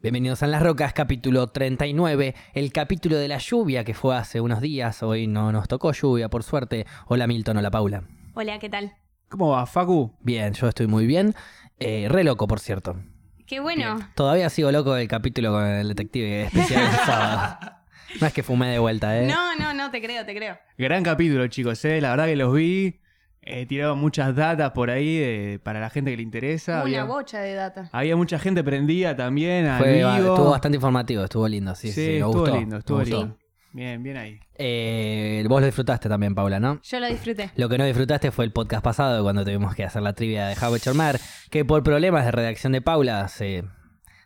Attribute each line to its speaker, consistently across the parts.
Speaker 1: Bienvenidos a Las Rocas, capítulo 39, el capítulo de la lluvia que fue hace unos días, hoy no nos tocó lluvia por suerte. Hola Milton, hola Paula.
Speaker 2: Hola, ¿qué tal?
Speaker 3: ¿Cómo va, Facu?
Speaker 1: Bien, yo estoy muy bien. Eh, re loco, por cierto.
Speaker 2: Qué bueno.
Speaker 1: Todavía sigo loco del capítulo con el detective especializado. no es que fumé de vuelta, ¿eh?
Speaker 2: No, no, no, te creo, te creo.
Speaker 3: Gran capítulo, chicos, ¿eh? La verdad que los vi. He tirado muchas datas por ahí eh, para la gente que le interesa.
Speaker 2: Una
Speaker 3: había,
Speaker 2: bocha de data.
Speaker 3: había mucha gente prendida también, al
Speaker 1: Fue-
Speaker 3: vivo.
Speaker 1: estuvo bastante informativo, estuvo lindo, sí, sí, me
Speaker 3: estuvo
Speaker 1: gustó,
Speaker 3: lindo,
Speaker 1: me
Speaker 3: estuvo
Speaker 1: gustó.
Speaker 3: lindo. Bien, bien ahí.
Speaker 1: Eh, vos lo disfrutaste también, Paula, ¿no?
Speaker 2: Yo lo disfruté.
Speaker 1: Lo que no disfrutaste fue el podcast pasado, cuando tuvimos que hacer la trivia de How I Met Your Mother, que por problemas de redacción de Paula se,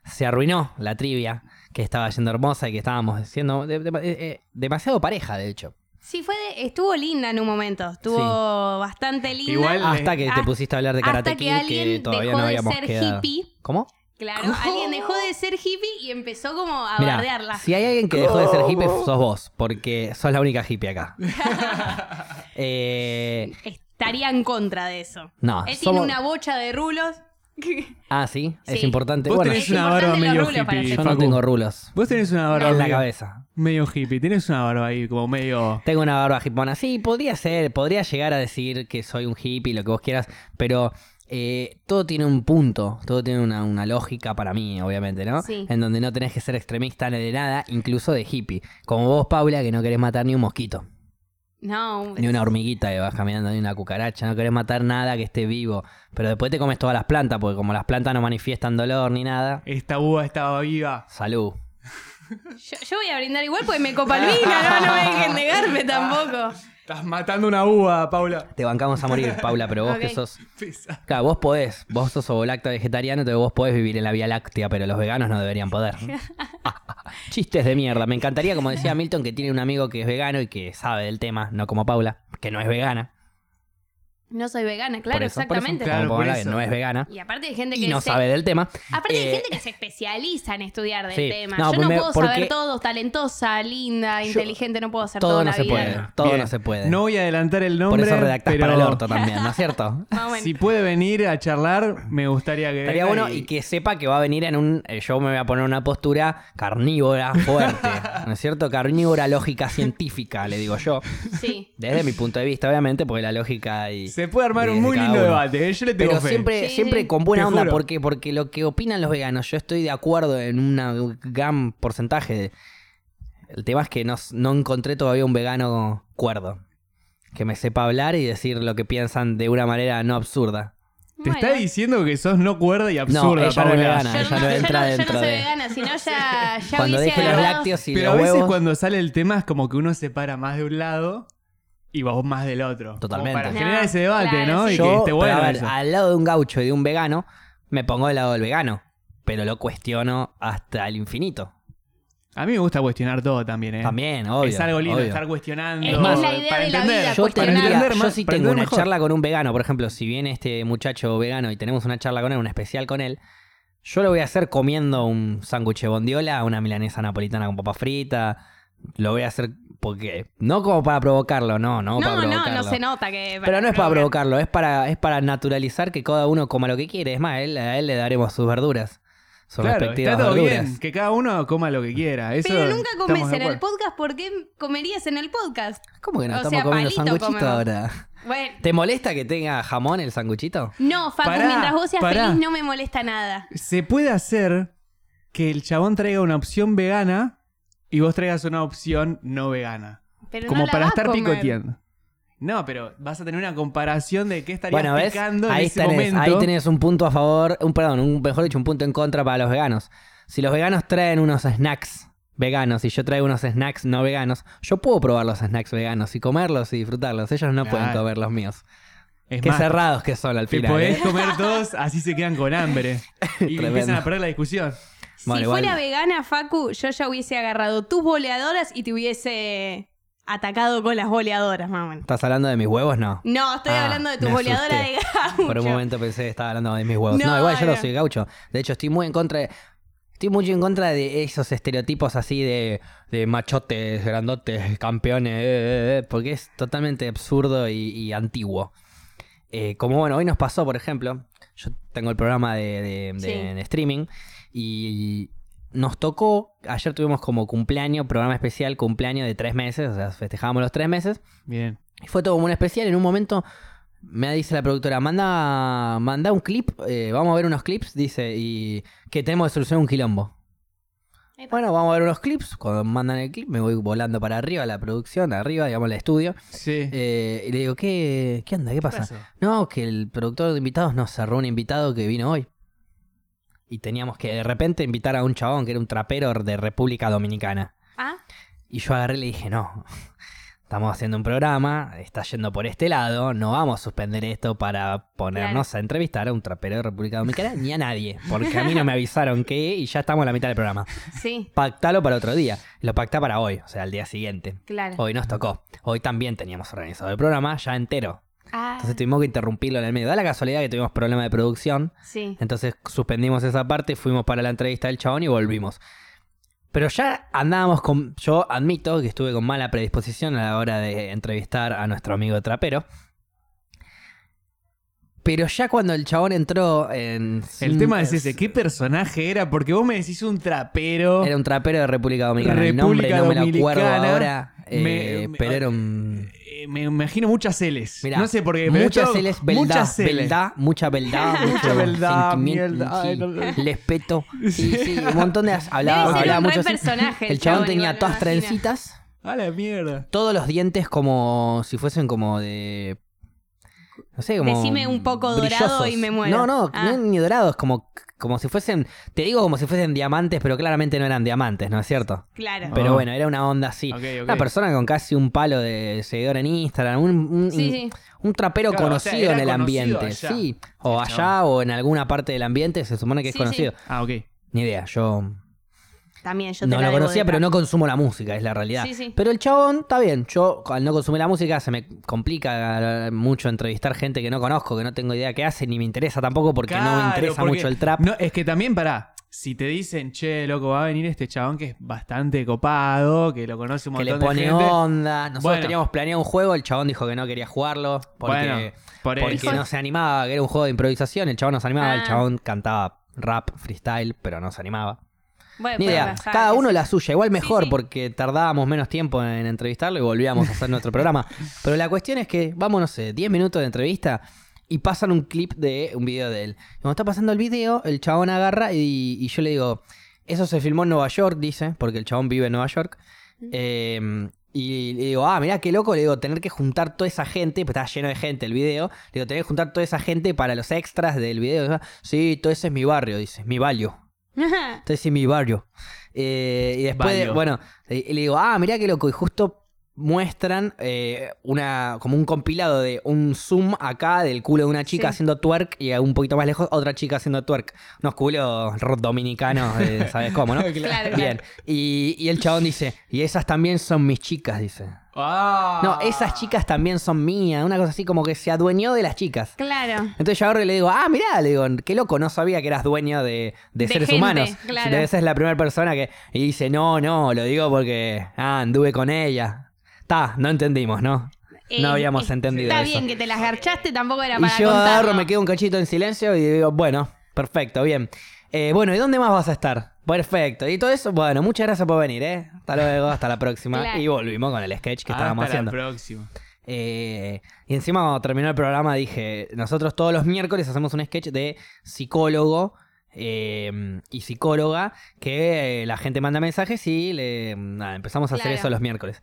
Speaker 1: se arruinó la trivia, que estaba yendo hermosa y que estábamos siendo de- de- eh, eh, demasiado pareja, de hecho.
Speaker 2: Sí, fue de- estuvo linda en un momento. Estuvo bastante linda.
Speaker 3: Igual-
Speaker 1: Hasta que te
Speaker 2: Hasta-
Speaker 1: pusiste a hablar de Karate
Speaker 2: Ah, hasta que
Speaker 1: Kid,
Speaker 2: alguien
Speaker 1: que todavía
Speaker 2: dejó
Speaker 1: no
Speaker 2: de
Speaker 1: habíamos
Speaker 2: ser
Speaker 1: quedado.
Speaker 2: hippie.
Speaker 1: ¿Cómo?
Speaker 2: Claro, alguien dejó de ser hippie y empezó como a
Speaker 1: Mirá,
Speaker 2: bardearla.
Speaker 1: si hay alguien que dejó de ser hippie, sos vos, porque sos la única hippie acá. Eh,
Speaker 2: Estaría en contra de eso.
Speaker 1: no,
Speaker 2: Él tiene
Speaker 1: somos-
Speaker 2: una bocha de rulos.
Speaker 1: Ah, sí, es
Speaker 2: Sí.
Speaker 1: importante.
Speaker 3: Vos
Speaker 1: Bueno,
Speaker 3: tenés
Speaker 2: es
Speaker 3: una barba
Speaker 2: importante los
Speaker 3: medio
Speaker 2: rulos para
Speaker 3: hippie,
Speaker 2: hacer-
Speaker 1: yo no
Speaker 3: Facu.
Speaker 1: tengo rulos
Speaker 3: Vos tenés una barba
Speaker 1: en la
Speaker 3: medio,
Speaker 1: cabeza.
Speaker 3: medio hippie. Tenés una barba ahí como medio...
Speaker 1: Tengo una barba hipona. Sí, podría ser, podría llegar a decir que soy un hippie, lo que vos quieras, pero eh, todo tiene un punto, todo tiene una, una lógica para mí, obviamente, ¿no?
Speaker 2: Sí.
Speaker 1: En donde no tenés que ser extremista ni de nada, incluso de hippie. Como vos, Paula, que no querés matar ni un mosquito,
Speaker 2: No,
Speaker 1: ni una hormiguita que vas caminando, ni una cucaracha, no querés matar nada que esté vivo. Pero después te comes todas las plantas, porque como las plantas no manifiestan dolor ni nada,
Speaker 3: Esta uva estaba viva.
Speaker 1: salud.
Speaker 2: yo, yo voy a brindar igual porque me copa el vino, no, no me dejen negarme tampoco.
Speaker 3: Estás matando una uva, Paula.
Speaker 1: Te bancamos a morir, Paula, pero vos
Speaker 2: Ok.
Speaker 1: que sos
Speaker 3: Pesa.
Speaker 1: Claro, vos podés, vos sos ovolacta vegetariano, entonces vos podés vivir en la Vía Láctea, pero los veganos no deberían poder. Chistes de mierda. Me encantaría, como decía Milton, que tiene un amigo que es vegano y que sabe del tema, no como Paula, que no es vegana.
Speaker 2: No soy vegana,
Speaker 1: Por
Speaker 2: claro,
Speaker 1: eso- por eso,
Speaker 2: exactamente.
Speaker 3: Claro,
Speaker 1: como
Speaker 3: por
Speaker 1: Paula, que
Speaker 3: eso.
Speaker 1: no es vegana
Speaker 2: Y aparte hay gente que
Speaker 1: y no
Speaker 2: se-
Speaker 1: sabe del tema.
Speaker 2: Aparte hay
Speaker 1: Eh,
Speaker 2: gente que se especializa en estudiar del
Speaker 1: sí.
Speaker 2: tema.
Speaker 1: No,
Speaker 2: Yo
Speaker 1: pues
Speaker 2: no
Speaker 1: me-
Speaker 2: puedo
Speaker 1: porque-
Speaker 2: saber todo, talentosa, linda, inteligente, no puedo hacer
Speaker 1: todo
Speaker 2: toda
Speaker 1: no
Speaker 2: la
Speaker 1: se
Speaker 2: vida.
Speaker 1: puede. Todo
Speaker 3: Bien.
Speaker 1: no se puede.
Speaker 3: No voy a adelantar el
Speaker 1: Por
Speaker 3: nombre,
Speaker 1: eso redactás
Speaker 3: pero
Speaker 1: para el orto también, ¿no es cierto?
Speaker 2: Más o menos.
Speaker 3: si puede venir a charlar, me gustaría que
Speaker 1: Estaría
Speaker 3: venga
Speaker 1: bueno y que sepa que va a venir en un. eh, Yo me voy a poner una postura carnívora fuerte, ¿no es cierto? Carnívora lógica científica, le digo yo.
Speaker 2: Sí.
Speaker 1: Desde mi punto de vista, obviamente, porque la lógica y.
Speaker 3: Se puede armar
Speaker 1: de-
Speaker 3: un
Speaker 1: de
Speaker 3: muy
Speaker 1: cada
Speaker 3: lindo
Speaker 1: uno.
Speaker 3: debate, ¿eh? yo le tengo
Speaker 1: Pero
Speaker 3: fe.
Speaker 1: siempre,
Speaker 2: Sí,
Speaker 1: siempre
Speaker 2: sí.
Speaker 1: con buena
Speaker 3: Te
Speaker 1: onda,
Speaker 3: juro.
Speaker 1: porque, porque lo que opinan los veganos, yo estoy de acuerdo en una- un gran porcentaje. de- El tema es que no, s- no encontré todavía un vegano cuerdo. Que me sepa hablar y decir lo que piensan de una manera no absurda.
Speaker 3: Te
Speaker 2: Bueno.
Speaker 3: está diciendo que sos no cuerda y absurda,
Speaker 1: ella no es
Speaker 3: Paula.
Speaker 1: vegana.
Speaker 2: Yo
Speaker 1: ella no
Speaker 2: yo
Speaker 1: entra
Speaker 2: yo
Speaker 1: dentro
Speaker 2: no soy
Speaker 1: de-
Speaker 2: vegana, si no ya, ya
Speaker 1: Cuando
Speaker 2: hubiese
Speaker 1: deje los
Speaker 2: agarrado-
Speaker 1: lácteos y
Speaker 3: Pero a
Speaker 1: los
Speaker 3: veces
Speaker 1: huevos.
Speaker 3: cuando sale el tema es como que uno se para más de un lado y vos más del otro. Como
Speaker 1: Totalmente.
Speaker 3: para
Speaker 2: No,
Speaker 3: generar ese debate,
Speaker 2: claro,
Speaker 3: ¿no?
Speaker 2: sí.
Speaker 3: Y
Speaker 1: Yo,
Speaker 3: que esté
Speaker 1: pero
Speaker 3: bueno
Speaker 1: a ver,
Speaker 3: eso.
Speaker 1: al lado de un gaucho y de un vegano, me pongo del lado del vegano. Pero lo cuestiono hasta el infinito.
Speaker 3: A mí me gusta cuestionar todo también, ¿eh?
Speaker 1: También, obvio.
Speaker 3: es algo lindo
Speaker 1: obvio.
Speaker 3: estar cuestionando.
Speaker 2: Es
Speaker 1: más,
Speaker 2: la idea
Speaker 3: para
Speaker 2: de la
Speaker 3: entender.
Speaker 2: vida,
Speaker 1: Yo,
Speaker 2: Para
Speaker 1: tendría-
Speaker 3: entender
Speaker 1: yo
Speaker 3: más-
Speaker 1: si
Speaker 3: para
Speaker 1: tengo una
Speaker 3: entender mejor.
Speaker 1: charla con un vegano, por ejemplo, si viene este muchacho vegano y tenemos una charla con él, un especial con él, yo lo voy a hacer comiendo un sándwich de bondiola, una milanesa napolitana con papa frita. Lo voy a hacer porque. No como para provocarlo, no, no, para
Speaker 2: No, no,
Speaker 1: provocarlo.
Speaker 2: no se nota que...
Speaker 1: Pero no es para provocarlo, es para, es para naturalizar que cada uno coma lo que quiere. Es más, él- a él le daremos sus verduras. Sus
Speaker 3: Claro,
Speaker 1: respectivas
Speaker 3: está todo
Speaker 1: verduras.
Speaker 3: bien, que cada uno coma lo que quiera. Eso
Speaker 2: Pero nunca
Speaker 3: estamos
Speaker 2: comes
Speaker 3: de
Speaker 2: en el
Speaker 3: acuerdo.
Speaker 2: podcast, ¿por qué comerías en el podcast?
Speaker 1: ¿Cómo que no
Speaker 2: O
Speaker 1: estamos
Speaker 2: sea,
Speaker 1: comiendo
Speaker 2: palito
Speaker 1: sanguchito
Speaker 2: comemos.
Speaker 1: ahora?
Speaker 2: Bueno,
Speaker 1: ¿Te molesta que tenga jamón el sanguchito?
Speaker 2: no, Facu,
Speaker 3: Pará,
Speaker 2: mientras vos seas
Speaker 3: pará.
Speaker 2: feliz no me molesta nada.
Speaker 3: Se puede hacer que el chabón traiga una opción vegana y vos traigas una opción no vegana.
Speaker 2: Pero
Speaker 3: como
Speaker 2: no la
Speaker 3: para
Speaker 2: vas a
Speaker 3: estar
Speaker 2: comer.
Speaker 3: picoteando. No, pero vas a tener una comparación de qué estarías
Speaker 1: Bueno, ¿ves?
Speaker 3: picando en
Speaker 1: Ahí
Speaker 3: ese
Speaker 1: tenés,
Speaker 3: momento.
Speaker 1: ahí tenés un punto a favor, un perdón, un, mejor dicho, un punto en contra para los veganos. Si los veganos traen unos snacks veganos y yo traigo unos snacks no veganos, yo puedo probar los snacks veganos y comerlos y disfrutarlos. Ellos no pueden
Speaker 3: Claro.
Speaker 1: comer los míos.
Speaker 3: Es
Speaker 1: Qué
Speaker 3: más,
Speaker 1: cerrados que son al
Speaker 3: te
Speaker 1: final.
Speaker 3: podés
Speaker 1: ¿eh?
Speaker 3: comer todos, así se quedan con hambre. Y
Speaker 1: Tremendo.
Speaker 3: empiezan a perder la discusión.
Speaker 1: Bueno,
Speaker 2: si
Speaker 1: igual-
Speaker 2: fuera vegana, Facu, yo ya hubiese agarrado tus boleadoras y te hubiese atacado con las boleadoras, mamá.
Speaker 1: ¿Estás hablando de mis huevos? No.
Speaker 2: No, estoy
Speaker 1: Ah,
Speaker 2: hablando de tu
Speaker 1: me
Speaker 2: boleadora
Speaker 1: asusté.
Speaker 2: de gaucho.
Speaker 1: Por un momento pensé que estaba hablando de mis huevos. No,
Speaker 2: No,
Speaker 1: igual yo no
Speaker 2: no.
Speaker 1: soy gaucho. De hecho, estoy muy en contra de... Estoy mucho en contra de esos estereotipos así de, de machotes, grandotes, campeones, eh, eh, eh, porque es totalmente absurdo y, y antiguo. Eh, como bueno, hoy nos pasó, por ejemplo, yo tengo el programa de, de- de-
Speaker 2: Sí.
Speaker 1: de streaming y nos tocó, ayer tuvimos como cumpleaños, programa especial, cumpleaños de tres meses, o sea, festejábamos los tres meses.
Speaker 3: Bien.
Speaker 1: Y fue todo como un especial. En un momento me dice la productora, manda, manda un clip, eh, vamos a ver unos clips, dice, y que tenemos que solucionar un quilombo.
Speaker 2: Epa.
Speaker 1: Bueno, vamos a ver unos clips. Cuando mandan el clip, me voy volando para arriba, a la producción, arriba, digamos, al estudio.
Speaker 3: Sí.
Speaker 1: Eh, y le digo, ¿qué, qué onda? ¿Qué pasa? No, que el productor de invitados nos cerró un invitado que vino hoy. Y teníamos que de repente invitar a un chabón que era un trapero de República Dominicana.
Speaker 2: Ah,
Speaker 1: Y yo agarré y le dije, no, estamos haciendo un programa, está yendo por este lado, no vamos a suspender esto para ponernos a entrevistar a un trapero de República Dominicana ni a nadie, porque a mí no me avisaron que y ya estamos a la mitad del programa.
Speaker 2: sí,
Speaker 1: Pactalo para otro día, lo pactá para hoy, o sea, al día siguiente.
Speaker 2: claro.
Speaker 1: Hoy nos tocó, hoy también teníamos organizado el programa ya entero,
Speaker 2: Ah,
Speaker 1: entonces tuvimos que interrumpirlo en el medio. Da la casualidad que tuvimos problema de producción,
Speaker 2: sí.
Speaker 1: entonces suspendimos esa parte, fuimos para la entrevista del chabón y volvimos. Pero ya andábamos con. Yo admito que estuve con mala predisposición a la hora de entrevistar a nuestro amigo trapero. Pero ya cuando el chabón entró en.
Speaker 3: El tema es ese, ¿qué personaje era? Porque vos me decís un trapero.
Speaker 1: Era un trapero de República Dominicana.
Speaker 3: República
Speaker 1: el nombre no me lo acuerdo
Speaker 3: Dominicana.
Speaker 1: ahora. eh,
Speaker 3: Me- me-
Speaker 1: pero era un.
Speaker 3: Eh, me imagino muchas Ls.
Speaker 1: Mirá,
Speaker 3: no sé por qué. pero
Speaker 1: Muchas
Speaker 3: esto-
Speaker 1: L's, beldad,
Speaker 3: muchas Ls.
Speaker 1: beldad, mucha beldad,
Speaker 3: Mucha
Speaker 1: mucho
Speaker 3: beldad,
Speaker 1: sentimiento,
Speaker 3: mierda, ay,
Speaker 1: sí,
Speaker 3: no, no.
Speaker 1: respeto, sí, sí, un montón de... Hablaba,
Speaker 2: Debe ser
Speaker 1: hablaba
Speaker 2: un
Speaker 1: mucho
Speaker 2: buen
Speaker 1: así.
Speaker 2: personaje.
Speaker 1: El chabón tenía
Speaker 2: igual, me
Speaker 1: todas
Speaker 2: imagino.
Speaker 1: trencitas,
Speaker 3: A la mierda.
Speaker 1: todos los dientes como si fuesen como de... No sé, como...
Speaker 2: Decime un poco dorado
Speaker 1: brillosos.
Speaker 2: y me muero.
Speaker 1: No, no,
Speaker 2: Ah.
Speaker 1: no ni dorados, como, como si fuesen... Te digo como si fuesen diamantes, pero claramente no eran diamantes, ¿no es cierto?
Speaker 2: Claro.
Speaker 1: Pero
Speaker 3: Ah.
Speaker 1: bueno, era una onda así.
Speaker 3: Ok, ok.
Speaker 1: Una persona con casi un palo de seguidor en Instagram, un, un-
Speaker 2: Sí, sí.
Speaker 1: un trapero
Speaker 3: Claro,
Speaker 1: conocido
Speaker 3: o sea, era
Speaker 1: en el
Speaker 3: conocido
Speaker 1: ambiente,
Speaker 3: allá.
Speaker 1: sí. O
Speaker 3: El
Speaker 1: allá
Speaker 3: chabón.
Speaker 1: o en alguna parte del ambiente se supone que es
Speaker 2: Sí, sí.
Speaker 1: conocido.
Speaker 3: Ah, ok.
Speaker 1: Ni idea, yo
Speaker 2: También yo te
Speaker 1: no
Speaker 2: la
Speaker 1: lo
Speaker 2: debo
Speaker 1: conocía,
Speaker 2: de
Speaker 1: pero
Speaker 2: Trap.
Speaker 1: no consumo la música, es la realidad.
Speaker 2: Sí, sí.
Speaker 1: Pero el chabón está bien. Yo, al no consumir la música, se me complica eh, mucho entrevistar gente que no conozco, que no tengo idea qué hace, ni me interesa tampoco porque no
Speaker 3: Claro,
Speaker 1: me interesa
Speaker 3: porque-
Speaker 1: mucho el trap.
Speaker 3: No, es que también, pará. Si te dicen, che, loco, va a venir este chabón que es bastante copado, que lo conoce un
Speaker 1: Que le
Speaker 3: montón de
Speaker 1: pone
Speaker 3: gente.
Speaker 1: onda. Nosotros
Speaker 3: Bueno.
Speaker 1: teníamos planeado un juego, el chabón dijo que no quería jugarlo porque,
Speaker 3: Bueno, por
Speaker 1: porque
Speaker 3: eso.
Speaker 1: no se animaba, que era un juego de improvisación. El chabón no se animaba, el
Speaker 2: Ah.
Speaker 1: chabón cantaba rap, freestyle, pero no se animaba.
Speaker 2: Bueno,
Speaker 1: Ni
Speaker 2: pero
Speaker 1: idea.
Speaker 2: bajá,
Speaker 1: Cada
Speaker 2: qué
Speaker 1: uno
Speaker 2: sé
Speaker 1: la suya. Igual mejor
Speaker 2: sí.
Speaker 1: porque tardábamos menos tiempo en entrevistarlo y volvíamos a hacer nuestro programa. Pero la cuestión es que vamos, no sé, 10 minutos de entrevista y pasan un clip de un video de él. Y cuando está pasando el video, el chabón agarra y, y yo le digo, eso se filmó en Nueva York, dice, porque el chabón vive en Nueva York.
Speaker 2: Mm.
Speaker 1: Eh, y le digo, ah, mirá qué loco, le digo, tener que juntar toda esa gente, pues estaba lleno de gente el video, le digo, tener que juntar toda esa gente para los extras del video. Sí, todo ese es mi barrio, dice, mi value.
Speaker 2: yo.
Speaker 1: Entonces en mi barrio. Eh, y después, de-
Speaker 3: Barrio.
Speaker 1: bueno, eh, y le digo, ah, mirá qué loco. Y justo muestran eh, una como un compilado de un zoom acá del culo de una chica
Speaker 2: Sí.
Speaker 1: haciendo twerk y un poquito más lejos otra chica haciendo twerk. Unos culos ro- dominicanos, eh, ¿sabes cómo, no?
Speaker 2: Claro,
Speaker 1: Bien. Y, y el chabón dice, y esas también son mis chicas, dice.
Speaker 3: Ah.
Speaker 1: No, esas chicas también son mías. Una cosa así como que se adueñó de las chicas.
Speaker 2: Claro.
Speaker 1: Entonces yo agarro y le digo, ah, mirá, le digo, qué loco, no sabía que eras dueño de, de
Speaker 2: De
Speaker 1: seres
Speaker 2: gente,
Speaker 1: humanos.
Speaker 2: claro.
Speaker 1: Debe ser la primera persona que. Y dice, no, no, lo digo porque. Ah, anduve con ella. Ta, no entendimos, ¿no?
Speaker 2: Eh,
Speaker 1: no habíamos
Speaker 2: eh,
Speaker 1: entendido
Speaker 2: Está
Speaker 1: eso.
Speaker 2: bien que te las garchaste, tampoco era
Speaker 1: y
Speaker 2: para
Speaker 1: yo agarro,
Speaker 2: contarlo.
Speaker 1: me quedo un cachito en silencio y digo, bueno, perfecto, bien. Eh, bueno, ¿y dónde más vas a estar? Perfecto. Y todo eso, bueno, muchas gracias por venir, ¿eh? Hasta luego, hasta la próxima.
Speaker 2: Claro.
Speaker 1: Y volvimos con el sketch que estábamos
Speaker 3: Hasta la
Speaker 1: haciendo.
Speaker 3: próxima.
Speaker 1: Eh, y encima cuando terminó el programa dije, nosotros todos los miércoles hacemos un sketch de psicólogo eh, y psicóloga que eh, la gente manda mensajes y le, nada, empezamos a hacer
Speaker 2: Claro.
Speaker 1: eso los miércoles.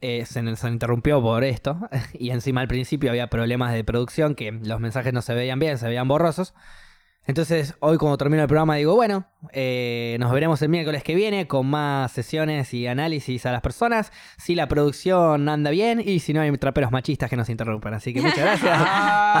Speaker 1: Eh, se, nos- se interrumpió por esto y encima al principio había problemas de producción que los mensajes no se veían bien, se veían borrosos. Entonces hoy cuando termino el programa digo, bueno, eh, nos veremos el miércoles que viene con más sesiones y análisis a las personas, si la producción anda bien y si no hay traperos machistas que nos interrumpan. Así que muchas gracias.
Speaker 3: Ah,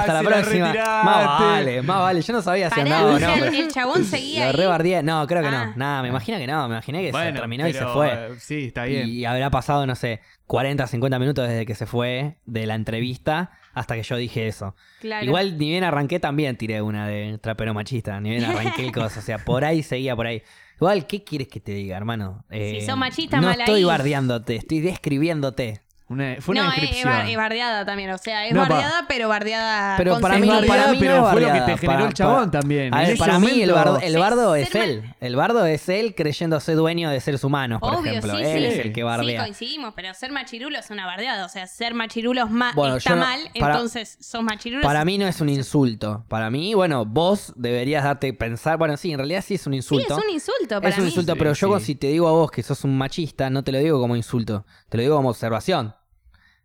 Speaker 1: Hasta la
Speaker 3: se
Speaker 1: próxima.
Speaker 3: retiraste.
Speaker 1: más vale, más vale. Yo no sabía si
Speaker 2: Pará,
Speaker 1: andaba o
Speaker 2: o
Speaker 1: no.
Speaker 2: sea,
Speaker 1: pero-
Speaker 2: el, el chabón seguía
Speaker 1: lo
Speaker 2: ahí.
Speaker 1: rebardeé. No, creo que
Speaker 2: Ah.
Speaker 1: no. Nada, me imagino que no. Me imaginé que se
Speaker 3: Bueno,
Speaker 1: terminó y se
Speaker 3: pero,
Speaker 1: fue.
Speaker 3: eh, Sí, está bien.
Speaker 1: Y habrá pasado, no sé, 40, 50 minutos desde que se fue de la entrevista hasta que yo dije eso.
Speaker 2: Claro.
Speaker 1: Igual ni bien arranqué también tiré una de trapero machista, ni bien arranqué el coso, o sea, por ahí seguía por ahí. Igual, ¿qué quieres que te diga, hermano? Eh,
Speaker 2: Si sos machista,
Speaker 1: no
Speaker 2: mal
Speaker 1: estoy
Speaker 2: ahí.
Speaker 1: bardeándote, estoy describiéndote.
Speaker 3: Una- fue una
Speaker 2: no, es- es,
Speaker 3: descripción.
Speaker 2: bar- es bardeada también. O sea, es
Speaker 3: No, pa-
Speaker 2: bardeada, pero bardeada.
Speaker 1: Pero para
Speaker 3: Es
Speaker 1: mí, no-
Speaker 3: bardeada,
Speaker 1: para mí
Speaker 3: pero
Speaker 1: no es
Speaker 3: fue lo que
Speaker 1: bardeada.
Speaker 3: te generó
Speaker 1: Para-
Speaker 3: el chabón
Speaker 1: para-
Speaker 3: también.
Speaker 1: A
Speaker 3: En
Speaker 1: ver,
Speaker 3: ese
Speaker 1: para mí el,
Speaker 3: momento-
Speaker 1: bardo, el
Speaker 2: Sí,
Speaker 1: bardo es
Speaker 2: ser
Speaker 1: él. El bardo es él creyéndose dueño de seres humanos, por
Speaker 2: Obvio,
Speaker 1: ejemplo.
Speaker 2: sí,
Speaker 1: él
Speaker 2: sí.
Speaker 1: es el que bardea.
Speaker 2: Sí, coincidimos, pero ser machirulo es una bardeada. O sea, ser machirulo es ma-
Speaker 1: Bueno,
Speaker 2: está
Speaker 1: yo no-
Speaker 2: mal,
Speaker 1: para-
Speaker 2: entonces sos machirulo.
Speaker 1: Para mí no es un insulto. Para mí, bueno, vos deberías darte pensar. Bueno, sí, en realidad sí es un
Speaker 2: sí,
Speaker 1: insulto.
Speaker 2: es un insulto para
Speaker 1: Es un
Speaker 2: mí.
Speaker 1: insulto,
Speaker 3: Sí,
Speaker 1: pero yo
Speaker 3: sí.
Speaker 1: si te digo a vos que sos un machista, no te lo digo como insulto, te lo digo como observación.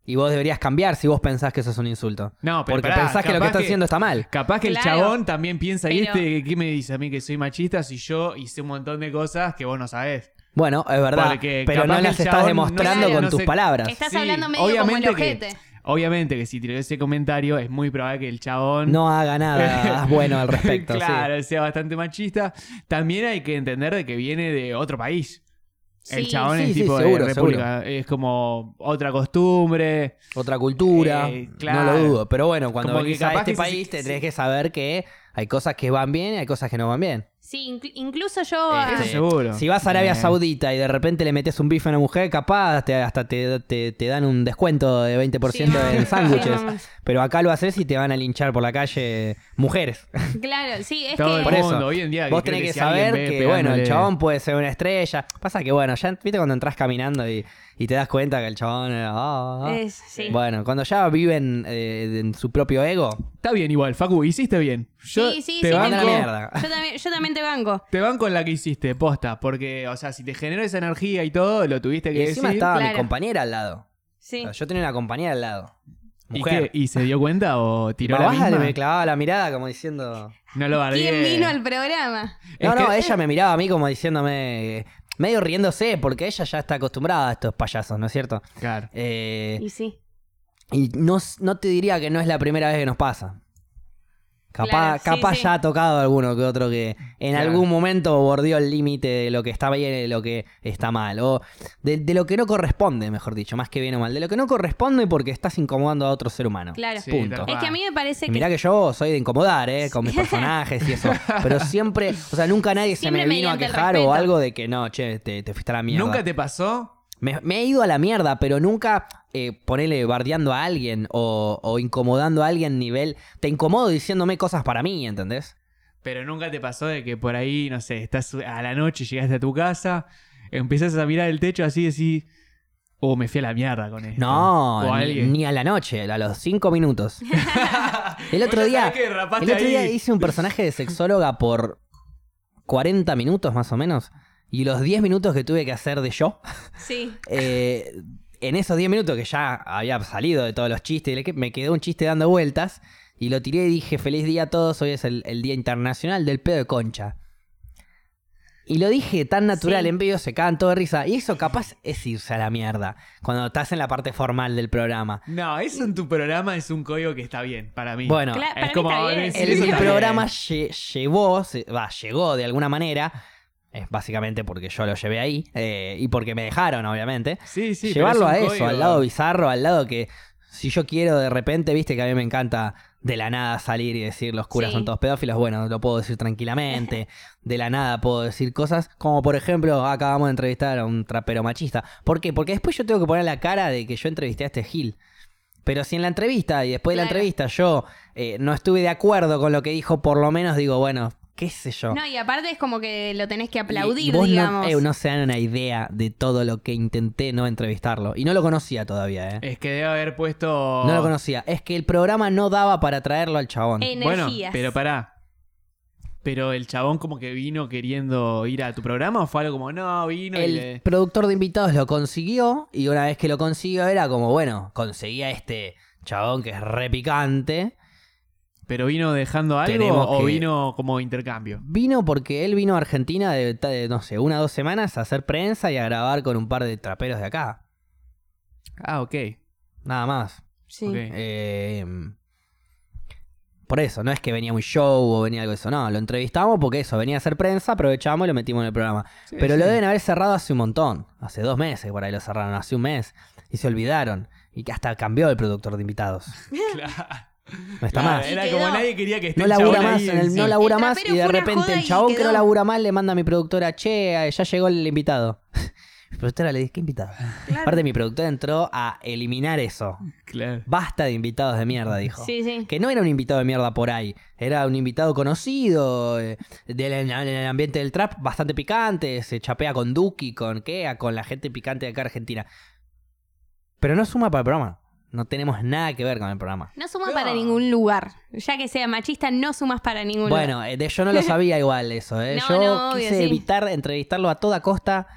Speaker 1: Y vos deberías cambiar si vos pensás que eso es un insulto.
Speaker 3: No, pero
Speaker 1: Porque
Speaker 3: pará,
Speaker 1: pensás que lo que
Speaker 3: capaz
Speaker 1: estás
Speaker 3: que-
Speaker 1: haciendo está mal.
Speaker 3: Capaz que el
Speaker 2: Claro.
Speaker 3: chabón también piensa, ¿y
Speaker 2: Pero-
Speaker 3: este qué me dice a mí que soy machista si yo hice un montón de cosas que vos no sabés?
Speaker 1: Bueno, es verdad,
Speaker 3: Porque
Speaker 1: pero
Speaker 3: capaz
Speaker 1: no
Speaker 3: que
Speaker 1: las
Speaker 3: el
Speaker 1: estás
Speaker 3: chabón
Speaker 1: demostrando
Speaker 2: no
Speaker 1: con
Speaker 3: sé-
Speaker 1: tus palabras.
Speaker 2: Estás hablando medio como el
Speaker 3: que,
Speaker 2: ojete.
Speaker 3: Obviamente que si tiró ese comentario es muy probable que el chabón...
Speaker 1: No haga nada bueno al respecto. sí.
Speaker 3: claro, sea bastante machista. También hay que entender de que viene de otro país. el
Speaker 2: Sí,
Speaker 3: chabón
Speaker 1: sí,
Speaker 3: es
Speaker 1: sí,
Speaker 3: tipo de
Speaker 1: seguro,
Speaker 3: república. Es como otra costumbre.
Speaker 1: Otra cultura,
Speaker 3: Eh,
Speaker 1: no
Speaker 3: claro.
Speaker 1: lo dudo. Pero bueno, cuando
Speaker 3: Como que
Speaker 1: venís a
Speaker 3: capaz
Speaker 1: este
Speaker 3: que se-
Speaker 1: país te
Speaker 3: sí.
Speaker 1: tenés que saber que hay cosas que van bien y hay cosas que no van bien.
Speaker 2: Sí, inclu- incluso yo.
Speaker 1: Este,
Speaker 2: a-
Speaker 3: Eso seguro.
Speaker 1: Si vas a Arabia
Speaker 3: Eh.
Speaker 1: Saudita y de repente le metes un bife a una mujer, capaz te- hasta te, te- te dan un descuento de 20%
Speaker 2: Sí,
Speaker 1: en
Speaker 2: mamá.
Speaker 1: sándwiches.
Speaker 2: Sí, mamá.
Speaker 1: Pero acá lo haces y te van a linchar por la calle mujeres.
Speaker 2: ah, Claro, sí, es
Speaker 3: Todo
Speaker 2: que.
Speaker 3: el
Speaker 1: Por
Speaker 3: mundo
Speaker 1: eso,
Speaker 3: hoy en día.
Speaker 1: Vos
Speaker 3: creo
Speaker 1: tenés que,
Speaker 3: si alguien
Speaker 1: saber
Speaker 3: ve
Speaker 1: que, bueno, el
Speaker 3: pegándole-
Speaker 1: chabón puede ser una estrella. Pasa que, bueno, ya viste cuando entras caminando y, y te das cuenta que el chabón... eh, ah, ah.
Speaker 2: es- sí.
Speaker 1: Bueno, cuando ya viven eh, en su propio ego,
Speaker 3: Está bien igual, Facu, hiciste bien. Yo
Speaker 2: Sí, sí,
Speaker 3: te
Speaker 2: sí,
Speaker 1: anda a la
Speaker 3: banco,
Speaker 1: mierda.
Speaker 2: Yo también, yo también te banco.
Speaker 3: Te van con la que hiciste, posta, porque, o sea, si te generó esa energía y todo, lo tuviste que
Speaker 1: Y encima
Speaker 3: decir.
Speaker 1: estaba mi
Speaker 2: Claro.
Speaker 1: compañera al lado. O
Speaker 2: Sí.
Speaker 1: sea, yo tenía una compañera al lado.
Speaker 3: ¿Y,
Speaker 1: Mujer.
Speaker 3: qué? ¿Y se dio cuenta o tiró la
Speaker 1: Babá
Speaker 3: misma?
Speaker 1: me clavaba la mirada como diciendo...
Speaker 3: No lo bardeé.
Speaker 2: ¿Quién vino al programa?
Speaker 3: Es
Speaker 1: No, no,
Speaker 3: que-
Speaker 1: ella me miraba a mí como diciéndome, eh, medio riéndose, porque ella ya está acostumbrada a estos payasos, ¿no es cierto?
Speaker 3: Claro.
Speaker 1: Eh,
Speaker 2: Y sí.
Speaker 1: y no, s- no te diría que no es la primera vez que nos pasa. Capaz,
Speaker 2: Claro, sí,
Speaker 1: capaz
Speaker 2: sí.
Speaker 1: ya ha tocado alguno que otro que en
Speaker 3: Claro.
Speaker 1: algún momento bordeó el límite de lo que está bien y de lo que está mal. O de, de lo que no corresponde, mejor dicho, más que bien o mal. De lo que no corresponde porque estás incomodando a otro ser humano.
Speaker 2: Claro.
Speaker 3: Sí,
Speaker 1: Punto.
Speaker 3: tal
Speaker 2: Es que a
Speaker 3: cual.
Speaker 2: mí me parece
Speaker 1: Y
Speaker 2: que.
Speaker 1: mirá que yo soy de incomodar, ¿eh? Con mis personajes y eso. Pero siempre, o sea, nunca nadie se me
Speaker 2: Siempre
Speaker 1: vino a
Speaker 2: mediante el
Speaker 1: quejar o
Speaker 2: respeto.
Speaker 1: algo de que no, che, te, te fuiste a la mierda.
Speaker 3: ¿Nunca te pasó?
Speaker 1: me, me he ido a la mierda, pero nunca eh, ponele bardeando a alguien o, o incomodando a alguien nivel. Te incomodo diciéndome cosas para mí, ¿entendés?
Speaker 3: Pero nunca te pasó de que por ahí, no sé, estás a la noche, llegaste a tu casa, empiezas a mirar el techo así y decís, oh, me fui a la mierda con esto.
Speaker 1: No,
Speaker 3: o
Speaker 1: ni-
Speaker 3: alguien.
Speaker 1: ni a la noche, a los cinco minutos. el otro
Speaker 3: Vos ya
Speaker 1: día,
Speaker 3: sabés que derrapaste
Speaker 1: el otro día
Speaker 3: ahí.
Speaker 1: hice un personaje de sexóloga por 40 minutos más o menos. Y los 10 minutos que tuve que hacer de yo.
Speaker 2: Sí.
Speaker 1: Eh, en esos 10 minutos que ya había salido de todos los chistes, y le que- me quedó un chiste dando vueltas y lo tiré y dije, feliz día a todos, hoy es el, el Día Internacional del Pedo de Concha. Y lo dije tan natural
Speaker 2: Sí.
Speaker 1: en vivo, se cagan todo de risa. Y eso capaz es irse a la mierda cuando estás en la parte formal del programa.
Speaker 3: No, eso en tu programa es un código que está bien, para mí.
Speaker 1: Bueno,
Speaker 2: Claro, para
Speaker 3: es
Speaker 2: mí
Speaker 3: como...
Speaker 2: está bien.
Speaker 3: es-
Speaker 1: el
Speaker 3: eso está
Speaker 1: programa
Speaker 3: bien.
Speaker 1: lle- llevó, se- va, llegó de alguna manera, es básicamente porque yo lo llevé ahí eh, y porque me dejaron, obviamente.
Speaker 3: Sí, sí. pero
Speaker 1: llevarlo
Speaker 3: es un
Speaker 1: a eso,
Speaker 3: código.
Speaker 1: al lado bizarro, al lado que si yo quiero de repente, viste que a mí me encanta de la nada salir y decir los curas
Speaker 2: Sí.
Speaker 1: son todos pedófilos, bueno, lo puedo decir tranquilamente, de la nada puedo decir cosas como por ejemplo, acabamos de entrevistar a un trapero machista. ¿Por qué? Porque después yo tengo que poner la cara de que yo entrevisté a este Gil. Pero si en la entrevista y después de la
Speaker 2: Claro.
Speaker 1: entrevista yo eh, no estuve de acuerdo con lo que dijo, por lo menos digo, bueno, qué sé yo.
Speaker 2: No, y aparte es como que lo tenés que
Speaker 1: Y- y
Speaker 2: aplaudir,
Speaker 1: vos no-
Speaker 2: digamos.
Speaker 1: eh, No, se dan una idea de todo lo que intenté no entrevistarlo. Y no lo conocía todavía, ¿eh?
Speaker 3: Es que debe haber puesto...
Speaker 1: No lo conocía. Es que el programa no daba para traerlo al chabón.
Speaker 2: Energías.
Speaker 3: Bueno, pero pará. Pero el chabón como que vino queriendo ir a tu programa o fue algo como, no, vino y
Speaker 1: El
Speaker 3: le-
Speaker 1: productor de invitados lo consiguió y una vez que lo consiguió era como, bueno, conseguía este chabón que es repicante.
Speaker 3: pero vino dejando
Speaker 1: Tenemos
Speaker 3: algo o
Speaker 1: que-
Speaker 3: vino como intercambio.
Speaker 1: Vino porque él vino a Argentina de, ta- de, no sé, una o dos semanas a hacer prensa y a grabar con un par de traperos de acá.
Speaker 3: Ah, ok.
Speaker 1: Nada más.
Speaker 2: Sí.
Speaker 3: Ok.
Speaker 1: Eh, por eso, no es que venía un show o venía algo de eso, no, lo entrevistamos porque eso, venía a hacer prensa, aprovechamos y lo metimos en el programa.
Speaker 3: Sí,
Speaker 1: Pero lo
Speaker 3: sí.
Speaker 1: deben haber cerrado hace un montón, hace dos meses por ahí lo cerraron, hace un mes, y se olvidaron, y que hasta cambió el productor de invitados. No está
Speaker 3: Claro,
Speaker 1: más.
Speaker 3: Era
Speaker 2: Y
Speaker 3: como
Speaker 2: quedó.
Speaker 3: nadie quería que esté
Speaker 1: No
Speaker 3: el
Speaker 1: labura
Speaker 3: chabón
Speaker 1: más,
Speaker 3: ahí
Speaker 1: en el- no
Speaker 3: encima.
Speaker 1: labura
Speaker 2: El
Speaker 1: más
Speaker 2: trapero
Speaker 1: y de
Speaker 2: fue una
Speaker 1: repente
Speaker 2: joda
Speaker 1: el
Speaker 2: y
Speaker 1: chabón que no
Speaker 2: quedó.
Speaker 1: labura más le manda a mi productora, che, ya llegó el invitado. productora le dice, ¿qué invitado?
Speaker 2: Claro.
Speaker 1: Aparte, mi productora entró a eliminar eso.
Speaker 3: Claro.
Speaker 1: Basta de invitados de mierda, dijo.
Speaker 2: Sí, sí.
Speaker 1: Que no era un invitado de mierda por ahí, era un invitado conocido, eh, del, en el ambiente del trap bastante picante, se chapea con Duki, con Kea, con la gente picante de acá Argentina. Pero no suma para el programa, no tenemos nada que ver con el programa.
Speaker 2: No sumas para ningún lugar. Ya que sea machista, no sumas para ningún lugar.
Speaker 1: Bueno, eh, de, yo no lo sabía igual eso, eh.
Speaker 2: No,
Speaker 1: yo
Speaker 2: no, obvio,
Speaker 1: quise
Speaker 2: sí.
Speaker 1: evitar entrevistarlo a toda costa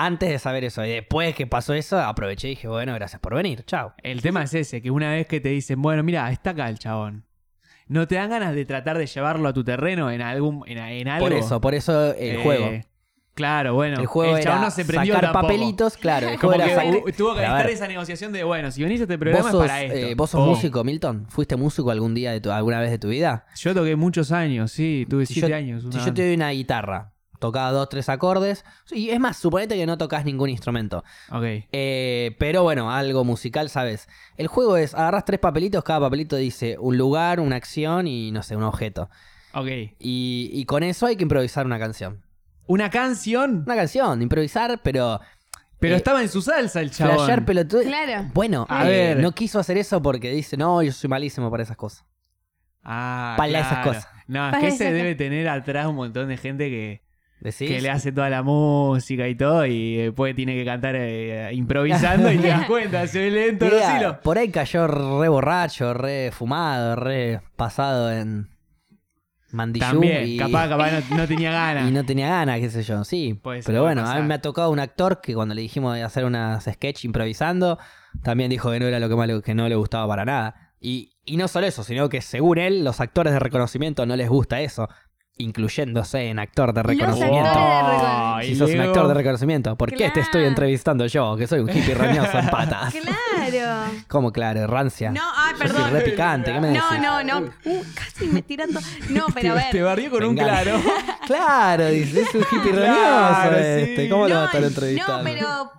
Speaker 1: antes de saber eso. Y después que pasó eso, aproveché y dije, bueno, gracias por venir, chao.
Speaker 3: El tema es ese, que una vez que te dicen, bueno, mira, está acá el chabón. ¿No te dan ganas de tratar de llevarlo a tu terreno en algún en, en algo?
Speaker 1: Por eso, por eso el
Speaker 3: Eh,
Speaker 1: juego.
Speaker 3: Claro, bueno.
Speaker 1: El juego
Speaker 3: chabón
Speaker 1: era
Speaker 3: no se prendió
Speaker 1: sacar
Speaker 3: tampoco.
Speaker 1: papelitos, claro. El
Speaker 3: Como
Speaker 1: juego
Speaker 3: que
Speaker 1: era sacar-
Speaker 3: hu- tuvo
Speaker 1: Pero
Speaker 3: que
Speaker 1: a
Speaker 3: estar
Speaker 1: ver,
Speaker 3: esa negociación de, bueno, si venís a este programa
Speaker 1: ¿Vos sos,
Speaker 3: es para esto.
Speaker 1: eh, vos sos
Speaker 3: Oh.
Speaker 1: músico, Milton? ¿Fuiste músico algún día de tu- alguna vez de tu vida?
Speaker 3: Yo toqué muchos años, sí, tuve
Speaker 1: Si
Speaker 3: siete
Speaker 1: yo-
Speaker 3: años. una
Speaker 1: Si yo te doy una guitarra, tocaba dos, tres acordes. Y es más, suponete que no tocas ningún instrumento.
Speaker 3: banda. Ok.
Speaker 1: Eh, pero bueno, algo musical, ¿sabes? El juego es, agarras tres papelitos, cada papelito dice un lugar, una acción y no sé, un objeto.
Speaker 3: Ok.
Speaker 1: Y, y con eso hay que improvisar una canción.
Speaker 3: Una canción,
Speaker 1: Una canción, improvisar, pero
Speaker 3: pero
Speaker 1: eh,
Speaker 3: estaba en su salsa el chabón.
Speaker 1: flashear pelotudo.
Speaker 2: Claro.
Speaker 1: Bueno,
Speaker 3: A
Speaker 1: eh,
Speaker 3: ver.
Speaker 1: no quiso hacer eso porque dice, no, yo soy malísimo para esas cosas.
Speaker 3: Ah,
Speaker 1: Para esas
Speaker 3: claro.
Speaker 1: cosas.
Speaker 3: No, es
Speaker 2: Para
Speaker 3: que
Speaker 2: esas
Speaker 3: ese
Speaker 2: cosas.
Speaker 3: debe tener atrás un montón de gente que,
Speaker 1: ¿Decís?
Speaker 3: que le hace toda la música y todo y después tiene que cantar eh, improvisando y te das cuenta, se ve lento los
Speaker 1: Mira,
Speaker 3: hilos.
Speaker 1: por ahí cayó re borracho, re fumado, re pasado en mandillú
Speaker 3: También,
Speaker 1: y,
Speaker 3: capaz, capaz no, no tenía ganas.
Speaker 1: y no tenía ganas, qué sé yo, sí.
Speaker 3: Puede ser,
Speaker 1: Pero
Speaker 3: puede
Speaker 1: bueno, a
Speaker 3: pasar.
Speaker 1: mí me ha tocado un actor que cuando le dijimos de hacer unas sketch improvisando, también dijo que no era lo que más le- que no le gustaba para nada. Y, y no solo eso, sino que según él, los actores de reconocimiento no les gusta eso, incluyéndose en actor de reconocimiento.
Speaker 2: actores de
Speaker 3: Oh,
Speaker 2: reconocimiento.
Speaker 1: Si sos un
Speaker 3: Diego,
Speaker 1: actor de reconocimiento, ¿por qué te estoy
Speaker 2: Claro.
Speaker 1: entrevistando yo, que soy un hippie roñoso en patas?
Speaker 2: Claro.
Speaker 1: ¿Cómo claro? Rancia.
Speaker 2: No, ay,
Speaker 1: Yo soy
Speaker 2: perdón.
Speaker 1: re picante, ¿qué me decís?
Speaker 2: No, no, no. Uh, casi me tirando. No, pero a
Speaker 3: te, te
Speaker 2: ver.
Speaker 3: barrió con un
Speaker 1: Venganza.
Speaker 3: claro.
Speaker 1: Claro, dice, es un hippie
Speaker 3: Claro,
Speaker 1: roñoso
Speaker 3: sí.
Speaker 1: este. ¿Cómo lo va a
Speaker 2: No,
Speaker 1: estar
Speaker 2: no,
Speaker 1: entrevistando?
Speaker 2: pero.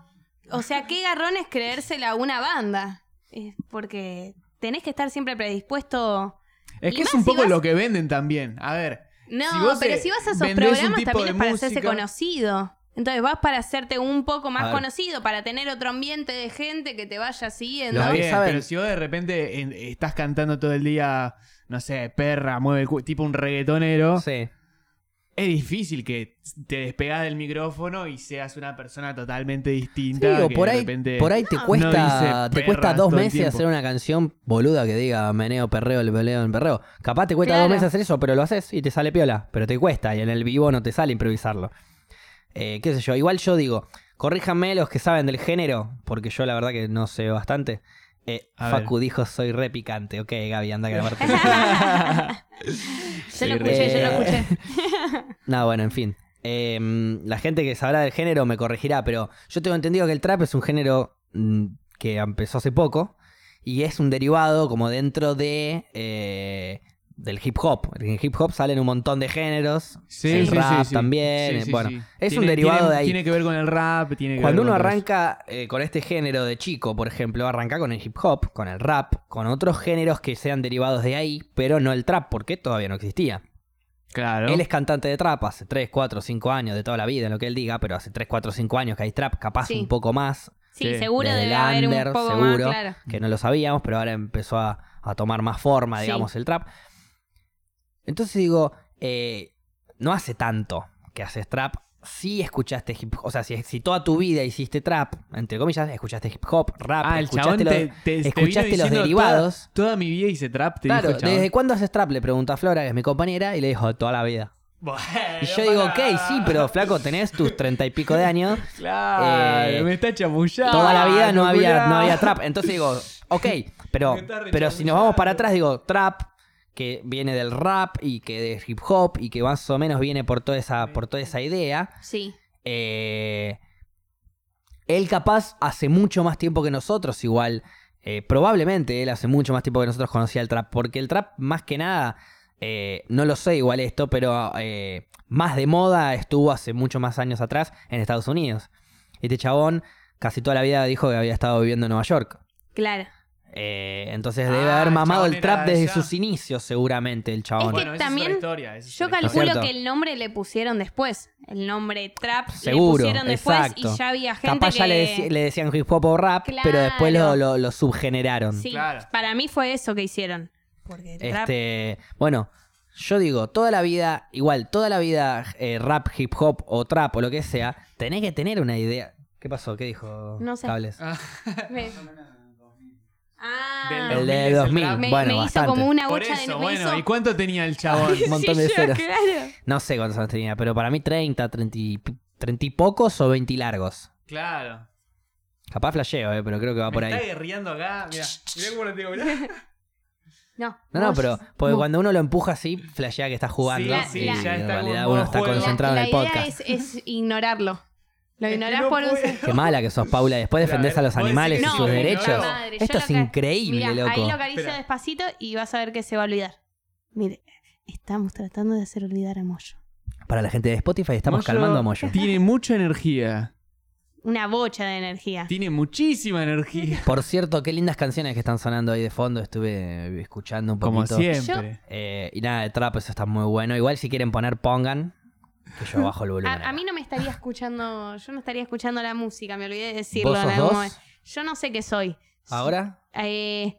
Speaker 2: O sea, qué garrón es creérsela a una banda. Es porque tenés que estar siempre predispuesto.
Speaker 3: Es que
Speaker 2: Y
Speaker 3: es
Speaker 2: más
Speaker 3: un
Speaker 2: si
Speaker 3: poco
Speaker 2: vas-
Speaker 3: lo que venden también. A ver.
Speaker 2: No,
Speaker 3: si vos,
Speaker 2: pero
Speaker 3: eh,
Speaker 2: si vas a esos
Speaker 3: vendés un
Speaker 2: programas
Speaker 3: tipo
Speaker 2: también
Speaker 3: de
Speaker 2: es para hacerse
Speaker 3: música-
Speaker 2: conocido. Entonces vas para hacerte un poco
Speaker 1: A
Speaker 2: más
Speaker 1: ver.
Speaker 2: conocido, para tener otro ambiente de gente que te vaya siguiendo.
Speaker 1: Los
Speaker 3: Está
Speaker 1: que
Speaker 3: bien,
Speaker 1: saben-
Speaker 3: pero si vos de repente en- estás cantando todo el día, no sé, perra, mueve el cu- tipo un reggaetonero,
Speaker 1: Sí.
Speaker 3: es difícil que te despegas del micrófono y seas una persona totalmente
Speaker 1: Sí,
Speaker 3: distinta.
Speaker 1: o
Speaker 3: que
Speaker 1: por
Speaker 3: de
Speaker 1: ahí,
Speaker 3: repente-
Speaker 1: por ahí te
Speaker 2: No,
Speaker 1: cuesta,
Speaker 3: no dice
Speaker 1: te cuesta
Speaker 3: perras
Speaker 1: dos
Speaker 3: todo el
Speaker 1: meses
Speaker 3: tiempo.
Speaker 1: hacer una canción boluda que diga meneo, perreo, el peleo, el perreo. Capaz te cuesta dos
Speaker 2: Claro.
Speaker 1: meses hacer eso, pero lo haces y te sale piola. Pero te cuesta y en el vivo no te sale improvisarlo. Eh, qué sé yo, igual yo digo, corríjanme los que saben del género, porque yo la verdad que no sé bastante. Eh,
Speaker 3: A
Speaker 1: Facu dijo, soy re picante. Ok, Gaby, anda a grabarte.
Speaker 2: Yo lo escuché, yo lo
Speaker 1: Eh,
Speaker 2: escuché.
Speaker 1: No, bueno, en fin. Eh, la gente que sabrá del género me corregirá, pero yo tengo entendido que el trap es un género mm, que empezó hace poco y es un derivado como dentro de eh, del hip hop. En el hip hop salen un montón de géneros,
Speaker 3: Sí,
Speaker 1: el
Speaker 3: sí, sí,
Speaker 1: rap
Speaker 3: sí.
Speaker 1: también.
Speaker 3: Sí,
Speaker 1: eh,
Speaker 3: sí,
Speaker 1: bueno,
Speaker 3: sí.
Speaker 1: es un
Speaker 3: Tiene-
Speaker 1: derivado
Speaker 3: tiene-
Speaker 1: de ahí.
Speaker 3: Tiene que ver con el rap, tiene que
Speaker 1: Cuando
Speaker 3: ver
Speaker 1: uno
Speaker 3: con otros-
Speaker 1: arranca eh, con este género de chico, por ejemplo, arranca con el hip hop, con el rap, con otros géneros que sean derivados de ahí, pero no el trap, porque todavía no existía.
Speaker 3: Claro.
Speaker 1: Él es cantante de trap hace 3, 4, 5 años, de toda la vida, en lo que él diga, pero hace 3, 4, 5 años que hay trap, capaz
Speaker 2: Sí.
Speaker 1: un poco más,
Speaker 2: Sí,
Speaker 3: Sí,
Speaker 2: seguro
Speaker 1: desde
Speaker 2: debe
Speaker 1: el
Speaker 2: haber un
Speaker 1: under,
Speaker 2: poco más,
Speaker 1: seguro.
Speaker 2: claro.
Speaker 1: que no lo sabíamos, pero ahora empezó a, a tomar más forma,
Speaker 2: Sí.
Speaker 1: digamos, el trap. Entonces digo, eh, no hace tanto que haces trap. Si escuchaste hip hop, o sea, si, si toda tu vida hiciste trap, entre comillas, escuchaste hip hop, rap,
Speaker 3: Ah, el chabón
Speaker 1: escuchaste lo-
Speaker 3: te, te- te vino
Speaker 1: escuchaste los
Speaker 3: diciendo
Speaker 1: derivados.
Speaker 3: Toda, toda mi vida hice trap, te
Speaker 1: Claro,
Speaker 3: dijo el chabón.
Speaker 1: ¿desde cuándo haces trap? Le pregunta a Flora, que es mi compañera, y le dijo, toda la vida.
Speaker 3: Bueno,
Speaker 1: Y yo digo, ok,
Speaker 3: pará.
Speaker 1: sí, pero flaco, tenés tus treinta y pico de años.
Speaker 3: Claro,
Speaker 1: eh,
Speaker 3: me está chamullando.
Speaker 1: Toda la vida no había,
Speaker 3: culiao.
Speaker 1: no había trap. Entonces digo, ok, pero,
Speaker 3: Me está re
Speaker 1: pero si nos vamos para atrás, digo, trap, que viene del rap y que de hip hop y que más o menos viene por toda esa, por toda esa idea.
Speaker 2: Sí.
Speaker 1: Eh, él capaz hace mucho más tiempo que nosotros, igual. Eh, probablemente él hace mucho más tiempo que nosotros conocía el trap. Porque el trap, más que nada, eh, no lo sé igual esto, pero eh, más de moda estuvo hace muchos más años atrás en Estados Unidos. Este chabón casi toda la vida dijo que había estado viviendo en Nueva York.
Speaker 2: Claro.
Speaker 1: Eh, entonces debe
Speaker 3: Ah,
Speaker 1: haber
Speaker 3: el
Speaker 1: mamado
Speaker 3: chabón
Speaker 1: el
Speaker 3: era
Speaker 1: trap
Speaker 3: de
Speaker 1: desde
Speaker 3: allá.
Speaker 1: sus inicios, seguramente, el chabón.
Speaker 2: Es que
Speaker 3: Bueno, esa
Speaker 2: también
Speaker 3: es otra historia. esa es
Speaker 2: Yo
Speaker 3: otra
Speaker 2: calculo
Speaker 1: cierto.
Speaker 2: que el nombre le pusieron después. El nombre Trap
Speaker 1: Seguro,
Speaker 2: le pusieron después
Speaker 1: exacto.
Speaker 2: y ya había gente
Speaker 1: Capaz
Speaker 2: que...
Speaker 1: ya le, deci- le decían hip hop o rap, pero después
Speaker 2: Claro.
Speaker 1: lo, lo- lo subgeneraron.
Speaker 2: Sí,
Speaker 3: Claro.
Speaker 2: para mí fue eso que hicieron. Porque el trap-
Speaker 1: Este, bueno, yo digo, toda la vida, igual, toda la vida eh, rap, hip hop o trap o lo que sea, tenés que tener una idea. ¿Qué pasó? ¿Qué dijo
Speaker 2: No sé.
Speaker 1: Cables?
Speaker 2: Me- Ah,
Speaker 1: El
Speaker 3: Del
Speaker 1: de
Speaker 3: 2000 es el
Speaker 1: 2000,
Speaker 3: trap.
Speaker 2: me,
Speaker 1: bueno,
Speaker 2: me hizo
Speaker 1: bastante.
Speaker 2: como una
Speaker 3: Por
Speaker 2: bocha de...
Speaker 3: eso,
Speaker 2: me
Speaker 3: bueno,
Speaker 2: hizo-
Speaker 3: ¿y cuánto tenía el chabón?
Speaker 1: Un montón de
Speaker 2: Sí, yo,
Speaker 1: ceros.
Speaker 2: claro.
Speaker 1: No sé cuántos años tenía, pero para mí 30, 30 y, pi- 30 y pocos o 20 largos.
Speaker 3: claro.
Speaker 1: Capaz flasheo, eh, pero creo que va
Speaker 3: Me
Speaker 1: por
Speaker 3: está
Speaker 1: ahí.
Speaker 3: guerreando acá. Mirá, mirá cómo lo tengo. Mirá.
Speaker 2: No,
Speaker 1: No, no,
Speaker 2: vos-
Speaker 1: pero porque
Speaker 2: vos-
Speaker 1: cuando uno lo empuja así, flashea que está jugando.
Speaker 2: Sí,
Speaker 1: y
Speaker 2: la-
Speaker 1: en
Speaker 2: ya
Speaker 3: está como en
Speaker 1: realidad
Speaker 3: modo
Speaker 1: uno está
Speaker 3: juego.
Speaker 1: concentrado
Speaker 2: la,
Speaker 1: en el
Speaker 2: la idea
Speaker 1: podcast.
Speaker 2: Es, es ignorarlo. Lo
Speaker 3: Es que
Speaker 2: ignorás
Speaker 3: no
Speaker 2: por un...
Speaker 3: puedo.
Speaker 1: Qué mala que sos, Paula. Después
Speaker 3: Espera,
Speaker 1: defendés
Speaker 3: a
Speaker 1: a
Speaker 3: ver,
Speaker 1: los
Speaker 3: ¿puedo decir
Speaker 1: animales
Speaker 3: que
Speaker 1: y
Speaker 3: no?
Speaker 1: sus
Speaker 3: No,
Speaker 1: derechos.
Speaker 2: madre, yo
Speaker 1: Esto
Speaker 2: lo
Speaker 1: es
Speaker 2: que-
Speaker 1: increíble,
Speaker 2: Mirá,
Speaker 1: loco.
Speaker 2: ahí lo acaricio
Speaker 3: Espera.
Speaker 2: despacito y vas a ver que se va a olvidar. Mire, estamos tratando de hacer olvidar a Moyo.
Speaker 1: Para la gente de Spotify estamos
Speaker 3: Moyo
Speaker 1: calmando a Moyo.
Speaker 3: Tiene mucha energía.
Speaker 2: Una bocha de energía.
Speaker 3: Tiene muchísima energía.
Speaker 1: Por cierto, qué lindas canciones que están sonando ahí de fondo. Estuve escuchando un
Speaker 3: Como
Speaker 1: poquito.
Speaker 3: siempre.
Speaker 1: Eh, y nada, de trap, eso está muy bueno. Igual si quieren poner, pongan. Que yo bajo el volumen.
Speaker 2: A, a mí no me estaría escuchando, yo no estaría escuchando la música, me olvidé de decirlo
Speaker 1: ¿Vos
Speaker 2: en
Speaker 1: sos
Speaker 2: algún
Speaker 1: dos?
Speaker 2: momento. Yo no sé qué soy.
Speaker 1: ¿Ahora?
Speaker 2: Eh,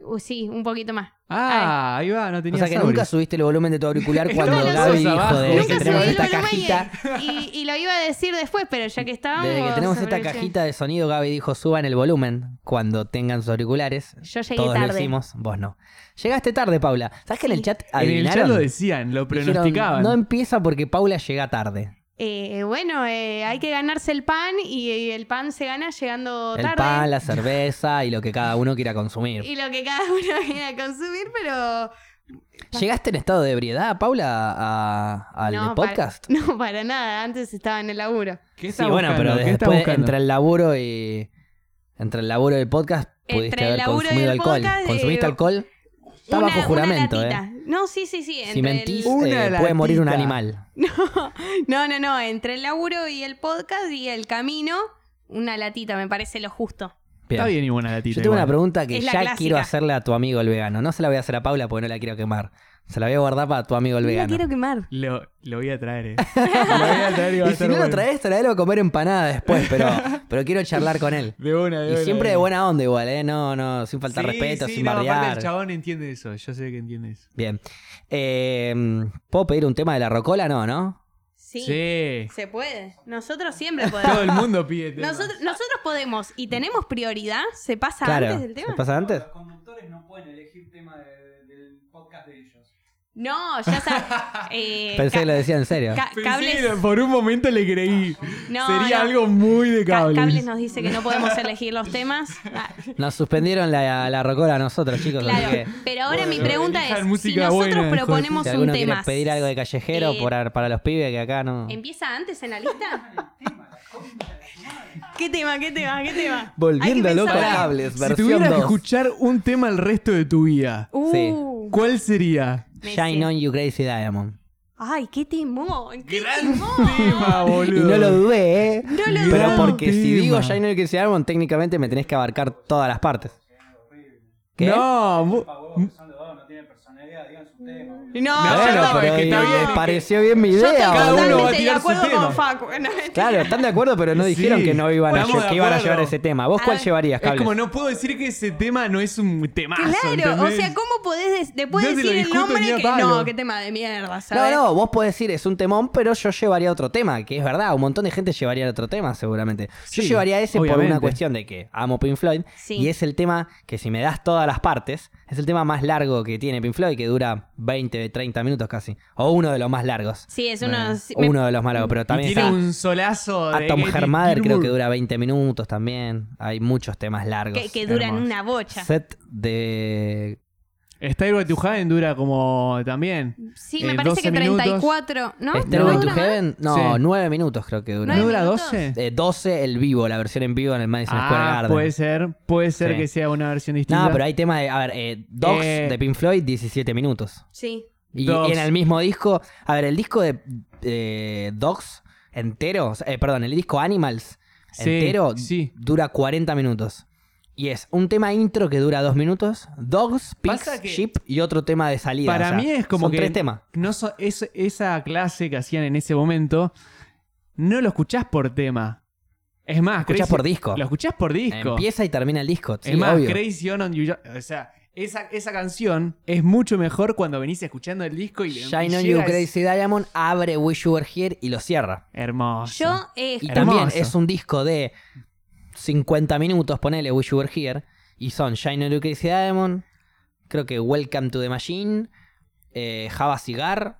Speaker 2: uh, sí, un poquito más.
Speaker 3: Ah, ahí va, no
Speaker 1: O
Speaker 3: tenía
Speaker 1: sea que
Speaker 3: sobres.
Speaker 1: nunca subiste el volumen de tu auricular cuando
Speaker 3: Estamos
Speaker 1: Gaby dijo
Speaker 3: abajo.
Speaker 1: de
Speaker 3: Nunca
Speaker 1: que
Speaker 2: subí
Speaker 1: tenemos
Speaker 2: el
Speaker 1: esta
Speaker 2: volumen y-
Speaker 1: cajita.
Speaker 2: Y, y lo iba a decir después, pero ya que estábamos.
Speaker 1: Desde que tenemos esta
Speaker 2: aproveché.
Speaker 1: cajita de sonido, Gaby dijo suban el volumen cuando tengan sus auriculares.
Speaker 2: Yo llegué
Speaker 1: Todos lo
Speaker 2: tarde.
Speaker 1: hicimos, vos no. Llegaste tarde, Paula. ¿Sabes que en el chat
Speaker 3: En el chat
Speaker 1: adivinaron?
Speaker 3: lo decían, lo
Speaker 1: Dijeron,
Speaker 3: pronosticaban.
Speaker 1: no em-". empieza porque Paula llega tarde.
Speaker 2: Eh, bueno, eh, hay que ganarse el pan y, y el pan se gana llegando
Speaker 1: El
Speaker 2: tarde.
Speaker 1: pan, la cerveza y lo que cada uno quiera consumir.
Speaker 2: Y lo que cada uno viene a consumir, pero.
Speaker 1: ¿Llegaste en estado de ebriedad, Paula, a- al
Speaker 2: no, para-
Speaker 1: podcast?
Speaker 2: no, para nada. Antes estaba en el laburo.
Speaker 1: Sí,
Speaker 3: ¿Qué está
Speaker 1: bueno,
Speaker 3: buscando?
Speaker 1: pero
Speaker 3: ¿Qué está
Speaker 1: después
Speaker 3: buscando?
Speaker 1: entre el laburo y. Entre el laburo del podcast pudiste
Speaker 2: Entre el
Speaker 1: haber
Speaker 2: laburo y
Speaker 1: consumido
Speaker 2: el
Speaker 1: alcohol.
Speaker 2: podcast,
Speaker 1: ¿Consumiste
Speaker 2: eh,
Speaker 1: alcohol? Está
Speaker 2: Una-
Speaker 1: bajo juramento,
Speaker 2: una
Speaker 1: ¿eh?
Speaker 2: latita. No, sí, sí, sí. entre
Speaker 1: Si mentís,
Speaker 2: el-
Speaker 3: Una
Speaker 1: eh, puede morir un
Speaker 3: latita.
Speaker 1: animal.
Speaker 2: No, no, no. Entre el laburo y el podcast y el camino, una latita, me parece lo justo.
Speaker 1: Bien.
Speaker 3: Está bien y buena latita.
Speaker 1: Yo tengo una
Speaker 3: igual.
Speaker 1: pregunta que
Speaker 2: Es la
Speaker 1: ya
Speaker 2: clásica.
Speaker 1: quiero hacerle a tu amigo el vegano. No se la voy a hacer a Paula porque no la quiero quemar. Se la voy a guardar para tu amigo el
Speaker 2: No la
Speaker 1: vegano.
Speaker 2: quiero quemar.
Speaker 3: Lo, lo voy a traer, eh. lo voy a traer y va a
Speaker 1: Y si
Speaker 3: ser
Speaker 1: no lo
Speaker 3: bueno.
Speaker 1: traes, traelo a comer empanada después, pero, pero quiero charlar con él.
Speaker 3: De buena, de
Speaker 1: Y
Speaker 3: buena,
Speaker 1: siempre de
Speaker 3: buena.
Speaker 1: buena onda igual, ¿eh? No, no, sin faltar
Speaker 3: Sí,
Speaker 1: respeto,
Speaker 3: sí,
Speaker 1: sin
Speaker 3: no, aparte
Speaker 1: bardear.
Speaker 3: el chabón entiende eso. Yo sé que entiende eso.
Speaker 1: Bien. Eh, ¿Puedo pedir un tema de la rocola? No, ¿no?
Speaker 2: Sí.
Speaker 3: Sí.
Speaker 2: Se puede. Nosotros siempre podemos.
Speaker 3: Todo el mundo pide temas.
Speaker 2: Nosotros, nosotros podemos y tenemos prioridad. ¿Se pasa antes del tema? Eh,
Speaker 1: ¿se pasa antes?
Speaker 4: Los conductores no pueden elegir tema de- del podcast de ellos.
Speaker 2: No, ya sabes. eh,
Speaker 1: Pensé
Speaker 2: ca-
Speaker 1: que lo decía en serio.
Speaker 2: ca-
Speaker 3: Pensé
Speaker 2: cables,
Speaker 3: que por un momento le creí.
Speaker 2: No,
Speaker 3: Sería
Speaker 2: no.
Speaker 3: algo muy de
Speaker 2: ca-
Speaker 3: cables.
Speaker 2: Cables nos dice que no podemos elegir los temas. Ah,
Speaker 1: Nos suspendieron la, la rocola a nosotros, chicos. así que
Speaker 2: claro. Pero ahora mi
Speaker 3: Bueno,
Speaker 2: pregunta
Speaker 3: elijan
Speaker 2: es: si
Speaker 3: música
Speaker 2: nosotros
Speaker 3: buena, hijo de
Speaker 2: proponemos
Speaker 1: si
Speaker 2: un
Speaker 1: alguno quiere
Speaker 2: tema, Em,
Speaker 1: pedir algo de callejero
Speaker 2: Eh,
Speaker 1: por- para los pibes que acá no...
Speaker 2: ¿empieza antes en la lista? ¿Qué tema? ¿Qué tema? ¿Qué tema?
Speaker 1: Volviendo
Speaker 2: Hay que
Speaker 1: loco a
Speaker 2: pensar.
Speaker 1: cables,
Speaker 3: Si
Speaker 1: versión
Speaker 3: tuvieras que
Speaker 1: 2.
Speaker 3: escuchar un tema el resto de tu vida,
Speaker 2: Uh,
Speaker 3: ¿cuál sería?
Speaker 2: me
Speaker 1: Shine
Speaker 2: sé.
Speaker 1: on you crazy diamond.
Speaker 2: Ay, qué temón. Qué
Speaker 3: Gran
Speaker 2: temón.
Speaker 3: tema,
Speaker 1: Y
Speaker 3: boludo.
Speaker 1: no lo dudé, ¿eh?
Speaker 2: No lo
Speaker 1: Pero
Speaker 3: dudé.
Speaker 1: porque si
Speaker 3: Gran
Speaker 1: digo
Speaker 3: tema.
Speaker 1: Shine on you crazy diamond, técnicamente me tenés que abarcar todas las partes. ¿Qué?
Speaker 3: No,
Speaker 4: Por
Speaker 3: bu-
Speaker 4: favor, que son los dos, no tienen personalidad, digan su tema. boludo.
Speaker 2: No,
Speaker 3: No,
Speaker 2: yo
Speaker 1: bueno,
Speaker 2: no.
Speaker 3: no, es
Speaker 1: pero
Speaker 3: que está
Speaker 1: eh,
Speaker 3: bien, es que-
Speaker 1: pareció bien mi
Speaker 2: Yo estoy
Speaker 1: idea.
Speaker 3: Cada
Speaker 1: boludo.
Speaker 3: uno va a
Speaker 2: totalmente de
Speaker 3: tirar su
Speaker 2: acuerdo
Speaker 3: tema.
Speaker 2: con Facu. No,
Speaker 1: Claro, están de acuerdo, pero no
Speaker 3: Sí.
Speaker 1: dijeron que no iban a,
Speaker 3: Estamos
Speaker 1: lle-
Speaker 3: de
Speaker 1: que iban a
Speaker 3: acuerdo.
Speaker 1: llevar ese tema. ¿Vos
Speaker 2: A
Speaker 1: cuál
Speaker 2: ver.
Speaker 1: llevarías,
Speaker 3: es
Speaker 1: Cables?
Speaker 3: como no puedo decir que ese tema no es un temazo.
Speaker 2: Claro, o
Speaker 3: ¿entendés?
Speaker 2: sea, ¿cómo podés des- después
Speaker 3: No te lo
Speaker 2: decir el
Speaker 3: discuto
Speaker 2: nombre
Speaker 3: ni a
Speaker 2: que
Speaker 3: palo.
Speaker 2: no, qué tema de mierda,
Speaker 1: No,
Speaker 2: ¿sabes?
Speaker 1: no, vos podés decir es un temón, pero yo llevaría otro tema, que es verdad, un montón de gente llevaría otro tema seguramente. Yo
Speaker 3: Sí,
Speaker 1: llevaría ese por una
Speaker 3: obviamente.
Speaker 1: cuestión de que amo Pink Floyd
Speaker 2: Sí.
Speaker 1: y es el tema que si me das todas las partes, es el tema más largo que tiene Pink Floyd, que dura 20, 30 minutos casi, o uno de los más largos.
Speaker 2: Sí, es uno.
Speaker 3: Bueno,
Speaker 2: sí, me-
Speaker 1: Uno de los más largos, pero
Speaker 3: Y
Speaker 1: también
Speaker 3: tiene
Speaker 1: está
Speaker 3: un solazo de
Speaker 1: Atom
Speaker 3: Katy
Speaker 1: Hermader, creo
Speaker 3: Gilmour.
Speaker 1: que dura 20 minutos también. Hay muchos temas largos.
Speaker 2: que, que duran
Speaker 1: hermosos.
Speaker 2: una bocha.
Speaker 1: Set de
Speaker 3: Stairway to Heaven dura como también.
Speaker 2: Sí, me
Speaker 3: eh,
Speaker 2: parece que
Speaker 3: 12 minutos.
Speaker 2: 34, ¿no?
Speaker 1: Stairway to
Speaker 2: ¿No dura más?
Speaker 1: Heaven, no,
Speaker 3: Sí.
Speaker 1: 9 minutos creo que dura.
Speaker 2: ¿Nueve
Speaker 3: ¿No dura
Speaker 2: minutos?
Speaker 3: 12?
Speaker 1: Eh, 12 el vivo, la versión en vivo en el Madison Square
Speaker 3: Ah,
Speaker 1: Garden.
Speaker 3: puede ser, puede ser
Speaker 1: Sí.
Speaker 3: que sea una versión distinta.
Speaker 1: No, pero hay temas de. A ver, eh, Dogs
Speaker 3: Eh,
Speaker 1: de Pink Floyd, 17 minutos.
Speaker 2: Sí.
Speaker 1: Y
Speaker 3: Dogs.
Speaker 1: en el mismo disco. A ver, el disco de eh, Dogs entero. o sea, eh, perdón, el disco Animals
Speaker 3: Sí,
Speaker 1: entero
Speaker 3: sí.
Speaker 1: dura 40 minutos. Y es un tema intro que dura dos minutos, Dogs,
Speaker 3: Pasa
Speaker 1: Pigs,
Speaker 3: que-
Speaker 1: Sheep y otro tema de salida.
Speaker 3: Para
Speaker 1: o sea,
Speaker 3: mí es como
Speaker 1: son
Speaker 3: que-
Speaker 1: tres temas.
Speaker 3: No so- es- esa clase que hacían en ese momento, no lo escuchás por tema. Es más,
Speaker 1: Escuchás
Speaker 3: Crazy-
Speaker 1: por disco.
Speaker 3: Lo escuchás por disco.
Speaker 1: Empieza y termina el disco. sí,
Speaker 3: es más,
Speaker 1: obvio.
Speaker 3: Crazy On On You. Ju- O sea, esa, esa canción es mucho mejor cuando venís escuchando el disco y, y
Speaker 1: Shine on You
Speaker 3: llega ese-
Speaker 1: Crazy Diamond abre Wish You Were Here y lo cierra.
Speaker 3: Hermoso.
Speaker 2: Yo, eh,
Speaker 1: Y
Speaker 3: Hermoso.
Speaker 1: también es un disco de 50 minutos, ponele Wish You Were Here. Y son Shine on You Crazy Diamond, creo que Welcome to the Machine, eh, Java Cigar.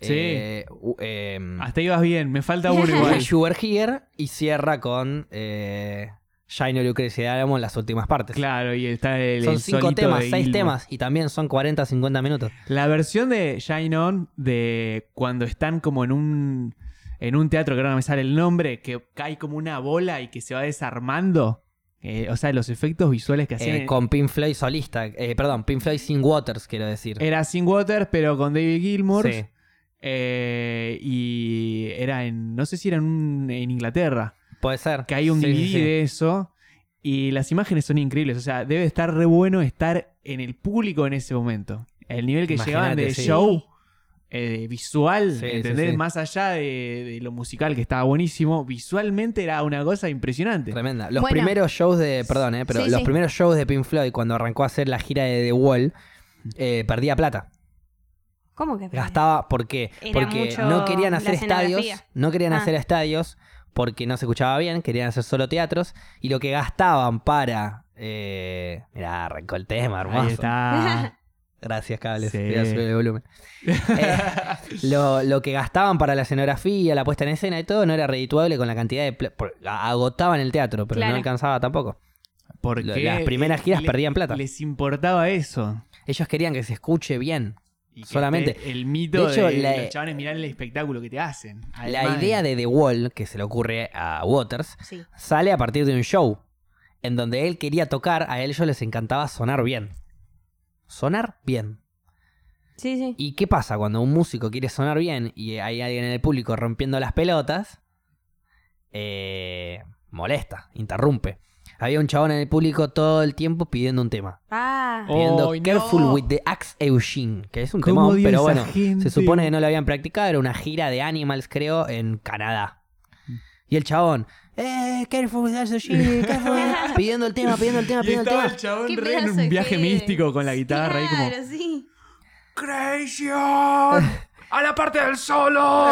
Speaker 3: Sí.
Speaker 1: eh, u- em,
Speaker 3: Hasta ibas bien, me falta uno igual.
Speaker 1: Wish You Were Here y cierra con eh, Shine on You Crazy Diamond las últimas partes.
Speaker 3: claro, y está el.
Speaker 1: Son
Speaker 3: el
Speaker 1: cinco
Speaker 3: solito
Speaker 1: temas,
Speaker 3: de
Speaker 1: seis
Speaker 3: Gilmour.
Speaker 1: temas y también son 40, 50 minutos.
Speaker 3: La versión de Shine On, de cuando están como en un. En un teatro que ahora no me sale el nombre, que cae como una bola y que se va desarmando. eh, o sea, los efectos visuales que hacían.
Speaker 1: Eh, con Pink Floyd solista, eh, perdón, Pink Floyd Sin Waters, quiero decir.
Speaker 3: Era Sin Water, pero con David Gilmour.
Speaker 1: Sí.
Speaker 3: eh, y era en. No sé si era en, un- en Inglaterra.
Speaker 1: Puede ser.
Speaker 3: Que hay un
Speaker 1: Sí,
Speaker 3: DVD
Speaker 1: sí, sí.
Speaker 3: de eso. Y las imágenes son increíbles. O sea, debe estar re bueno estar en el público en ese momento. El nivel que llevaban
Speaker 1: Imagínate,
Speaker 3: de
Speaker 1: sí.
Speaker 3: show, eh, de visual,
Speaker 1: Sí,
Speaker 3: ¿entendés?
Speaker 1: sí, sí.
Speaker 3: Más allá de, de lo musical que estaba buenísimo, visualmente era una cosa impresionante.
Speaker 1: Tremenda. Los
Speaker 2: Bueno.
Speaker 1: primeros shows de. Perdón, eh, pero
Speaker 2: Sí,
Speaker 1: los
Speaker 2: sí.
Speaker 1: primeros shows de Pink Floyd, cuando arrancó a hacer la gira de The Wall, eh, perdía plata.
Speaker 2: ¿Cómo que?
Speaker 1: Gastaba, ¿por qué?
Speaker 2: Era
Speaker 1: porque
Speaker 2: mucho
Speaker 1: no querían
Speaker 2: la
Speaker 1: hacer estadios.
Speaker 2: escenografía.
Speaker 1: No querían
Speaker 2: Ah.
Speaker 1: hacer estadios porque no se escuchaba bien, querían hacer solo teatros. Y lo que gastaban para. Eh, mirá, arrancó el tema, hermoso.
Speaker 3: Ahí está.
Speaker 1: Gracias, cables.
Speaker 3: Sí.
Speaker 1: Voy a subir el volumen. Eh, lo, lo que gastaban para la escenografía, la puesta en escena y todo, no era redituable con la cantidad de. pla- por- agotaban el teatro, pero
Speaker 2: Claro.
Speaker 1: no alcanzaba tampoco.
Speaker 3: Porque
Speaker 1: Lo- las primeras giras
Speaker 3: le-
Speaker 1: perdían plata.
Speaker 3: Les importaba eso.
Speaker 1: Ellos querían que se escuche bien.
Speaker 3: Y que
Speaker 1: Solamente.
Speaker 3: esté El
Speaker 1: De
Speaker 3: mito de,
Speaker 1: hecho, la-
Speaker 3: los chavales mirar el espectáculo que te hacen.
Speaker 1: la
Speaker 3: Además
Speaker 1: idea de The Wall, que se le ocurre a Waters,
Speaker 2: Sí.
Speaker 1: sale a partir de un show. En donde él quería tocar, a ellos les encantaba sonar bien. Sonar bien.
Speaker 2: Sí, sí.
Speaker 1: ¿Y qué pasa cuando un músico quiere sonar bien y hay alguien en el público rompiendo las pelotas? Eh, molesta, interrumpe. Había un chabón en el público todo el tiempo pidiendo un tema.
Speaker 2: Ah.
Speaker 3: Oh,
Speaker 1: Pidiendo
Speaker 3: ¡Ay, no!
Speaker 1: Careful with the Axe Eugene, que es un
Speaker 3: ¿Cómo
Speaker 1: tema,
Speaker 3: odio
Speaker 1: pero
Speaker 3: esa
Speaker 1: bueno,
Speaker 3: gente?
Speaker 1: se supone que no lo habían practicado. Era una gira de Animals, creo, en Canadá. Y el chabón, eh, Careful with the Axe Eugene, careful with the-" pidiendo el tema, pidiendo el tema,
Speaker 3: Y
Speaker 1: pidiendo Ah, el
Speaker 3: estaba
Speaker 1: tema.
Speaker 3: el chabón
Speaker 2: Qué
Speaker 3: re en
Speaker 2: pedazo de
Speaker 3: un viaje
Speaker 2: jefe.
Speaker 3: místico con la guitarra ahí como...
Speaker 2: Claro, sí.
Speaker 3: ¡Crazy on! ¡A la parte del solo!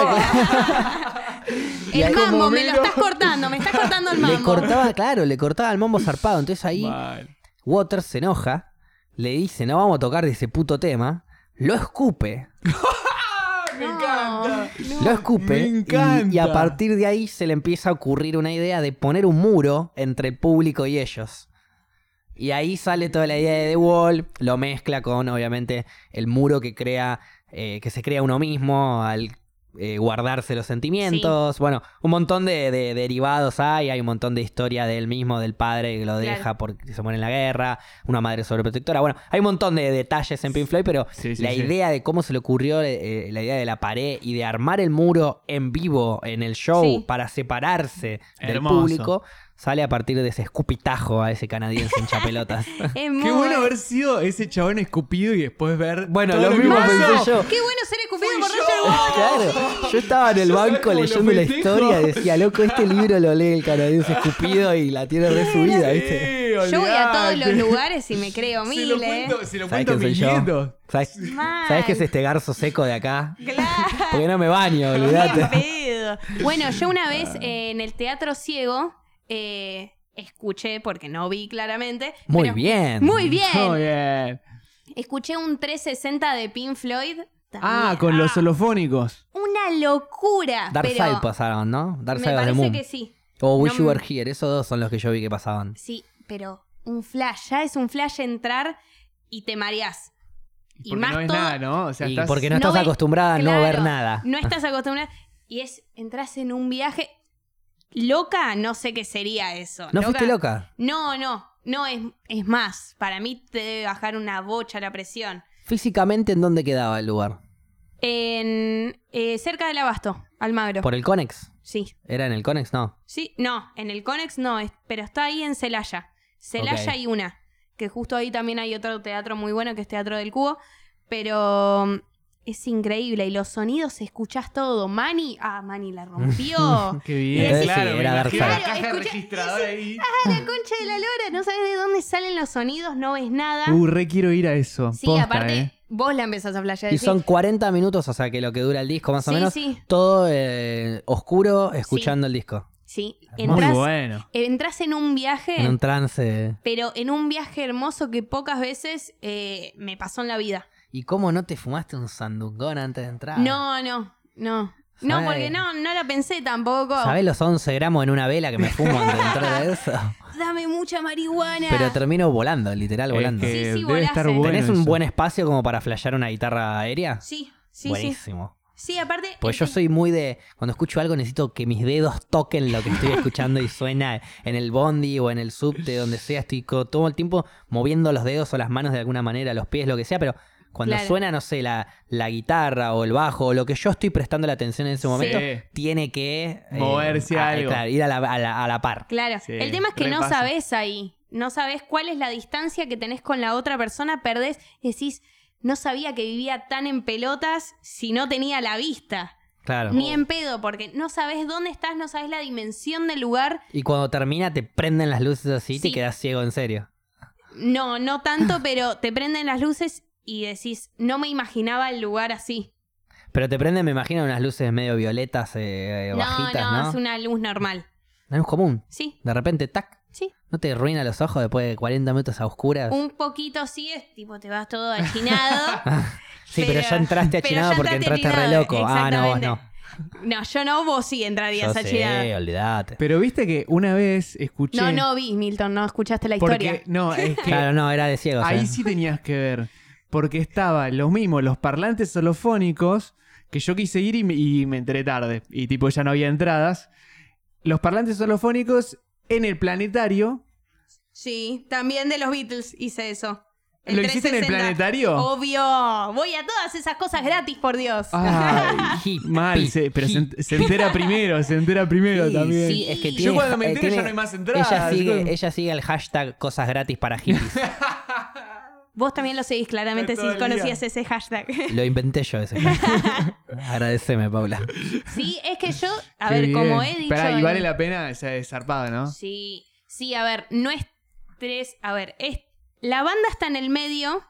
Speaker 1: Y ahí
Speaker 2: El mambo,
Speaker 3: como
Speaker 2: me lo
Speaker 3: miro-
Speaker 2: estás cortando, me estás cortando el
Speaker 1: Le
Speaker 2: mambo.
Speaker 1: cortaba, claro, le cortaba el mambo zarpado. Entonces ahí
Speaker 3: Mal.
Speaker 1: Waters se enoja, le dice, no vamos a tocar de ese puto tema, lo escupe,
Speaker 3: ¡Me
Speaker 2: No,
Speaker 3: encanta!
Speaker 2: no.
Speaker 1: lo escupe,
Speaker 3: me
Speaker 1: y-
Speaker 3: encanta.
Speaker 1: Y, a partir de ahí se le empieza a ocurrir una idea de poner un muro entre el público y ellos. Y ahí sale toda la idea de The Wall, lo mezcla con, obviamente, el muro que crea, eh, que se crea uno mismo al eh, guardarse los sentimientos. Bueno, un montón de, de derivados hay, hay un montón de historia de él mismo, del padre que lo
Speaker 2: Claro.
Speaker 1: deja porque se muere en la guerra, una madre sobreprotectora. Bueno, hay un montón de detalles en Pink Floyd, pero
Speaker 3: Sí, sí,
Speaker 1: la
Speaker 3: sí.
Speaker 1: idea de cómo se le ocurrió eh, la idea de la pared y de armar el muro en vivo en el show
Speaker 2: Sí.
Speaker 1: para separarse del
Speaker 3: Hermoso.
Speaker 1: público sale a partir de ese escupitajo a ese canadiense en chapelotas.
Speaker 2: Es
Speaker 3: Qué
Speaker 2: muy
Speaker 3: bueno haber sido ese chabón escupido y después ver...
Speaker 1: Bueno,
Speaker 3: todo
Speaker 1: lo mismo
Speaker 3: que pasó.
Speaker 1: pensé yo.
Speaker 2: Qué bueno ser escupido
Speaker 3: Fui
Speaker 2: por
Speaker 3: yo.
Speaker 2: Roger Waters.
Speaker 1: Claro, yo estaba en el
Speaker 3: Yo sabés
Speaker 1: banco
Speaker 3: cómo lo
Speaker 1: leyendo la
Speaker 3: festejo.
Speaker 1: historia y decía, loco, este libro lo lee el canadiense escupido y la tiene resubida, ¿viste?
Speaker 3: Sí,
Speaker 2: Yo voy a todos
Speaker 3: olvidate.
Speaker 2: los lugares y me creo
Speaker 3: Se lo
Speaker 2: mil, ¿eh?
Speaker 3: cuento, se lo
Speaker 1: ¿Sabés
Speaker 3: cuento a
Speaker 1: quién
Speaker 3: mis
Speaker 1: soy yo?
Speaker 3: nietos.
Speaker 1: ¿Sabes
Speaker 2: Mal.
Speaker 1: sabés qué es este garzo seco de acá?
Speaker 2: Claro.
Speaker 1: Porque no me baño,
Speaker 2: Ni en
Speaker 1: olvídate. Ah.
Speaker 2: pedo. Bueno, yo una vez eh, en el Teatro Ciego eh, escuché, porque no vi claramente.
Speaker 1: Muy
Speaker 2: pero-
Speaker 1: bien.
Speaker 2: Muy bien.
Speaker 3: Muy bien.
Speaker 2: Escuché un 360 de Pink Floyd.
Speaker 3: Ah,
Speaker 2: también.
Speaker 3: con los holofónicos.
Speaker 2: Una locura.
Speaker 1: Dark
Speaker 2: pero
Speaker 1: Side pasaron, ¿no? Dark
Speaker 2: Me
Speaker 1: Side of the
Speaker 2: parece
Speaker 1: Moon.
Speaker 2: que sí.
Speaker 1: O Wish
Speaker 2: No
Speaker 1: You
Speaker 2: me-
Speaker 1: Were Here, esos dos son los que yo vi que pasaban.
Speaker 2: Sí, pero un flash. Ya es un flash entrar y te mareás. Y
Speaker 3: Porque
Speaker 2: más
Speaker 3: no es
Speaker 2: todo-
Speaker 3: nada, ¿no? O sea,
Speaker 1: y
Speaker 3: estás...
Speaker 1: porque no
Speaker 2: no
Speaker 1: estás
Speaker 2: ve-
Speaker 1: acostumbrada a no
Speaker 2: Claro,
Speaker 1: ver nada.
Speaker 2: No estás acostumbrada. Y es, entras en un viaje loca, no sé qué sería eso.
Speaker 1: ¿No fuiste loca?
Speaker 2: No, no, no es, es más. Para mí te debe bajar una bocha la presión.
Speaker 1: Físicamente, ¿en dónde quedaba el lugar?
Speaker 2: En eh, cerca del abasto, Almagro.
Speaker 1: ¿Por el Conex?
Speaker 2: Sí,
Speaker 1: ¿Era en el Conex? No.
Speaker 2: sí, no, en el Conex no, es- pero está ahí en Celaya. Celaya
Speaker 1: Ok.
Speaker 2: hay una, que justo ahí también hay otro teatro muy bueno que es Teatro del Cubo, pero mm, es increíble y los sonidos escuchás todo. Mani, ah, Mani la rompió.
Speaker 3: Qué
Speaker 1: Y
Speaker 3: bien.
Speaker 1: entonces sí,
Speaker 3: me
Speaker 1: era
Speaker 3: imagino
Speaker 1: Dark
Speaker 3: la
Speaker 2: Side.
Speaker 3: caja
Speaker 2: Claro, escuché-
Speaker 3: registradora ahí.
Speaker 2: ah, la concha de la lora, no sabes de dónde salen los sonidos, no ves nada.
Speaker 3: Uh, re quiero ir a eso.
Speaker 2: sí,
Speaker 3: Posta,
Speaker 2: aparte
Speaker 3: eh.
Speaker 2: vos la empezás a flashear.
Speaker 1: Y
Speaker 2: sí.
Speaker 1: son 40 minutos, o sea que lo que dura el disco más
Speaker 2: sí,
Speaker 1: o menos,
Speaker 2: sí,
Speaker 1: todo eh, oscuro escuchando el disco.
Speaker 2: sí,
Speaker 3: Muy
Speaker 2: Entrás,
Speaker 3: bueno.
Speaker 2: entrás en un viaje.
Speaker 1: En un trance.
Speaker 2: pero en un viaje hermoso que pocas veces eh, me pasó en la vida.
Speaker 1: ¿Y cómo no te fumaste un sandungón antes de entrar?
Speaker 2: No, no, no. No,
Speaker 1: ¿Sabés?
Speaker 2: porque no, no la pensé tampoco.
Speaker 1: ¿Sabés los 11 gramos en una vela que me fumo antes de entrar de eso?
Speaker 2: Dame mucha marihuana.
Speaker 1: Pero termino volando, literal
Speaker 3: Es
Speaker 1: volando.
Speaker 3: que
Speaker 2: Sí, sí,
Speaker 3: debe
Speaker 2: volás,
Speaker 3: estar
Speaker 2: eh.
Speaker 3: bueno.
Speaker 1: ¿Tenés un
Speaker 3: eso.
Speaker 1: buen espacio como para flashear una guitarra aérea?
Speaker 2: Sí, sí, sí.
Speaker 1: Buenísimo.
Speaker 2: Sí, aparte.
Speaker 1: Pues yo
Speaker 2: este-
Speaker 1: soy muy de. Cuando escucho algo, necesito que mis dedos toquen lo que estoy escuchando y suena en el bondi o en el subte, donde sea. Estoy co- todo el tiempo moviendo los dedos o las manos de alguna manera, los pies, lo que sea. Pero cuando
Speaker 2: Claro.
Speaker 1: suena, no sé, la, la guitarra o el bajo o lo que yo estoy prestando la atención en ese momento,
Speaker 3: Sí.
Speaker 1: tiene que. eh,
Speaker 3: Moverse
Speaker 1: a-
Speaker 3: algo.
Speaker 1: claro, ir a la, a la- a la par.
Speaker 2: Claro.
Speaker 3: Sí,
Speaker 2: el tema es que
Speaker 3: re
Speaker 2: no
Speaker 3: pasa.
Speaker 2: sabés ahí. No sabés cuál es la distancia que tenés con la otra persona. Perdés. Decís, no sabía que vivía tan en pelotas si no tenía la vista.
Speaker 1: Claro.
Speaker 2: Ni en pedo, porque no sabés dónde estás, no sabés la dimensión del lugar.
Speaker 1: Y cuando termina, te prenden las luces así y te
Speaker 2: Sí.
Speaker 1: quedas ciego en serio.
Speaker 2: No, no tanto, pero te prenden las luces y decís, no me imaginaba el lugar así.
Speaker 1: Pero te prenden, me imagino, unas luces medio violetas, eh,
Speaker 2: No,
Speaker 1: bajitas,
Speaker 2: no,
Speaker 1: ¿no?
Speaker 2: es una luz normal.
Speaker 1: No es común.
Speaker 2: Sí,
Speaker 1: De repente, tac.
Speaker 2: sí.
Speaker 1: ¿No te arruina los ojos después de 40 minutos a oscuras?
Speaker 2: Un poquito sí es tipo, te vas todo achinado.
Speaker 1: sí, pero,
Speaker 2: pero-
Speaker 1: ya entraste
Speaker 2: pero
Speaker 1: achinado
Speaker 2: ya
Speaker 1: porque
Speaker 2: entraste
Speaker 1: entraste re
Speaker 2: achinado,
Speaker 1: loco. Ah, no, vos
Speaker 2: exactamente.
Speaker 1: no.
Speaker 2: no, yo no, vos sí entrarías
Speaker 1: Yo sí,
Speaker 2: achinado.
Speaker 1: olvidate.
Speaker 3: Pero viste que una vez escuché.
Speaker 2: No, no vi, Milton, no escuchaste la
Speaker 3: Porque,
Speaker 2: historia.
Speaker 3: no, es que
Speaker 1: Claro, no, era de ciegos.
Speaker 3: ahí
Speaker 1: eh.
Speaker 3: sí tenías que ver. Porque estaba los mismos, los parlantes solofónicos, que yo quise ir y me, y me enteré tarde. Y tipo, ya no había entradas. Los parlantes solofónicos en el planetario.
Speaker 2: Sí, también de los Beatles hice eso.
Speaker 3: ¿Lo hiciste en el
Speaker 2: 360.
Speaker 3: planetario?
Speaker 2: Obvio. Voy a todas esas cosas gratis, por Dios.
Speaker 3: Ay,
Speaker 1: Hippie.
Speaker 3: mal, se- pero se, en- se entera primero, se entera primero
Speaker 1: Sí,
Speaker 3: también.
Speaker 1: sí, es que
Speaker 2: Yo
Speaker 1: tiene-
Speaker 3: cuando me
Speaker 1: eh,
Speaker 3: entere ya
Speaker 1: tiene-
Speaker 3: no hay más entradas.
Speaker 1: Ella sigue,
Speaker 3: Yo-
Speaker 1: ella sigue el hashtag cosas gratis para hippies.
Speaker 2: Vos también lo seguís, claramente,
Speaker 3: Todo el
Speaker 2: si
Speaker 3: día.
Speaker 2: conocías ese hashtag.
Speaker 1: Lo inventé yo ese. Agradeceme, Paula.
Speaker 2: Sí, es que yo, a
Speaker 3: Qué
Speaker 2: ver, como
Speaker 3: bien.
Speaker 2: he dicho.
Speaker 3: Pará, y vale
Speaker 2: en-
Speaker 3: la pena, o sea, es zarpado, ¿no?
Speaker 2: Sí, sí, a ver, no es tres. A ver, es. La banda está en el medio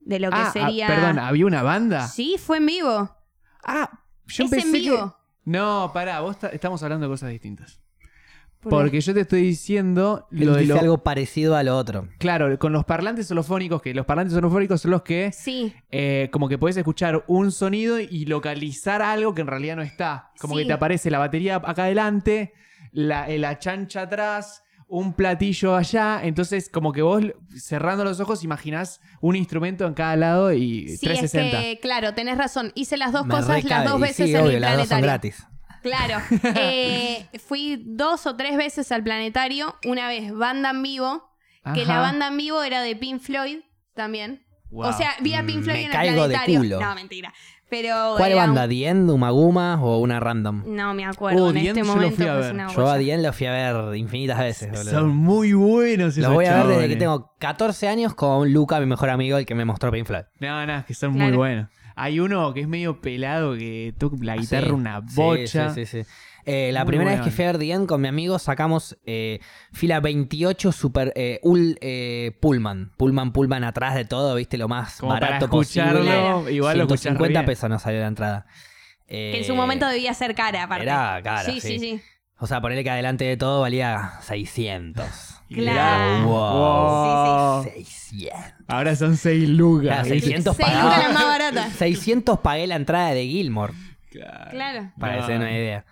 Speaker 2: de lo que
Speaker 3: Ah, ah,
Speaker 2: sería.
Speaker 3: perdón, ¿había una banda?
Speaker 2: Sí, fue en vivo.
Speaker 3: Ah, yo
Speaker 2: es
Speaker 3: pensé
Speaker 2: en
Speaker 3: que-
Speaker 2: vivo.
Speaker 3: No, pará, vos ta- estamos hablando de cosas distintas.
Speaker 2: ¿Por
Speaker 3: Porque yo te estoy diciendo lo
Speaker 1: Él
Speaker 3: de
Speaker 1: dice
Speaker 3: lo-
Speaker 1: algo parecido a lo otro.
Speaker 3: Claro, con los parlantes solofónicos, que los parlantes solofónicos son los que
Speaker 2: Sí,
Speaker 3: eh, como que podés escuchar un sonido y localizar algo que en realidad no está. Como
Speaker 2: Sí.
Speaker 3: que te aparece la batería acá adelante, la, eh, la chancha atrás, un platillo allá. Entonces, como que vos cerrando los ojos imaginás un instrumento en cada lado y
Speaker 2: sí, es
Speaker 3: 360.
Speaker 2: que, claro, tenés razón. Hice las dos
Speaker 1: Me
Speaker 2: cosas
Speaker 1: recabe.
Speaker 2: las dos
Speaker 1: Y
Speaker 2: veces
Speaker 1: sí,
Speaker 2: en
Speaker 1: obvio,
Speaker 2: el
Speaker 1: las dos son
Speaker 2: planetario.
Speaker 1: gratis.
Speaker 2: Claro. Eh, fui dos o tres veces al planetario. Una vez, banda en vivo. Que la
Speaker 3: Ajá.
Speaker 2: banda en vivo era de Pink Floyd también. O
Speaker 3: Wow.
Speaker 2: sea, vi a Pink
Speaker 1: Mm,
Speaker 2: Floyd
Speaker 1: me
Speaker 2: en el
Speaker 1: caigo de
Speaker 2: planetario.
Speaker 1: culo.
Speaker 2: No, mentira. Pero
Speaker 1: ¿Cuál
Speaker 2: era un-
Speaker 1: banda? ¿Dien, Umaguma o una random?
Speaker 2: No me acuerdo.
Speaker 3: Oh,
Speaker 2: en
Speaker 3: The
Speaker 2: este
Speaker 3: End yo lo
Speaker 2: momento
Speaker 3: fui a
Speaker 2: pues,
Speaker 3: ver.
Speaker 2: una
Speaker 1: Yo a
Speaker 2: bocha.
Speaker 1: Dien los fui a ver infinitas veces, boludo.
Speaker 3: Son muy eh. buenos esos
Speaker 1: Los voy a ver desde
Speaker 3: chabones.
Speaker 1: que tengo 14 años con Luca, mi mejor amigo, el que me mostró Pink Floyd.
Speaker 3: No, no, es que son muy
Speaker 2: Claro.
Speaker 3: buenos. Hay uno que es medio pelado que toca la
Speaker 1: Ah,
Speaker 3: guitarra
Speaker 1: Sí,
Speaker 3: una
Speaker 1: sí,
Speaker 3: bocha.
Speaker 1: Sí, sí, sí. Eh, la
Speaker 3: Muy
Speaker 1: primera
Speaker 3: bueno.
Speaker 1: vez que fui a ver The End con mi amigo sacamos eh, fila 28 super eh, ul- eh, Pullman. Pullman, Pullman atrás de todo, viste, lo más
Speaker 3: Como para
Speaker 1: barato
Speaker 3: escucharlo,
Speaker 2: posible.
Speaker 3: igual lo escuchás re
Speaker 1: 150
Speaker 3: bien.
Speaker 1: pesos nos salió la entrada. Eh,
Speaker 2: Que en su momento debía ser cara, aparte.
Speaker 1: Era cara,
Speaker 2: Sí,
Speaker 1: sí.
Speaker 2: sí, sí.
Speaker 1: O sea, ponerle que adelante de todo valía 600.
Speaker 3: Y
Speaker 2: Claro.
Speaker 3: era-
Speaker 1: Wow.
Speaker 3: Sí,
Speaker 1: 600.
Speaker 3: Ahora son seis lugas.
Speaker 1: Claro,
Speaker 3: ¿viste?
Speaker 1: 600
Speaker 2: Seis
Speaker 1: pagaba.
Speaker 2: lucas la más barata.
Speaker 1: 600 pagué la entrada de Gilmore,
Speaker 3: Claro.
Speaker 2: Claro.
Speaker 1: para
Speaker 3: No,
Speaker 1: que se den una idea.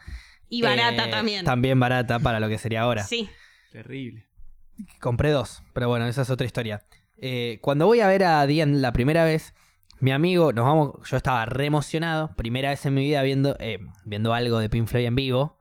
Speaker 2: Y barata
Speaker 1: Eh,
Speaker 2: también.
Speaker 1: También barata para lo que sería ahora.
Speaker 2: Sí.
Speaker 3: Terrible.
Speaker 1: Compré dos, pero bueno, esa es otra historia. Eh, cuando voy a ver a Dien la primera vez, mi amigo, nos vamos, yo estaba re emocionado, primera vez en mi vida viendo, eh, viendo algo de Pink Floyd en vivo.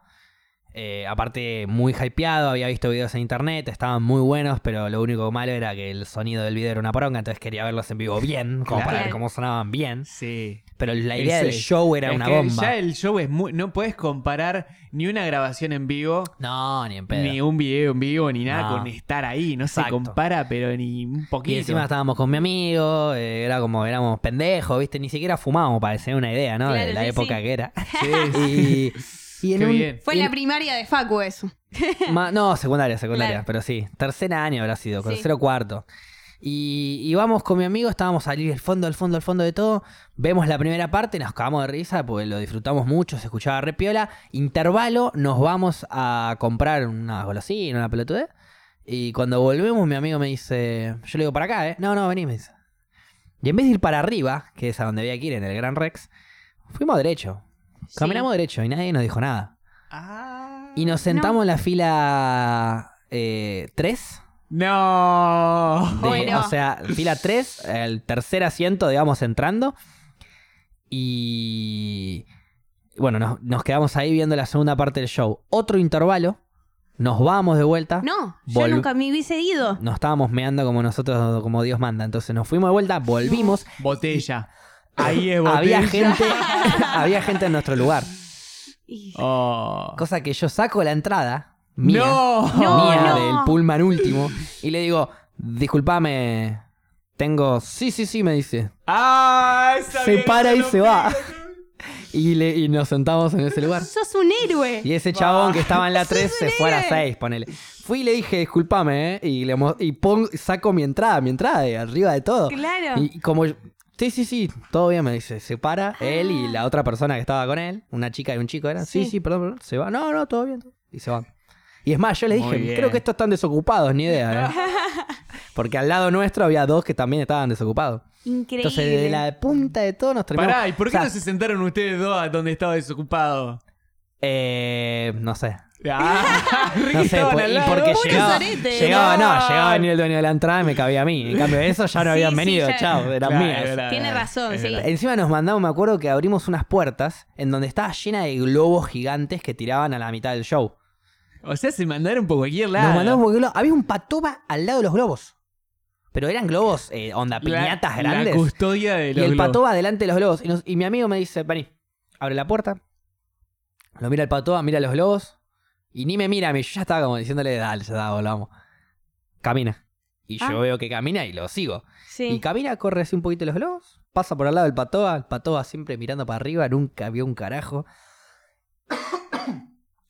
Speaker 1: Eh, aparte, muy hypeado, había visto videos en internet, estaban muy buenos, pero lo único malo era que el sonido del video era una poronga, entonces quería verlos en vivo bien, como para
Speaker 3: Claro.
Speaker 1: ver cómo sonaban bien.
Speaker 3: Sí.
Speaker 1: Pero la idea
Speaker 3: Ese-
Speaker 1: del show era
Speaker 3: Es
Speaker 1: una
Speaker 3: que
Speaker 1: bomba.
Speaker 3: Ya el show es muy. No puedes comparar ni una grabación en vivo,
Speaker 1: No, ni en pedo.
Speaker 3: ni un video en vivo, ni nada
Speaker 1: No.
Speaker 3: con estar ahí. No se
Speaker 1: Exacto.
Speaker 3: compara, pero ni un
Speaker 1: Y
Speaker 3: poquito.
Speaker 1: encima estábamos con mi amigo, eh, era como, éramos pendejos, ¿viste? Ni siquiera fumábamos, para hacer una idea, ¿no? de
Speaker 2: Claro,
Speaker 1: la
Speaker 2: sí,
Speaker 1: época
Speaker 2: sí.
Speaker 1: que era.
Speaker 3: Sí,
Speaker 1: Y, y en
Speaker 3: Qué
Speaker 1: un-
Speaker 3: bien.
Speaker 2: Fue
Speaker 1: y
Speaker 2: en la
Speaker 1: en-
Speaker 2: primaria de Facu eso.
Speaker 1: Ma- no, secundaria, secundaria,
Speaker 2: Claro.
Speaker 1: pero sí. Tercer año habrá sido,
Speaker 2: Sí.
Speaker 1: tercero cuarto. Y, y vamos con mi amigo, estábamos allí al fondo, al fondo, al fondo de todo. Vemos la primera parte, nos cagamos de risa, pues lo disfrutamos mucho, se escuchaba re piola. Intervalo, nos vamos a comprar una golosina, una pelotudez. Y cuando volvemos, mi amigo me dice, yo le digo, para acá, ¿eh? No, no, vení, me dice. Y en vez de ir para arriba, que es a donde había que ir en el Gran Rex, fuimos derecho. Caminamos derecho y nadie nos dijo nada.
Speaker 3: Ah.
Speaker 1: Y nos sentamos en la fila 3.
Speaker 3: No.
Speaker 2: Bueno.
Speaker 1: O sea, fila 3, el tercer asiento, digamos, entrando. Y. Bueno, nos, nos quedamos ahí viendo la segunda parte del show. Otro intervalo. Nos vamos de vuelta.
Speaker 2: No, yo
Speaker 1: Volv-
Speaker 2: nunca me hubiese ido.
Speaker 1: Nos estábamos meando como nosotros, como Dios manda. Entonces nos fuimos de vuelta, volvimos.
Speaker 3: Botella. Ahí es botella.
Speaker 1: Había gente, había gente en nuestro lugar.
Speaker 2: Y-
Speaker 3: Oh.
Speaker 1: Cosa que yo saco la entrada. Mía,
Speaker 3: No.
Speaker 2: No,
Speaker 1: mía
Speaker 2: no.
Speaker 1: del pullman último. Y le digo, disculpame, tengo... Sí, sí, sí, me dice.
Speaker 3: Ah, esa
Speaker 1: Se
Speaker 3: bien,
Speaker 1: para
Speaker 3: esa
Speaker 1: y
Speaker 3: no
Speaker 1: se
Speaker 3: pega.
Speaker 1: va. Y, le, y nos sentamos en ese lugar.
Speaker 2: Sos un héroe.
Speaker 1: Y ese chabón que estaba en la 3 se fue a la
Speaker 2: héroe.
Speaker 1: 6, ponele. Fui y le dije, disculpame, ¿eh? Y, le, mo- y pon- saco mi entrada, mi entrada de arriba de todo.
Speaker 2: Claro.
Speaker 1: Y como yo- sí, sí, sí, todo bien, me dice. Se para él y la otra persona que estaba con él, una chica y un chico, era. Sí,
Speaker 2: Ah. Sí.
Speaker 1: sí, perdón, perdón, se va. No, no, todo bien. todo- Y se van. Y es más, yo les
Speaker 3: Muy
Speaker 1: dije,
Speaker 3: bien.
Speaker 1: creo que estos están desocupados, ni idea. ¿eh?". Porque al lado nuestro había dos que también estaban desocupados.
Speaker 2: Increíble.
Speaker 1: Entonces, de la punta de todo nos terminamos.
Speaker 3: Pará, ¿y por qué
Speaker 1: O sea,
Speaker 3: no se sentaron ustedes dos a donde estaba desocupado?
Speaker 1: eh, no sé.
Speaker 3: Ah, Ricky
Speaker 1: No sé,
Speaker 3: estaban
Speaker 1: por-
Speaker 3: al
Speaker 1: y
Speaker 3: lado.
Speaker 1: porque
Speaker 2: Pobre
Speaker 1: llegaba,
Speaker 2: sorete.
Speaker 1: llegaba, no,
Speaker 3: No.
Speaker 1: llegaba a venir el dueño de la entrada y me cabía a mí. En cambio, de eso ya no
Speaker 2: Sí,
Speaker 1: habían
Speaker 2: sí,
Speaker 1: venido,
Speaker 2: ya-
Speaker 1: chao, eran
Speaker 3: Claro,
Speaker 1: mías.
Speaker 3: es verdad,
Speaker 2: Tiene
Speaker 3: es verdad,
Speaker 2: razón,
Speaker 3: es
Speaker 2: sí.
Speaker 3: verdad.
Speaker 1: Encima nos mandamos, me acuerdo que abrimos unas puertas en donde estaba llena de globos gigantes que tiraban a la mitad del show.
Speaker 3: O sea, se mandaron por cualquier lado.
Speaker 1: Nos mandamos porque glo- había un patoba al lado de los globos. Pero eran globos, eh, onda, piñatas
Speaker 3: la,
Speaker 1: grandes.
Speaker 3: La custodia de
Speaker 1: y
Speaker 3: los
Speaker 1: el
Speaker 3: globos.
Speaker 1: patoba delante de los globos. Y, nos- y mi amigo me dice, vení, abre la puerta. Lo mira el patoba, mira los globos. Y ni me mira a mí. Yo ya estaba como diciéndole, dale, ya está, volvamos. Camina. Y
Speaker 2: Ah.
Speaker 1: yo veo que camina y lo sigo. Y
Speaker 2: Sí.
Speaker 1: camina, corre así un poquito los globos, pasa por al lado del patoa, el patoa siempre mirando para arriba, nunca vio un carajo.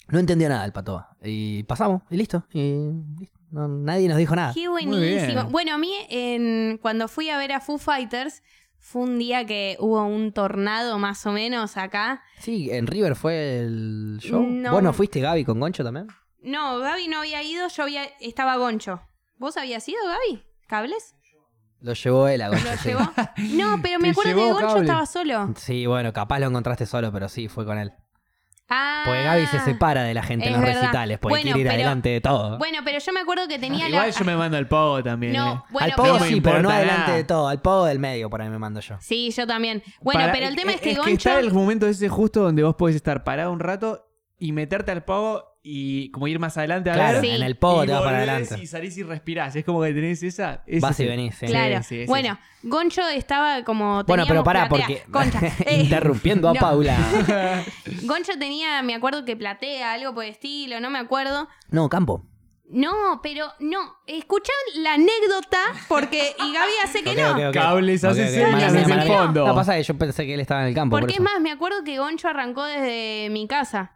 Speaker 1: No entendió nada el patoa. Y pasamos, y listo. Y listo. No, nadie nos dijo nada.
Speaker 2: Qué
Speaker 3: Muy
Speaker 2: buenísimo.
Speaker 3: bien.
Speaker 2: Bueno, a mí en, cuando fui a ver a Foo Fighters fue un día que hubo un tornado más o menos acá.
Speaker 1: Sí, en River fue el show.
Speaker 2: No.
Speaker 1: ¿Vos no fuiste, Gaby, con Goncho también?
Speaker 2: No, Gaby no había ido, yo había estaba Goncho. ¿Vos habías ido, Gaby? ¿Cables?
Speaker 1: Lo llevó él a Goncho.
Speaker 2: ¿Lo
Speaker 1: sí.
Speaker 2: llevó? No, pero me
Speaker 3: Te
Speaker 2: acuerdo que
Speaker 3: llevó
Speaker 2: Goncho
Speaker 3: Cable.
Speaker 2: estaba solo.
Speaker 1: Sí, bueno, capaz lo encontraste solo, pero sí, fue con él.
Speaker 2: Ah.
Speaker 1: Porque Pues Gaby se separa de la gente en
Speaker 2: es
Speaker 1: los
Speaker 2: verdad.
Speaker 1: recitales, porque
Speaker 2: Bueno,
Speaker 1: quiere ir
Speaker 2: pero-
Speaker 1: adelante de todo.
Speaker 2: Bueno, pero yo me acuerdo que tenía
Speaker 3: Ah, Igual
Speaker 2: la.
Speaker 3: yo me mando al pogo también.
Speaker 2: No,
Speaker 3: eh.
Speaker 2: bueno,
Speaker 1: al pogo
Speaker 2: pero-
Speaker 1: sí, pero no
Speaker 3: importa
Speaker 1: adelante
Speaker 3: nada.
Speaker 1: de todo. Al pogo del medio, por ahí me mando yo.
Speaker 2: Sí, yo también. Bueno,
Speaker 3: Para- eh,
Speaker 2: pero el tema es, que
Speaker 3: es
Speaker 2: Goncho.
Speaker 3: que está el momento ese justo donde vos podés estar parado un rato y meterte al pogo y como ir más adelante a
Speaker 1: Claro,
Speaker 3: ver.
Speaker 2: Sí.
Speaker 1: en el pogo
Speaker 3: y
Speaker 1: te vas para
Speaker 3: volvés
Speaker 1: adelante.
Speaker 3: Y salís y respirás. Es como que tenés esa. ese-
Speaker 1: Vas y venís. sí.
Speaker 2: Claro.
Speaker 3: sí, sí,
Speaker 2: bueno, Goncho estaba como.
Speaker 1: Bueno, pero
Speaker 2: teníamos
Speaker 1: pará,
Speaker 2: platea.
Speaker 1: porque.
Speaker 2: Concha. eh,
Speaker 1: Interrumpiendo a
Speaker 2: no.
Speaker 1: Paula.
Speaker 2: Goncho tenía, me acuerdo que platea, algo por el estilo, no me acuerdo.
Speaker 1: No, Campo.
Speaker 2: No, pero no. Escuchá la anécdota porque. Y Gaby hace que
Speaker 1: Ok,
Speaker 2: no.
Speaker 1: ok, ok.
Speaker 3: Cables
Speaker 1: Ok,
Speaker 3: hace
Speaker 1: ok,
Speaker 3: señas
Speaker 1: mala
Speaker 2: desde
Speaker 1: mía,
Speaker 2: el
Speaker 1: mala mía.
Speaker 3: fondo.
Speaker 1: No pasa que yo pensé que él estaba en el campo. por
Speaker 2: Porque es
Speaker 1: eso.
Speaker 2: más, me acuerdo que Goncho arrancó desde mi casa.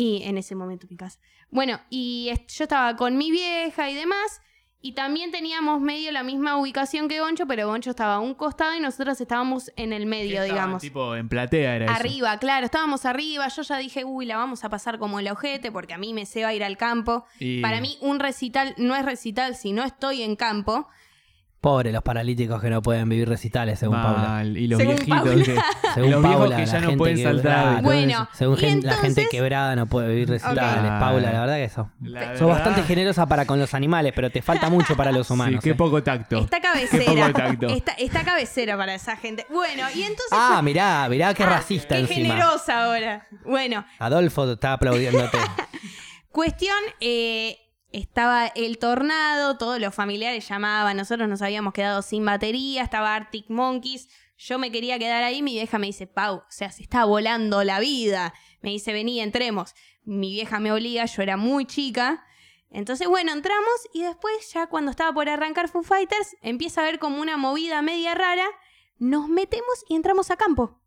Speaker 2: Y en ese momento mi casa. Bueno, y est- yo estaba con mi vieja y demás. Y también teníamos medio la misma ubicación que Goncho, pero Goncho estaba a un costado y nosotros estábamos en el
Speaker 3: Que
Speaker 2: medio,
Speaker 3: estaban,
Speaker 2: digamos.
Speaker 3: Tipo en platea era eso.
Speaker 2: Arriba, claro, estábamos arriba. Yo ya dije, uy, la vamos a pasar como el ojete porque a mí me se va a ir al campo.
Speaker 3: Y-
Speaker 2: Para mí, un recital no es recital si no estoy en campo.
Speaker 1: Pobre los paralíticos que no pueden vivir recitales, según Paula.
Speaker 3: Mal, Y los
Speaker 2: Según
Speaker 3: viejitos.
Speaker 2: Paula.
Speaker 3: que-
Speaker 1: Según
Speaker 3: los viejos
Speaker 1: Paula,
Speaker 3: que
Speaker 1: la
Speaker 3: ya no
Speaker 1: gente
Speaker 3: pueden
Speaker 1: que-
Speaker 3: saltar. y todo
Speaker 2: Bueno,
Speaker 3: eso.
Speaker 1: Según
Speaker 2: y
Speaker 1: gen- la gente
Speaker 2: entonces-
Speaker 1: quebrada no puede vivir recitales.
Speaker 3: Ok.
Speaker 1: Paula, la verdad que eso.
Speaker 3: La
Speaker 1: Sos
Speaker 3: verdad-
Speaker 1: bastante generosa para con los animales, pero te falta mucho para los humanos.
Speaker 3: Sí, qué
Speaker 1: ¿eh?
Speaker 3: poco tacto.
Speaker 2: Está
Speaker 3: poco
Speaker 2: cabecera.
Speaker 3: de tacto.
Speaker 2: Está, está cabecera para esa gente. Bueno, y entonces.
Speaker 1: Ah, mirá, mirá qué racista
Speaker 2: Qué
Speaker 1: encima.
Speaker 2: generosa ahora. Bueno,
Speaker 1: Adolfo está aplaudiéndote.
Speaker 2: Cuestión, eh, estaba el tornado, todos los familiares llamaban, nosotros nos habíamos quedado sin batería, estaba Arctic Monkeys, yo me quería quedar ahí, mi vieja me dice, Pau, o sea, se está volando la vida. Me dice, vení, entremos. Mi vieja me obliga, yo era muy chica. Entonces, bueno, entramos y después, ya cuando estaba por arrancar Foo Fighters, empieza a ver como una movida media rara. Nos metemos y entramos a campo.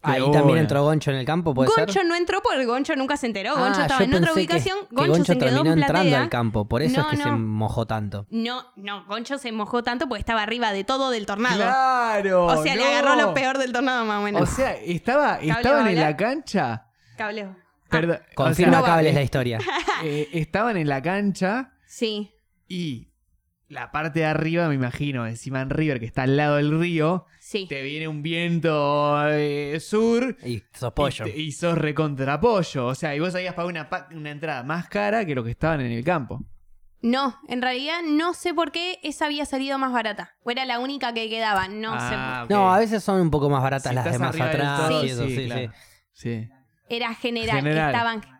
Speaker 1: Ahí
Speaker 3: Qué
Speaker 1: también
Speaker 3: bola.
Speaker 1: entró Goncho en el campo, ¿puede
Speaker 2: Goncho
Speaker 1: ser?
Speaker 2: no entró porque Goncho nunca se enteró.
Speaker 1: Ah,
Speaker 2: Goncho estaba
Speaker 1: yo
Speaker 2: en
Speaker 1: pensé
Speaker 2: otra
Speaker 1: que-
Speaker 2: ubicación.
Speaker 1: que
Speaker 2: Goncho, se quedó
Speaker 1: terminó
Speaker 2: en
Speaker 1: entrando
Speaker 2: platea.
Speaker 1: al campo, por eso
Speaker 2: No,
Speaker 1: es que se
Speaker 2: no.
Speaker 1: mojó tanto.
Speaker 2: No, no, Goncho se mojó tanto porque estaba arriba de todo del tornado.
Speaker 3: Claro.
Speaker 2: o sea, le
Speaker 3: no.
Speaker 2: agarró lo peor del tornado más o menos.
Speaker 3: O sea, estaba, estaban en
Speaker 2: bala.
Speaker 3: la cancha.
Speaker 2: Ah, Cableo.
Speaker 3: Perdón. o
Speaker 1: Confirma
Speaker 3: sea,
Speaker 1: cables la historia.
Speaker 3: eh, estaban en la cancha
Speaker 2: Sí.
Speaker 3: y la parte de arriba, me imagino, encima en River, que está al lado del río,
Speaker 2: Sí.
Speaker 3: te viene un viento eh, sur
Speaker 1: Y sos pollo.
Speaker 3: Y, te- y sos recontra pollo. O sea, y vos habías pagado una, pa- una entrada más cara que lo que estaban en el campo.
Speaker 2: No, en realidad no sé por qué esa había salido más barata. O era la única que quedaba, no sé. por-
Speaker 3: Ah, ok.
Speaker 1: No, a veces son un poco más baratas
Speaker 3: Si
Speaker 1: las
Speaker 3: estás
Speaker 1: demás
Speaker 3: arriba del
Speaker 1: atrás.
Speaker 3: todo,
Speaker 1: y eso, sí, sí.
Speaker 3: claro. Sí.
Speaker 2: Era general,
Speaker 3: General.
Speaker 2: estaban.
Speaker 1: Claro,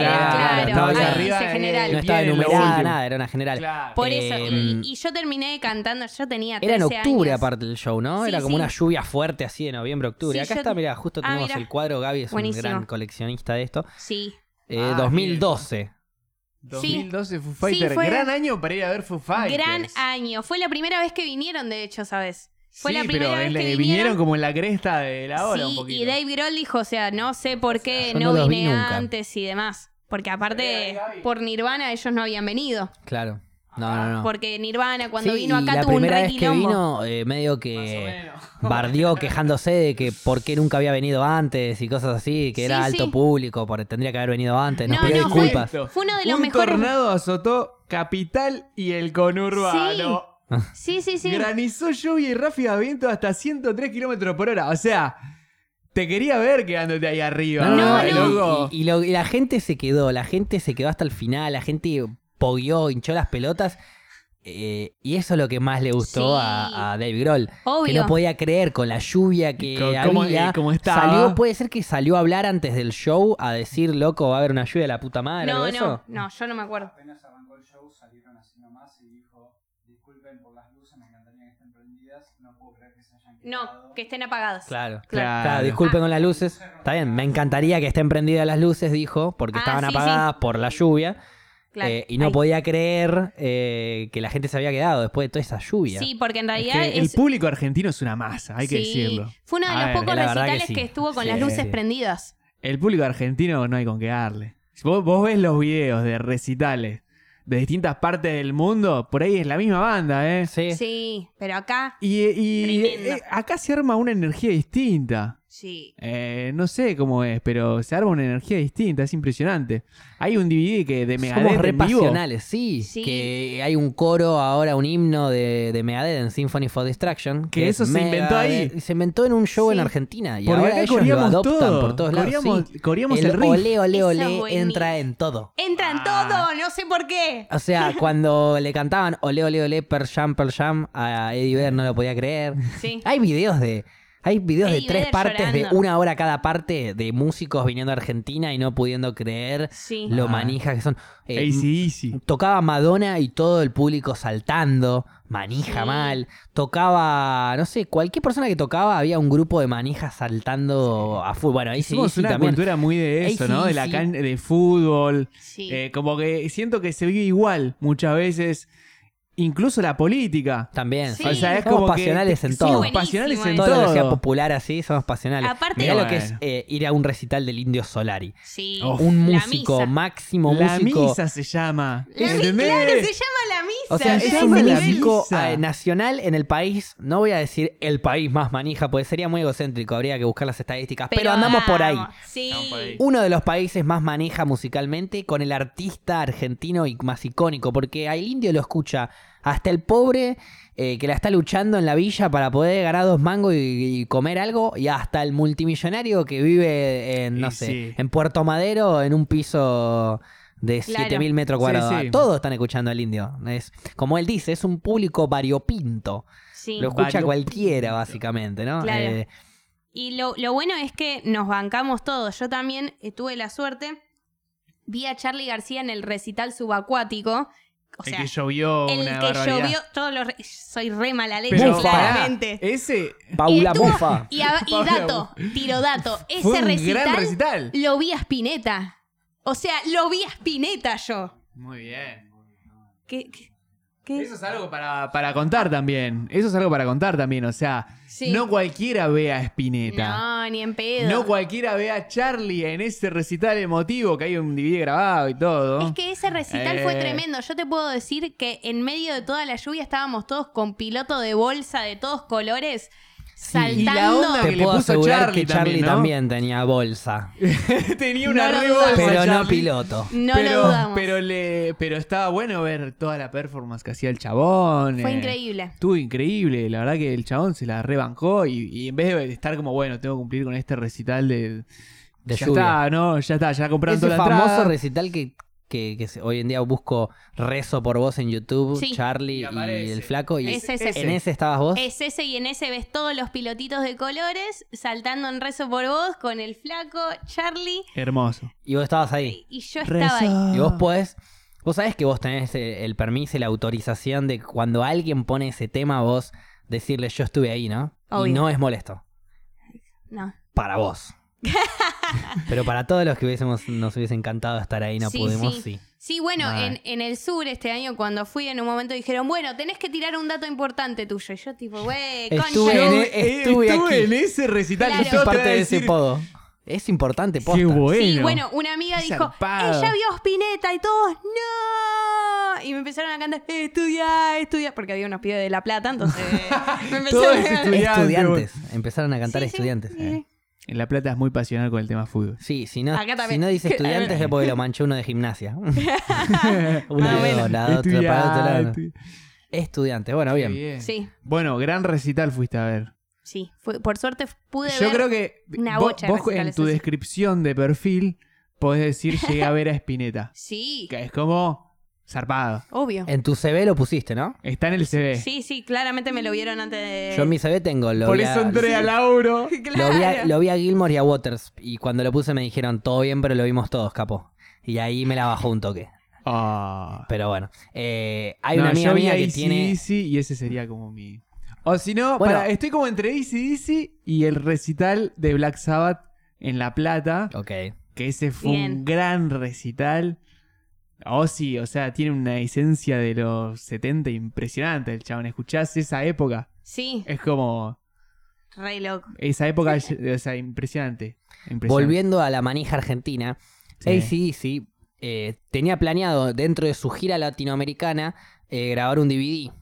Speaker 2: Claro,
Speaker 1: claro,
Speaker 2: estaba
Speaker 1: estaba
Speaker 2: ahí
Speaker 1: bien.
Speaker 2: arriba. dice
Speaker 3: eh,
Speaker 2: general.
Speaker 1: no estaba
Speaker 3: viene lo
Speaker 1: enumerada,
Speaker 3: último.
Speaker 1: nada, era una general.
Speaker 3: Claro.
Speaker 2: Por eso.
Speaker 1: Em,
Speaker 2: Y, y yo terminé cantando, yo tenía 13
Speaker 1: Era en octubre
Speaker 2: años.
Speaker 1: aparte el show, ¿no?
Speaker 2: Sí,
Speaker 1: Era como
Speaker 2: sí.
Speaker 1: una lluvia fuerte así de noviembre, octubre.
Speaker 2: Sí,
Speaker 1: Acá
Speaker 2: yo-
Speaker 1: está, mirá, justo
Speaker 2: Ah,
Speaker 1: tenemos
Speaker 2: mirá.
Speaker 1: el cuadro. Gaby es
Speaker 2: Buenísimo.
Speaker 1: un gran coleccionista de esto.
Speaker 2: Sí.
Speaker 1: Eh,
Speaker 3: Ah,
Speaker 1: 2012.
Speaker 3: 2012 Foo Fighters.
Speaker 2: Sí, fue-
Speaker 3: Gran año para ir a ver Foo Fighters.
Speaker 2: Gran año. Fue la primera vez que vinieron, de hecho, ¿sabes? Fue
Speaker 3: Sí,
Speaker 2: la primera
Speaker 3: pero
Speaker 2: vez
Speaker 3: le-
Speaker 2: que vinieron.
Speaker 3: vinieron como en la cresta de la hora un
Speaker 2: sí,
Speaker 3: poquito.
Speaker 2: y Dave Grohl dijo, o sea, no sé por qué
Speaker 1: yo no
Speaker 2: no,
Speaker 1: los vi
Speaker 2: vine
Speaker 1: nunca.
Speaker 2: antes y demás. Porque
Speaker 4: Eh,
Speaker 2: aparte,
Speaker 4: Gaby.
Speaker 2: por Nirvana ellos no habían venido.
Speaker 1: Claro. No, no, no.
Speaker 2: Porque Nirvana cuando
Speaker 1: Ah. Sí,
Speaker 2: vino
Speaker 1: y
Speaker 2: acá
Speaker 1: la
Speaker 2: tuvo un
Speaker 1: primera
Speaker 2: re
Speaker 1: vez que
Speaker 2: quilombo.
Speaker 1: vino, eh, medio
Speaker 4: Más o
Speaker 1: que
Speaker 4: menos.
Speaker 1: bardió quejándose de que por qué nunca había venido antes y cosas así, que
Speaker 2: Sí,
Speaker 1: era alto
Speaker 2: sí.
Speaker 1: público, por, tendría que haber venido antes, nos
Speaker 2: No,
Speaker 1: pidió
Speaker 2: no, fue-
Speaker 1: disculpas.
Speaker 2: Fue uno de los
Speaker 3: un
Speaker 2: mejores.
Speaker 3: tornado azotó Capital y el conurbano.
Speaker 2: Sí, sí, sí.
Speaker 3: Granizó lluvia y ráfaga de viento hasta 103 kilómetros por hora. O sea, te quería ver quedándote ahí arriba.
Speaker 2: No, no,
Speaker 3: eh,
Speaker 2: no.
Speaker 3: loco.
Speaker 1: Y, y lo- y la gente se quedó, la gente se quedó hasta el final, la gente pogueó, hinchó las pelotas. eh, y eso es lo que más le gustó
Speaker 2: Sí.
Speaker 1: a, a Dave Grohl. Que
Speaker 2: Obvio.
Speaker 1: no podía creer con la lluvia que
Speaker 3: Co- cómo-
Speaker 1: había.
Speaker 3: y cómo estaba.
Speaker 1: Salió, puede ser que salió a hablar antes del show a decir, loco, va a haber una lluvia de la puta madre. algo
Speaker 2: no,
Speaker 1: de
Speaker 2: no,
Speaker 1: eso.
Speaker 2: no, yo no me acuerdo.
Speaker 4: Apenas arrancó el show, salieron así nomás y dijo: Disculpen por las luces, me encantaría que estén prendidas. No puedo creer que se hayan quedado.
Speaker 2: No, que estén apagados.
Speaker 1: Claro.
Speaker 3: Ah.
Speaker 2: Claro.
Speaker 1: Claro, disculpen con las luces. Está bien, me encantaría que estén prendidas las luces, dijo, porque
Speaker 2: Ah,
Speaker 1: estaban
Speaker 2: sí, sí.
Speaker 1: apagadas por la lluvia.
Speaker 2: claro.
Speaker 1: Eh, y no
Speaker 2: Ay.
Speaker 1: podía creer eh, que la gente se había quedado después de toda esa lluvia.
Speaker 2: Sí, porque en
Speaker 3: Es
Speaker 2: realidad
Speaker 3: que el
Speaker 2: es-
Speaker 3: público argentino es una masa, hay que
Speaker 2: sí,
Speaker 3: decirlo.
Speaker 2: Fue uno de
Speaker 3: A
Speaker 2: los
Speaker 3: ver,
Speaker 2: pocos
Speaker 1: Ah, la verdad que
Speaker 2: recitales que,
Speaker 1: sí.
Speaker 2: estuvo con
Speaker 1: Sí,
Speaker 2: las luces
Speaker 1: sí.
Speaker 2: prendidas.
Speaker 3: El público argentino no hay con qué darle. Si vos, vos ves los videos de recitales de distintas partes del mundo, por ahí es la misma banda, ¿eh?
Speaker 1: Sí.
Speaker 2: Sí, pero acá
Speaker 3: Y, y-
Speaker 2: Tremendo.
Speaker 3: eh, acá se arma una energía distinta.
Speaker 2: sí.
Speaker 3: Eh, no sé cómo es, pero se arma una energía distinta, es impresionante. Hay un DVD que de
Speaker 1: Somos
Speaker 3: Megadeth en vivo.
Speaker 1: repasionales, sí,
Speaker 2: Sí.
Speaker 1: Que hay un coro ahora, un himno de, de Megadeth en Symphony for Destruction.
Speaker 3: Que eso se inventó
Speaker 1: Megadeth.
Speaker 3: ahí.
Speaker 1: Se inventó en un show en
Speaker 2: Sí.
Speaker 1: Argentina. Y
Speaker 3: Porque
Speaker 1: ahora
Speaker 3: acá
Speaker 1: ellos lo
Speaker 3: coreamos
Speaker 1: adoptan
Speaker 3: todo.
Speaker 1: por todos lados.
Speaker 3: Coreamos-
Speaker 1: sí.
Speaker 3: coreamos
Speaker 1: el
Speaker 3: el riff.
Speaker 1: ole, ole,
Speaker 2: Eso es
Speaker 1: ole
Speaker 2: buenísimo.
Speaker 1: entra en todo.
Speaker 2: Entra en todo, no sé por qué.
Speaker 1: O sea, cuando le cantaban ole, ole, ole, per jam, per jam a Eddie Vedder no lo podía creer.
Speaker 2: Sí.
Speaker 1: Hay videos de. Hay videos de
Speaker 2: Eddie
Speaker 1: tres
Speaker 2: Vedder
Speaker 1: partes de
Speaker 2: llorando.
Speaker 1: una hora cada parte de músicos viniendo a Argentina y no pudiendo creer
Speaker 2: Sí.
Speaker 1: lo
Speaker 3: Ah.
Speaker 1: manijas que son. Eh,
Speaker 3: Easy, easy.
Speaker 1: Tocaba Madonna y todo el público saltando, manija
Speaker 2: Sí.
Speaker 1: mal. Tocaba, no sé, cualquier persona que tocaba había un grupo de manijas saltando a full. Bueno, ahí sí,
Speaker 3: Somos
Speaker 1: sí,
Speaker 3: una
Speaker 1: también.
Speaker 3: cultura muy de eso,
Speaker 1: AC/DC.
Speaker 3: ¿no? De la can de fútbol.
Speaker 2: Sí.
Speaker 3: Eh, como que siento que se vive igual muchas veces. Incluso la política.
Speaker 1: También.
Speaker 2: Sí.
Speaker 1: sí.
Speaker 3: O sea, es
Speaker 1: Somos
Speaker 3: como que-
Speaker 1: pasionales en
Speaker 3: sí,
Speaker 1: todo.
Speaker 2: Buenísimo
Speaker 3: pasionales en
Speaker 2: eso.
Speaker 1: Todo,
Speaker 3: todo.
Speaker 1: lo que sea popular así, somos pasionales.
Speaker 2: Aparte-
Speaker 1: Mirá lo que es
Speaker 3: Bueno.
Speaker 1: eh, ir a un recital del Indio Solari.
Speaker 2: sí.
Speaker 3: Uf.
Speaker 1: oh, Un
Speaker 2: La
Speaker 1: músico,
Speaker 2: misa.
Speaker 1: máximo
Speaker 3: la
Speaker 1: músico.
Speaker 3: misa se llama.
Speaker 2: La mi-
Speaker 3: ¿Entendés?
Speaker 2: claro, se llama la misa.
Speaker 1: O sea,
Speaker 3: Se
Speaker 1: es un
Speaker 3: llama la
Speaker 1: músico
Speaker 3: misa.
Speaker 1: eh, nacional en el país. No voy a decir el país más manija, porque sería muy egocéntrico. Habría que buscar las estadísticas. Pero, andamos por ahí.
Speaker 2: vamos, Sí.
Speaker 3: Andamos por ahí.
Speaker 1: Uno de los países más manija musicalmente con el artista argentino y más icónico, porque al indio lo escucha hasta el pobre eh, que la está luchando en la villa para poder ganar dos mangos y, y comer algo, y hasta el multimillonario que vive en, no
Speaker 3: Y
Speaker 1: sé,
Speaker 3: sí.
Speaker 1: en Puerto Madero en un piso de
Speaker 2: Claro.
Speaker 1: 7000 metros
Speaker 3: Sí,
Speaker 1: cuadrados.
Speaker 3: sí.
Speaker 1: Todos están escuchando al indio. Es, como él dice, es un público variopinto.
Speaker 2: Sí.
Speaker 1: Lo escucha
Speaker 3: Variopinto.
Speaker 1: cualquiera, básicamente, ¿no?
Speaker 2: Claro.
Speaker 1: Eh,
Speaker 2: Y lo, lo bueno es que nos bancamos todos. Yo también eh, tuve la suerte vi a Charlie García en el recital subacuático. O sea,
Speaker 3: el que llovió
Speaker 2: el
Speaker 3: una
Speaker 2: que
Speaker 3: barbaridad.
Speaker 2: llovió, todos los... re- Soy re mala leche,
Speaker 3: Pero pará,
Speaker 2: claramente.
Speaker 3: ese
Speaker 2: Y
Speaker 1: Paula
Speaker 2: estuvo-
Speaker 1: Mufa.
Speaker 2: Y, a- y
Speaker 3: Pablo.
Speaker 2: dato, tiro dato.
Speaker 3: fue
Speaker 2: Ese
Speaker 3: un gran
Speaker 2: recital,
Speaker 3: recital.
Speaker 2: lo vi a Spinetta. O sea, lo vi a Spinetta yo.
Speaker 3: Muy bien.
Speaker 2: ¿Qué? qué- qué?
Speaker 3: Eso es algo para, para contar también. Eso es algo para contar también. O sea,
Speaker 2: Sí.
Speaker 3: no cualquiera ve a Spinetta.
Speaker 2: No, ni en pedo.
Speaker 3: No. cualquiera ve a Charlie en ese recital emotivo que hay un DVD grabado y todo.
Speaker 2: Es que ese recital fue
Speaker 3: Eh.
Speaker 2: tremendo. Yo te puedo decir que en medio de toda la lluvia estábamos todos con piloto de bolsa de todos colores,
Speaker 3: Ah, Y la onda
Speaker 2: saltando.
Speaker 1: Te
Speaker 3: que le
Speaker 1: puedo
Speaker 3: puso
Speaker 1: asegurar que
Speaker 3: Charlie
Speaker 1: Charlie
Speaker 3: también, ¿no?
Speaker 1: también tenía bolsa.
Speaker 3: Tenía una
Speaker 2: No lo
Speaker 3: re bolsa,
Speaker 2: dudamos.
Speaker 1: Pero no
Speaker 3: Charlie.
Speaker 1: piloto.
Speaker 2: No
Speaker 3: pero,
Speaker 2: lo dudamos.
Speaker 3: Pero, le, pero estaba bueno ver toda la performance que hacía el chabón.
Speaker 2: Fue
Speaker 3: eh.
Speaker 2: increíble.
Speaker 3: Estuvo increíble, la verdad que el chabón se la rebancó y, y en vez de estar como, bueno, tengo que cumplir con este recital de...
Speaker 1: De
Speaker 3: ya
Speaker 1: lluvia.
Speaker 3: está, ¿no? Ya está, ya compraron
Speaker 1: Ese
Speaker 3: toda la
Speaker 1: famoso
Speaker 3: entrada.
Speaker 1: recital que, que- que se- hoy en día busco rezo por vos en YouTube,
Speaker 2: Sí.
Speaker 1: Charlie
Speaker 3: Y
Speaker 1: y,
Speaker 3: aparece.
Speaker 1: el flaco. Y
Speaker 2: Es ese.
Speaker 1: en ese estabas vos.
Speaker 2: Es ese y en ese ves todos los pilotitos de colores saltando en rezo por vos con el flaco Charlie
Speaker 3: Hermoso.
Speaker 1: Y vos estabas ahí.
Speaker 2: y yo estaba ahí.
Speaker 1: Y
Speaker 3: Ah.
Speaker 1: vos podés. Vos sabés que vos tenés eh, el permiso y la autorización de que cuando alguien pone ese tema, vos decirle yo estuve ahí, ¿no? Y
Speaker 2: Obvio.
Speaker 1: no es molesto.
Speaker 2: No.
Speaker 1: Para vos. Pero para todos los que hubiésemos, nos hubiese encantado estar ahí, no
Speaker 2: Sí,
Speaker 1: pudimos,
Speaker 2: sí.
Speaker 1: sí.
Speaker 2: Sí, bueno,
Speaker 1: Nada.
Speaker 2: en, en el sur este año cuando fui en un momento dijeron, bueno, tenés que tirar un dato importante tuyo. Y yo tipo, güey,
Speaker 1: Estuve
Speaker 2: concha.
Speaker 1: en
Speaker 2: de-
Speaker 1: el- estuve aquí.
Speaker 3: eh, en ese recital.
Speaker 2: Claro.
Speaker 1: Yo
Speaker 3: yo te
Speaker 1: soy
Speaker 3: voy
Speaker 1: parte
Speaker 3: a
Speaker 1: de ese
Speaker 3: decir,
Speaker 1: podo. Es importante, posta.
Speaker 3: Qué bueno.
Speaker 2: Sí, bueno, una amiga
Speaker 3: Qué
Speaker 2: dijo,
Speaker 3: zarpado.
Speaker 2: ella vio a Spinetta y todos, ¡no! Y me empezaron a cantar, "Eh, estudia, estudia, porque había unos pibes de La Plata, entonces me
Speaker 3: Todos
Speaker 2: empezaron a cantar.
Speaker 3: estudiantes,
Speaker 1: Estudiantes. Empezaron a cantar
Speaker 2: Sí, sí,
Speaker 1: estudiantes. eh.
Speaker 2: sí, sí.
Speaker 3: En La Plata es muy pasional con el tema fútbol.
Speaker 1: Sí, si no,
Speaker 2: Acá
Speaker 1: si
Speaker 2: también.
Speaker 1: no dice
Speaker 2: Que-
Speaker 1: estudiantes es porque lo manchó uno de gimnasia. Uno
Speaker 2: Ah,
Speaker 1: de dos, la otra,
Speaker 3: Estudiá,
Speaker 1: para otro lado.
Speaker 3: estudiá.
Speaker 1: Estudiantes, bueno,
Speaker 3: Qué
Speaker 1: bien.
Speaker 2: Sí,
Speaker 3: Bueno, gran recital fuiste a ver.
Speaker 2: sí. Fue- por suerte pude
Speaker 3: Yo
Speaker 2: ver.
Speaker 3: creo que
Speaker 2: una
Speaker 3: vos,
Speaker 2: bocha de
Speaker 3: vos en
Speaker 2: recitales
Speaker 3: tu
Speaker 2: así.
Speaker 3: descripción de perfil podés decir llegué a ver a Spinetta.
Speaker 2: Sí,
Speaker 3: Que es como zarpado.
Speaker 2: obvio.
Speaker 1: En tu CV lo pusiste, ¿no?
Speaker 3: Está en el CV.
Speaker 2: Sí, sí, claramente me lo vieron antes de.
Speaker 1: Yo en mi CV tengo lo
Speaker 3: Por
Speaker 1: vi
Speaker 3: eso
Speaker 1: a-
Speaker 3: entré a Lauro.
Speaker 1: Lo vi, a,
Speaker 2: Claro.
Speaker 1: lo vi a Gilmore y a Waters. Y cuando lo puse me dijeron, todo bien, pero lo vimos todos, capo. Y ahí me la bajó un toque.
Speaker 3: Ah.
Speaker 1: Pero bueno. Eh, hay
Speaker 3: No,
Speaker 1: una amiga
Speaker 3: yo vi
Speaker 1: mía
Speaker 3: a
Speaker 1: que
Speaker 3: AC/DC
Speaker 1: tiene.
Speaker 3: y ese sería como mi. O si no,
Speaker 1: Bueno.
Speaker 3: pará, estoy como entre ACDC y el recital de Black Sabbath en La Plata,
Speaker 1: Ok.
Speaker 3: que ese fue
Speaker 2: Bien.
Speaker 3: un gran recital. Oh, sí, o sea, tiene una esencia de los 70 impresionante el chabón. Escuchás esa época,
Speaker 2: Sí,
Speaker 3: es como.
Speaker 2: re loco.
Speaker 3: Esa época, o sea, impresionante. impresionante.
Speaker 1: Volviendo a la manija argentina,
Speaker 3: Sí.
Speaker 1: ACDC eh, tenía planeado dentro de su gira latinoamericana eh, grabar un DVD.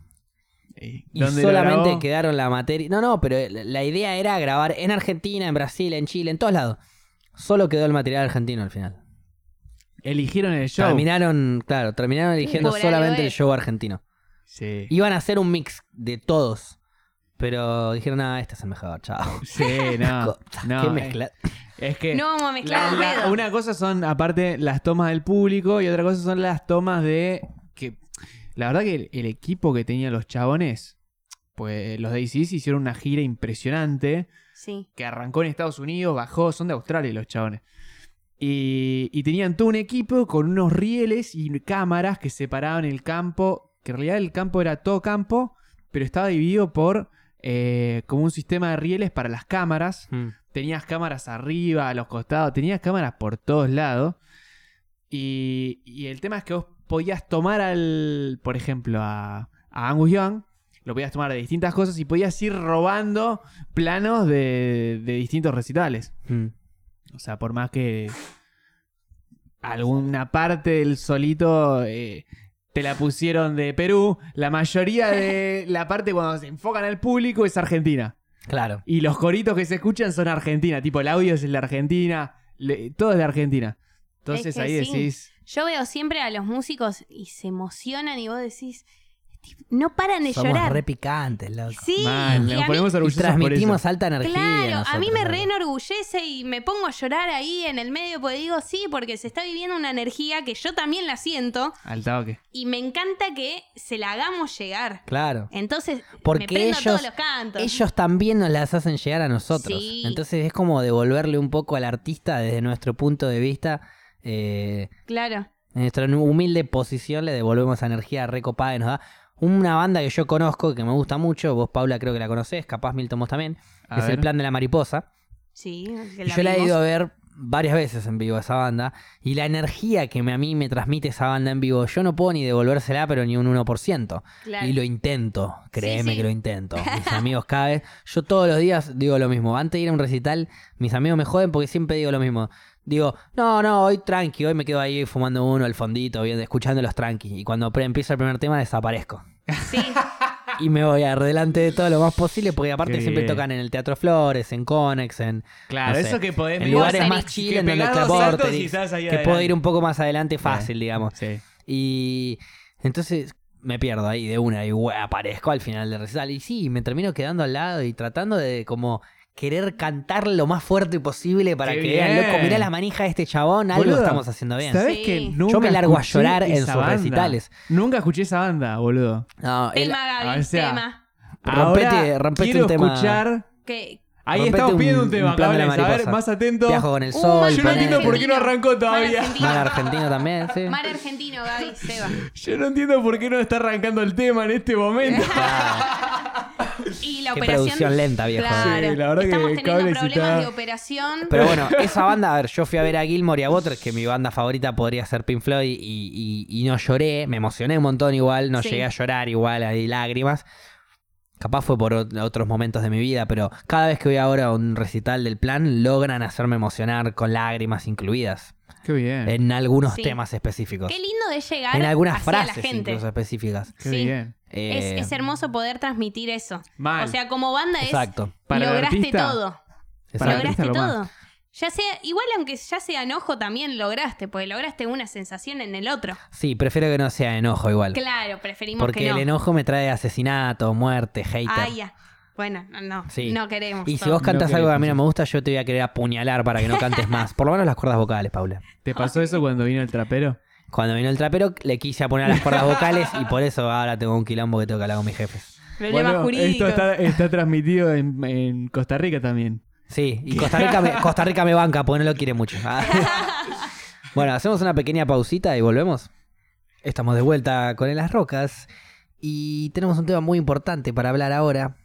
Speaker 3: Eh,
Speaker 1: Y
Speaker 3: ¿dónde lo
Speaker 1: solamente
Speaker 3: grabó?
Speaker 1: quedaron la materia. No, no, pero la la idea era grabar en Argentina, en Brasil, en Chile, en todos lados. Solo quedó el material argentino al final.
Speaker 3: Eligieron el show.
Speaker 1: Terminaron, claro, terminaron eligiendo
Speaker 2: Por algo
Speaker 1: solamente el
Speaker 2: es.
Speaker 1: show argentino.
Speaker 3: Sí.
Speaker 1: Iban a hacer un mix de todos. Pero dijeron, ah, este es el mejor, chao.
Speaker 3: Sí, no. no,
Speaker 1: Qué
Speaker 3: eh,
Speaker 1: mezcla.
Speaker 3: Es
Speaker 1: Eh,
Speaker 3: que.
Speaker 2: No vamos a
Speaker 3: La-
Speaker 2: mezclar el
Speaker 3: la-
Speaker 2: dedo.
Speaker 3: una cosa son, aparte, las tomas del público y otra cosa son las tomas de. que La verdad que el, el equipo que tenían los chabones, pues los de ACDC hicieron una gira impresionante
Speaker 2: Sí.
Speaker 3: que arrancó en Estados Unidos, bajó, son de Australia los chabones. Y, y tenían todo un equipo con unos rieles y cámaras que separaban el campo, que en realidad el campo era todo campo, pero estaba dividido por eh, como un sistema de rieles para las cámaras.
Speaker 1: Mm.
Speaker 3: Tenías cámaras arriba, a los costados, tenías cámaras por todos lados. Y, y el tema es que vos podías tomar al, por ejemplo, a, a Angus Young, lo podías tomar de distintas cosas y podías ir robando planos de, de distintos recitales.
Speaker 1: Mm.
Speaker 3: O sea, por más que alguna parte del solito eh, te la pusieron de Perú, la mayoría de la parte cuando se enfocan al público es Argentina.
Speaker 1: Claro.
Speaker 3: Y los coritos que se escuchan son Argentina, tipo el audio es el de Argentina, le- todo es de Argentina. Entonces
Speaker 2: Es que
Speaker 3: ahí
Speaker 2: sí.
Speaker 3: decís,
Speaker 2: Yo veo siempre a los músicos y se emocionan y vos decís, "Este- no paran de
Speaker 1: Somos
Speaker 2: llorar.
Speaker 1: re picantes, loco.
Speaker 2: sí,
Speaker 3: mal,
Speaker 2: y
Speaker 3: nos
Speaker 2: a mí-
Speaker 3: ponemos
Speaker 1: Y
Speaker 3: orgullosos por eso.
Speaker 1: transmitimos alta energía.
Speaker 2: Claro, a mí
Speaker 1: nosotros,
Speaker 2: me
Speaker 1: loco.
Speaker 2: re enorgullece y me pongo a llorar ahí en el medio porque digo sí, porque se está viviendo una energía que yo también la siento
Speaker 3: Al toque.
Speaker 2: y me encanta que se la hagamos llegar.
Speaker 1: Claro.
Speaker 2: Entonces,
Speaker 1: Porque
Speaker 2: me prendo
Speaker 1: ellos-
Speaker 2: todos los cantos.
Speaker 1: Ellos también nos las hacen llegar a nosotros.
Speaker 2: Sí.
Speaker 1: Entonces es como devolverle un poco al artista desde nuestro punto de vista eh,
Speaker 2: Claro.
Speaker 1: en nuestra humilde posición le devolvemos esa energía recopada y nos da una banda que yo conozco, que me gusta mucho, vos Paula creo que la conocés, capaz Milton vos también,
Speaker 3: A
Speaker 1: es
Speaker 3: ver.
Speaker 1: el plan de la mariposa.
Speaker 2: Sí. que
Speaker 1: Y yo la he
Speaker 2: vimos.
Speaker 1: ido a ver varias veces en vivo a esa banda y la energía que me- a mí me transmite esa banda en vivo, yo no puedo ni devolvérsela, pero ni un 1%.
Speaker 2: Claro.
Speaker 1: Y lo intento, créeme
Speaker 2: sí.
Speaker 1: que lo intento. Mis amigos cada vez, yo todos los días digo lo mismo. Antes de ir a un recital, mis amigos me joden porque siempre digo lo mismo. Digo, no, no, hoy tranqui, hoy me quedo ahí fumando uno al fondito, bien, escuchando los tranqui. Y cuando pre- empieza el primer tema, desaparezco.
Speaker 2: Sí,
Speaker 1: Y me voy adelante de todo lo más posible, porque aparte
Speaker 3: Qué
Speaker 1: siempre
Speaker 3: bien.
Speaker 1: tocan en el Teatro Flores, en Conex, en,
Speaker 3: Claro,
Speaker 1: No sé.
Speaker 3: eso que
Speaker 1: en
Speaker 3: podés
Speaker 2: Vos
Speaker 3: mirar-
Speaker 1: lugares
Speaker 2: salís-
Speaker 1: más
Speaker 3: que
Speaker 1: chiles en donde
Speaker 3: pegás
Speaker 1: te
Speaker 3: dos
Speaker 1: aporte,
Speaker 3: saltos y estás ahí
Speaker 1: Que
Speaker 3: adelante. Eh.
Speaker 1: puedo ir un poco más adelante fácil, digamos.
Speaker 3: Sí.
Speaker 1: Y entonces me pierdo ahí de una y güey, aparezco al final del recital. Y sí, me termino quedando al lado y tratando de como querer cantar lo más fuerte posible para
Speaker 3: ¡Qué
Speaker 1: que vean,
Speaker 3: bien!
Speaker 1: loco, mirá la manija de este chabón, algo
Speaker 3: Boludo,
Speaker 1: estamos haciendo bien.
Speaker 3: ¿Sabés
Speaker 2: Sí.
Speaker 3: que
Speaker 2: Yo
Speaker 3: nunca
Speaker 1: me largo a
Speaker 3: escuché
Speaker 1: llorar en
Speaker 3: esa
Speaker 1: sus
Speaker 3: banda?
Speaker 1: recitales.
Speaker 3: Nunca escuché esa banda, boludo.
Speaker 1: No, él-
Speaker 2: tema, Gaby,
Speaker 3: o sea,
Speaker 2: tema.
Speaker 1: Rompete-
Speaker 3: Ahora
Speaker 1: rompete
Speaker 3: quiero
Speaker 1: un tema.
Speaker 3: escuchar.
Speaker 2: Que,
Speaker 3: Ahí
Speaker 1: Rompete
Speaker 3: estamos pidiendo un
Speaker 1: un
Speaker 3: tema,
Speaker 1: plan de la
Speaker 3: cabrones. A ver,
Speaker 1: mariposa.
Speaker 3: más atento.
Speaker 1: viajo con el
Speaker 2: Uh,
Speaker 1: sol.
Speaker 2: yo
Speaker 3: Yo no
Speaker 1: ponele.
Speaker 3: entiendo por qué no
Speaker 2: Argentino.
Speaker 3: arrancó
Speaker 2: Mal
Speaker 3: todavía.
Speaker 2: argentino.
Speaker 1: Mal argentino también, sí.
Speaker 2: Mar argentino, Gaby, Seba.
Speaker 3: Yo no entiendo por qué no está arrancando el tema en este momento.
Speaker 1: Ah,
Speaker 2: Y la
Speaker 1: Qué
Speaker 2: operación.
Speaker 1: producción lenta, viejo.
Speaker 2: Claro.
Speaker 3: Sí, la verdad que
Speaker 2: Estamos teniendo
Speaker 3: Cable sí
Speaker 2: problemas
Speaker 3: está-
Speaker 2: de operación.
Speaker 1: Pero bueno, esa banda, a ver, yo fui a ver a Gilmore y a Waters, que mi banda favorita podría ser Pink Floyd, y, y- y no lloré, me emocioné un montón igual, no
Speaker 2: Sí.
Speaker 1: llegué a llorar igual, hay lágrimas. Capaz fue por ot- otros momentos de mi vida, pero cada vez que voy ahora a un recital del plan, logran hacerme emocionar con lágrimas incluidas.
Speaker 3: Qué bien.
Speaker 1: En algunos
Speaker 2: Sí.
Speaker 1: temas específicos.
Speaker 2: Qué lindo es llegar
Speaker 1: En algunas
Speaker 2: hacia
Speaker 1: frases
Speaker 2: la gente.
Speaker 1: incluso específicas.
Speaker 3: Qué
Speaker 2: Sí.
Speaker 3: bien.
Speaker 2: Es,
Speaker 1: Eh,
Speaker 2: es hermoso poder transmitir eso.
Speaker 3: Mal.
Speaker 2: O sea, como banda es.
Speaker 1: Exacto.
Speaker 3: Para el
Speaker 2: lograste
Speaker 3: artista,
Speaker 2: todo.
Speaker 3: para el
Speaker 1: exacto.
Speaker 3: artista
Speaker 2: Lograste
Speaker 3: lo más.
Speaker 2: todo. Ya sea, igual aunque ya sea enojo, también lograste, porque lograste una sensación en el otro.
Speaker 1: Sí, prefiero que no sea enojo igual.
Speaker 2: Claro, preferimos
Speaker 1: porque
Speaker 2: que no.
Speaker 1: el enojo me trae asesinato, muerte, hater.
Speaker 2: Ah, ya. Bueno, no,
Speaker 1: Sí.
Speaker 2: no queremos.
Speaker 1: Y si
Speaker 2: todo.
Speaker 1: vos
Speaker 3: No
Speaker 1: cantas
Speaker 3: querés
Speaker 1: algo que a mí no
Speaker 3: cosas.
Speaker 1: me gusta, yo te voy a querer apuñalar para que no cantes más. Por lo menos las cuerdas vocales, Paula.
Speaker 3: ¿Te pasó eso cuando vino el trapero?
Speaker 1: Cuando vino el trapero, le quise apuñalar las cuerdas vocales y por eso ahora tengo un quilombo que tengo que hablar con mis jefes.
Speaker 2: Problemas
Speaker 3: Bueno,
Speaker 2: jurídicos.
Speaker 3: Esto está, está transmitido en, en Costa Rica también.
Speaker 1: Sí, y Costa Rica, me, Costa Rica me banca porque no lo quiere mucho. Ah. bueno, hacemos una pequeña pausita y volvemos. Estamos de vuelta con En las Rocas y tenemos un tema muy importante para hablar ahora.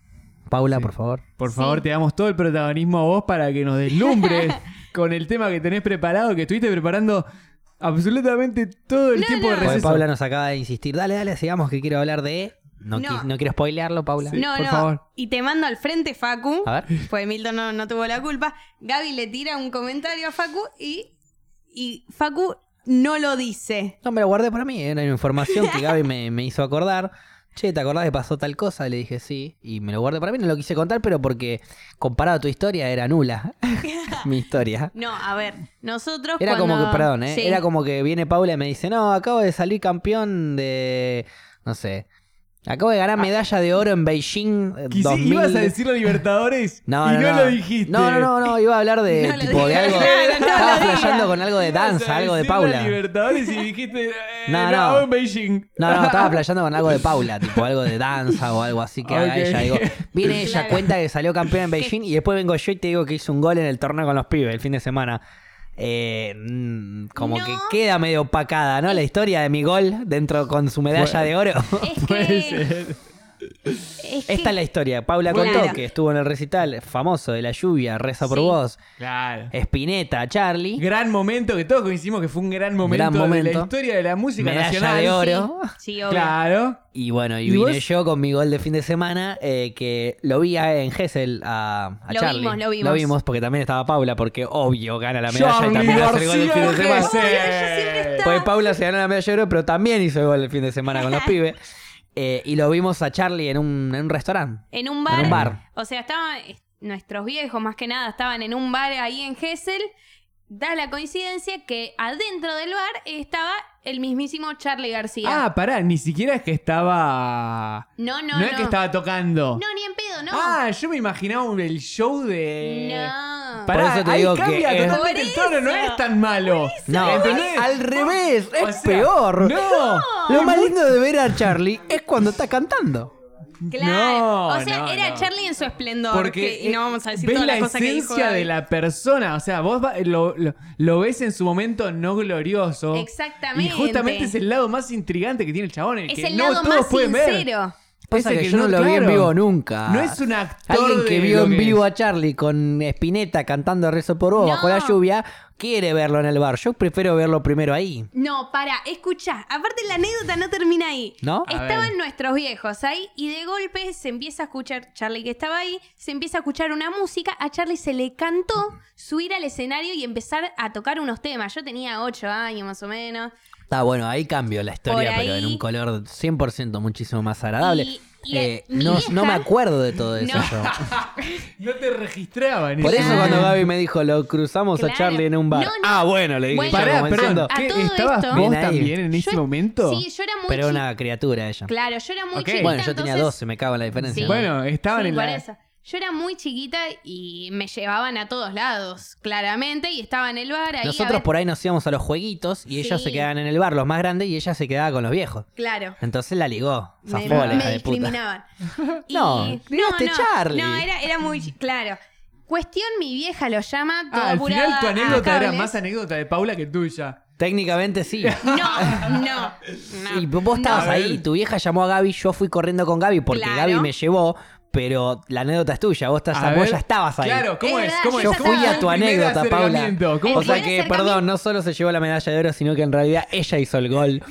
Speaker 1: Paula,
Speaker 3: Sí.
Speaker 1: por favor.
Speaker 3: Por
Speaker 2: Sí.
Speaker 3: favor, te damos todo el protagonismo a vos para que nos deslumbres con el tema que tenés preparado, que estuviste preparando absolutamente todo el
Speaker 2: No,
Speaker 3: tiempo de
Speaker 2: no.
Speaker 1: Porque
Speaker 3: receso.
Speaker 1: Paula nos acaba de insistir. Dale, dale, sigamos que quiero hablar de... No,
Speaker 2: No.
Speaker 1: qui- no quiero spoilearlo, Paula.
Speaker 3: Sí,
Speaker 2: no,
Speaker 3: por
Speaker 2: no.
Speaker 3: favor.
Speaker 2: Y te mando al frente, Facu.
Speaker 1: A ver.
Speaker 2: Pues Milton no, no tuvo la culpa. Gaby le tira un comentario a Facu y, y Facu no lo dice.
Speaker 1: No, me lo guardé para mí. Era una información que Gaby me, me hizo acordar. Che, ¿te acordás que pasó tal cosa? Le dije sí. Y me lo guardé para mí. No lo quise contar, pero porque comparado a tu historia, era nula. Mi historia.
Speaker 2: No, a ver, nosotros
Speaker 1: Era como que,
Speaker 2: cuando-
Speaker 1: perdón, ¿eh?
Speaker 2: Sí.
Speaker 1: Era como que viene Paula y me dice, no, acabo de salir campeón de. No sé. Acabo de
Speaker 2: Ah.
Speaker 1: ganar medalla de oro en Beijing. eh,
Speaker 3: Quisí-
Speaker 1: 2000.
Speaker 3: ibas a decir los Libertadores
Speaker 1: No,
Speaker 3: y
Speaker 1: no,
Speaker 3: no,
Speaker 1: no.
Speaker 3: lo dijiste.
Speaker 1: No, no, no, no, iba a hablar de
Speaker 2: No lo
Speaker 1: tipo de
Speaker 2: dije.
Speaker 1: algo.
Speaker 2: Claro, no lo
Speaker 1: Estaba
Speaker 2: dije.
Speaker 1: flasheando con algo de
Speaker 3: Ibas a
Speaker 1: danza, algo de
Speaker 3: decir los
Speaker 1: Paula.
Speaker 3: Libertadores y dijiste. eh,
Speaker 1: No,
Speaker 3: no,
Speaker 1: no.
Speaker 3: en Beijing.
Speaker 1: No, no, estaba flayando con algo de Paula, tipo algo de danza o algo así que haga
Speaker 3: Ok.
Speaker 1: ella. Digo, viene ella,
Speaker 2: Claro.
Speaker 1: cuenta que salió campeona en Beijing y después vengo yo y te digo que hizo un gol en el torneo con los pibes el fin de semana. Eh, mm, como
Speaker 2: No.
Speaker 1: que queda medio opacada, ¿no? La historia de mi gol dentro con su medalla de oro.
Speaker 2: Es
Speaker 3: Puede
Speaker 2: que,
Speaker 3: ser.
Speaker 2: es que-
Speaker 1: Esta es la historia. Paula
Speaker 2: Claro.
Speaker 1: contó que estuvo en el recital famoso de la lluvia, Reza por
Speaker 2: Sí.
Speaker 1: vos,
Speaker 3: Claro.
Speaker 1: Espineta, Charlie,
Speaker 3: Gran momento que todos coincidimos que fue un gran momento,
Speaker 1: Gran
Speaker 3: de
Speaker 1: momento.
Speaker 3: la historia de la música
Speaker 1: medalla
Speaker 3: nacional.
Speaker 1: de oro.
Speaker 2: Sí, obvio.
Speaker 3: Claro.
Speaker 1: Y bueno, y,
Speaker 3: ¿Y
Speaker 1: vine
Speaker 3: vos?
Speaker 1: yo con mi gol de fin de semana, eh, que lo vi a- en Gessel a, a
Speaker 2: Lo
Speaker 1: Charlie.
Speaker 2: vimos, lo vimos.
Speaker 1: porque también estaba Paula, porque obvio gana la medalla y también hace el gol del fin de
Speaker 3: García
Speaker 1: semana.
Speaker 3: Gessel.
Speaker 2: Obvio, ella siempre está-
Speaker 1: Porque Paula se ganó la medalla de oro, pero también hizo el gol el fin de semana con los pibes. Eh, y lo vimos a Charlie en un, en un restaurante.
Speaker 2: En un bar.
Speaker 1: En un bar.
Speaker 2: O sea, estaban eh, nuestros viejos, más que nada, estaban en un bar ahí en Gessel. Da la coincidencia que adentro del bar estaba el mismísimo Charlie García.
Speaker 3: Ah, pará, ni siquiera es que estaba.
Speaker 2: no, no,
Speaker 3: No,
Speaker 2: no.
Speaker 3: es que estaba tocando.
Speaker 2: No, ni en pedo, no.
Speaker 3: Ah, yo me imaginaba un- el show de.
Speaker 2: no.
Speaker 1: Pa-
Speaker 3: Pará,
Speaker 1: Por eso te
Speaker 3: ahí
Speaker 1: digo que
Speaker 3: cambia
Speaker 1: es-
Speaker 3: totalmente el
Speaker 2: Por
Speaker 3: tono, no
Speaker 2: eso.
Speaker 3: es tan malo.
Speaker 1: No, al,
Speaker 3: ¿Entendés?
Speaker 1: al revés, es
Speaker 3: O sea,
Speaker 1: peor.
Speaker 3: No.
Speaker 1: Lo más lindo de ver a Charlie es cuando está cantando.
Speaker 2: Claro.
Speaker 3: No,
Speaker 2: o sea,
Speaker 3: no,
Speaker 2: era
Speaker 3: no.
Speaker 2: Charlie en su esplendor.
Speaker 3: Porque eh,
Speaker 2: que- y no vamos a decir
Speaker 3: ves
Speaker 2: todas
Speaker 3: la
Speaker 2: las cosas que dijo.
Speaker 3: esencia
Speaker 2: él.
Speaker 3: de la persona, o sea, vos va- lo, lo- lo ves en su momento no glorioso.
Speaker 2: Exactamente.
Speaker 3: Y justamente es el lado más intrigante que tiene el chabón, el
Speaker 2: Es
Speaker 3: que
Speaker 2: el
Speaker 3: no
Speaker 2: lado
Speaker 3: todos
Speaker 2: más
Speaker 3: pueden ver.
Speaker 2: sincero.
Speaker 1: Pasa
Speaker 3: Ese
Speaker 1: que, yo no lo vi en
Speaker 3: claro,
Speaker 1: vivo nunca.
Speaker 3: No es un actor
Speaker 1: Alguien que
Speaker 3: de
Speaker 1: vio
Speaker 3: lo
Speaker 1: en
Speaker 3: que
Speaker 1: vivo
Speaker 3: es.
Speaker 1: a Charlie con Spinetta cantando Rezo por vos bajo
Speaker 2: No.
Speaker 1: la lluvia, quiere verlo en el bar. Yo prefiero verlo primero ahí.
Speaker 2: No, para, escuchá. Aparte la anécdota no termina ahí.
Speaker 1: ¿No?
Speaker 3: A
Speaker 2: Estaban
Speaker 3: ver.
Speaker 2: nuestros viejos ahí y de golpe se empieza a escuchar, Charlie que estaba ahí, se empieza a escuchar una música, a Charlie se le cantó subir al escenario y empezar a tocar unos temas. Yo tenía ocho años más o menos.
Speaker 1: Está bueno, ahí cambio la historia,
Speaker 2: Por
Speaker 1: pero en
Speaker 2: ahí-
Speaker 1: un color 100% muchísimo más agradable.
Speaker 2: Y- y,
Speaker 1: Eh,
Speaker 2: mi
Speaker 1: no,
Speaker 2: vieja-
Speaker 1: no me acuerdo de todo eso
Speaker 2: No.
Speaker 1: yo.
Speaker 3: No te registraban.
Speaker 1: Por eso
Speaker 2: Claro.
Speaker 1: cuando Gaby me dijo, lo cruzamos
Speaker 2: Claro.
Speaker 1: a Charlie en un bar.
Speaker 2: No, no.
Speaker 1: Ah, bueno, le dije
Speaker 2: Bueno.
Speaker 1: yo
Speaker 3: Pará,
Speaker 1: como
Speaker 3: perdón.
Speaker 1: diciendo,
Speaker 2: A
Speaker 3: ¿qué,
Speaker 2: todo
Speaker 3: ¿Estabas
Speaker 2: esto-
Speaker 3: vos
Speaker 1: Bien ahí.
Speaker 3: también en
Speaker 2: Yo-
Speaker 3: ese momento?
Speaker 2: Sí, yo era muy
Speaker 1: Pero
Speaker 2: chica.
Speaker 1: una criatura ella.
Speaker 2: Claro, yo era muy
Speaker 3: Ok.
Speaker 2: chiquita.
Speaker 1: Bueno, yo tenía
Speaker 2: entonces-
Speaker 1: 12, me cago en la diferencia.
Speaker 2: Sí.
Speaker 3: Bueno, estaban
Speaker 2: Sí,
Speaker 3: en
Speaker 2: por
Speaker 3: la.
Speaker 2: eso. Yo era muy chiquita y me llevaban a todos lados, claramente, y estaba en el bar ahí. a
Speaker 1: Nosotros
Speaker 2: ver-
Speaker 1: por ahí nos íbamos a los jueguitos y ellos
Speaker 2: Sí.
Speaker 1: se quedaban en el bar, los más grandes, y ella se quedaba con los viejos.
Speaker 2: Claro.
Speaker 1: Entonces la ligó.
Speaker 2: Me,
Speaker 1: Zafó, la
Speaker 2: me
Speaker 1: hija de puta.
Speaker 2: discriminaban. Y-
Speaker 1: No, miraste
Speaker 2: no,
Speaker 1: Charlie.
Speaker 2: No, era, era muy. chi- Claro. Cuestión, mi vieja lo llama. toda
Speaker 3: Ah, al
Speaker 2: apurada
Speaker 3: final tu
Speaker 2: a
Speaker 3: anécdota era
Speaker 2: cables.
Speaker 3: más anécdota de Paula que tuya.
Speaker 1: Técnicamente sí.
Speaker 2: No, no. no.
Speaker 1: Y vos estabas
Speaker 3: No.
Speaker 1: ahí, tu vieja llamó a Gaby, yo fui corriendo con Gaby porque
Speaker 2: Claro.
Speaker 1: Gaby me llevó, pero la anécdota es tuya, vos, estás,
Speaker 3: A
Speaker 1: vos
Speaker 3: ver.
Speaker 1: ya estabas ahí.
Speaker 3: Claro, ¿cómo
Speaker 2: Es
Speaker 3: es?
Speaker 2: verdad,
Speaker 3: ¿Cómo
Speaker 2: yo
Speaker 1: Yo
Speaker 2: ya
Speaker 3: es? ¿Cómo
Speaker 1: fui
Speaker 3: es
Speaker 2: estaba.
Speaker 1: a tu
Speaker 3: el primer
Speaker 1: anécdota, Paula.
Speaker 3: acercamiento? ¿Cómo
Speaker 1: O
Speaker 2: El
Speaker 3: fue?
Speaker 1: sea
Speaker 2: primer
Speaker 1: que,
Speaker 2: acercamiento.
Speaker 1: perdón, no solo se llevó la medalla de oro, sino que en realidad ella hizo el gol.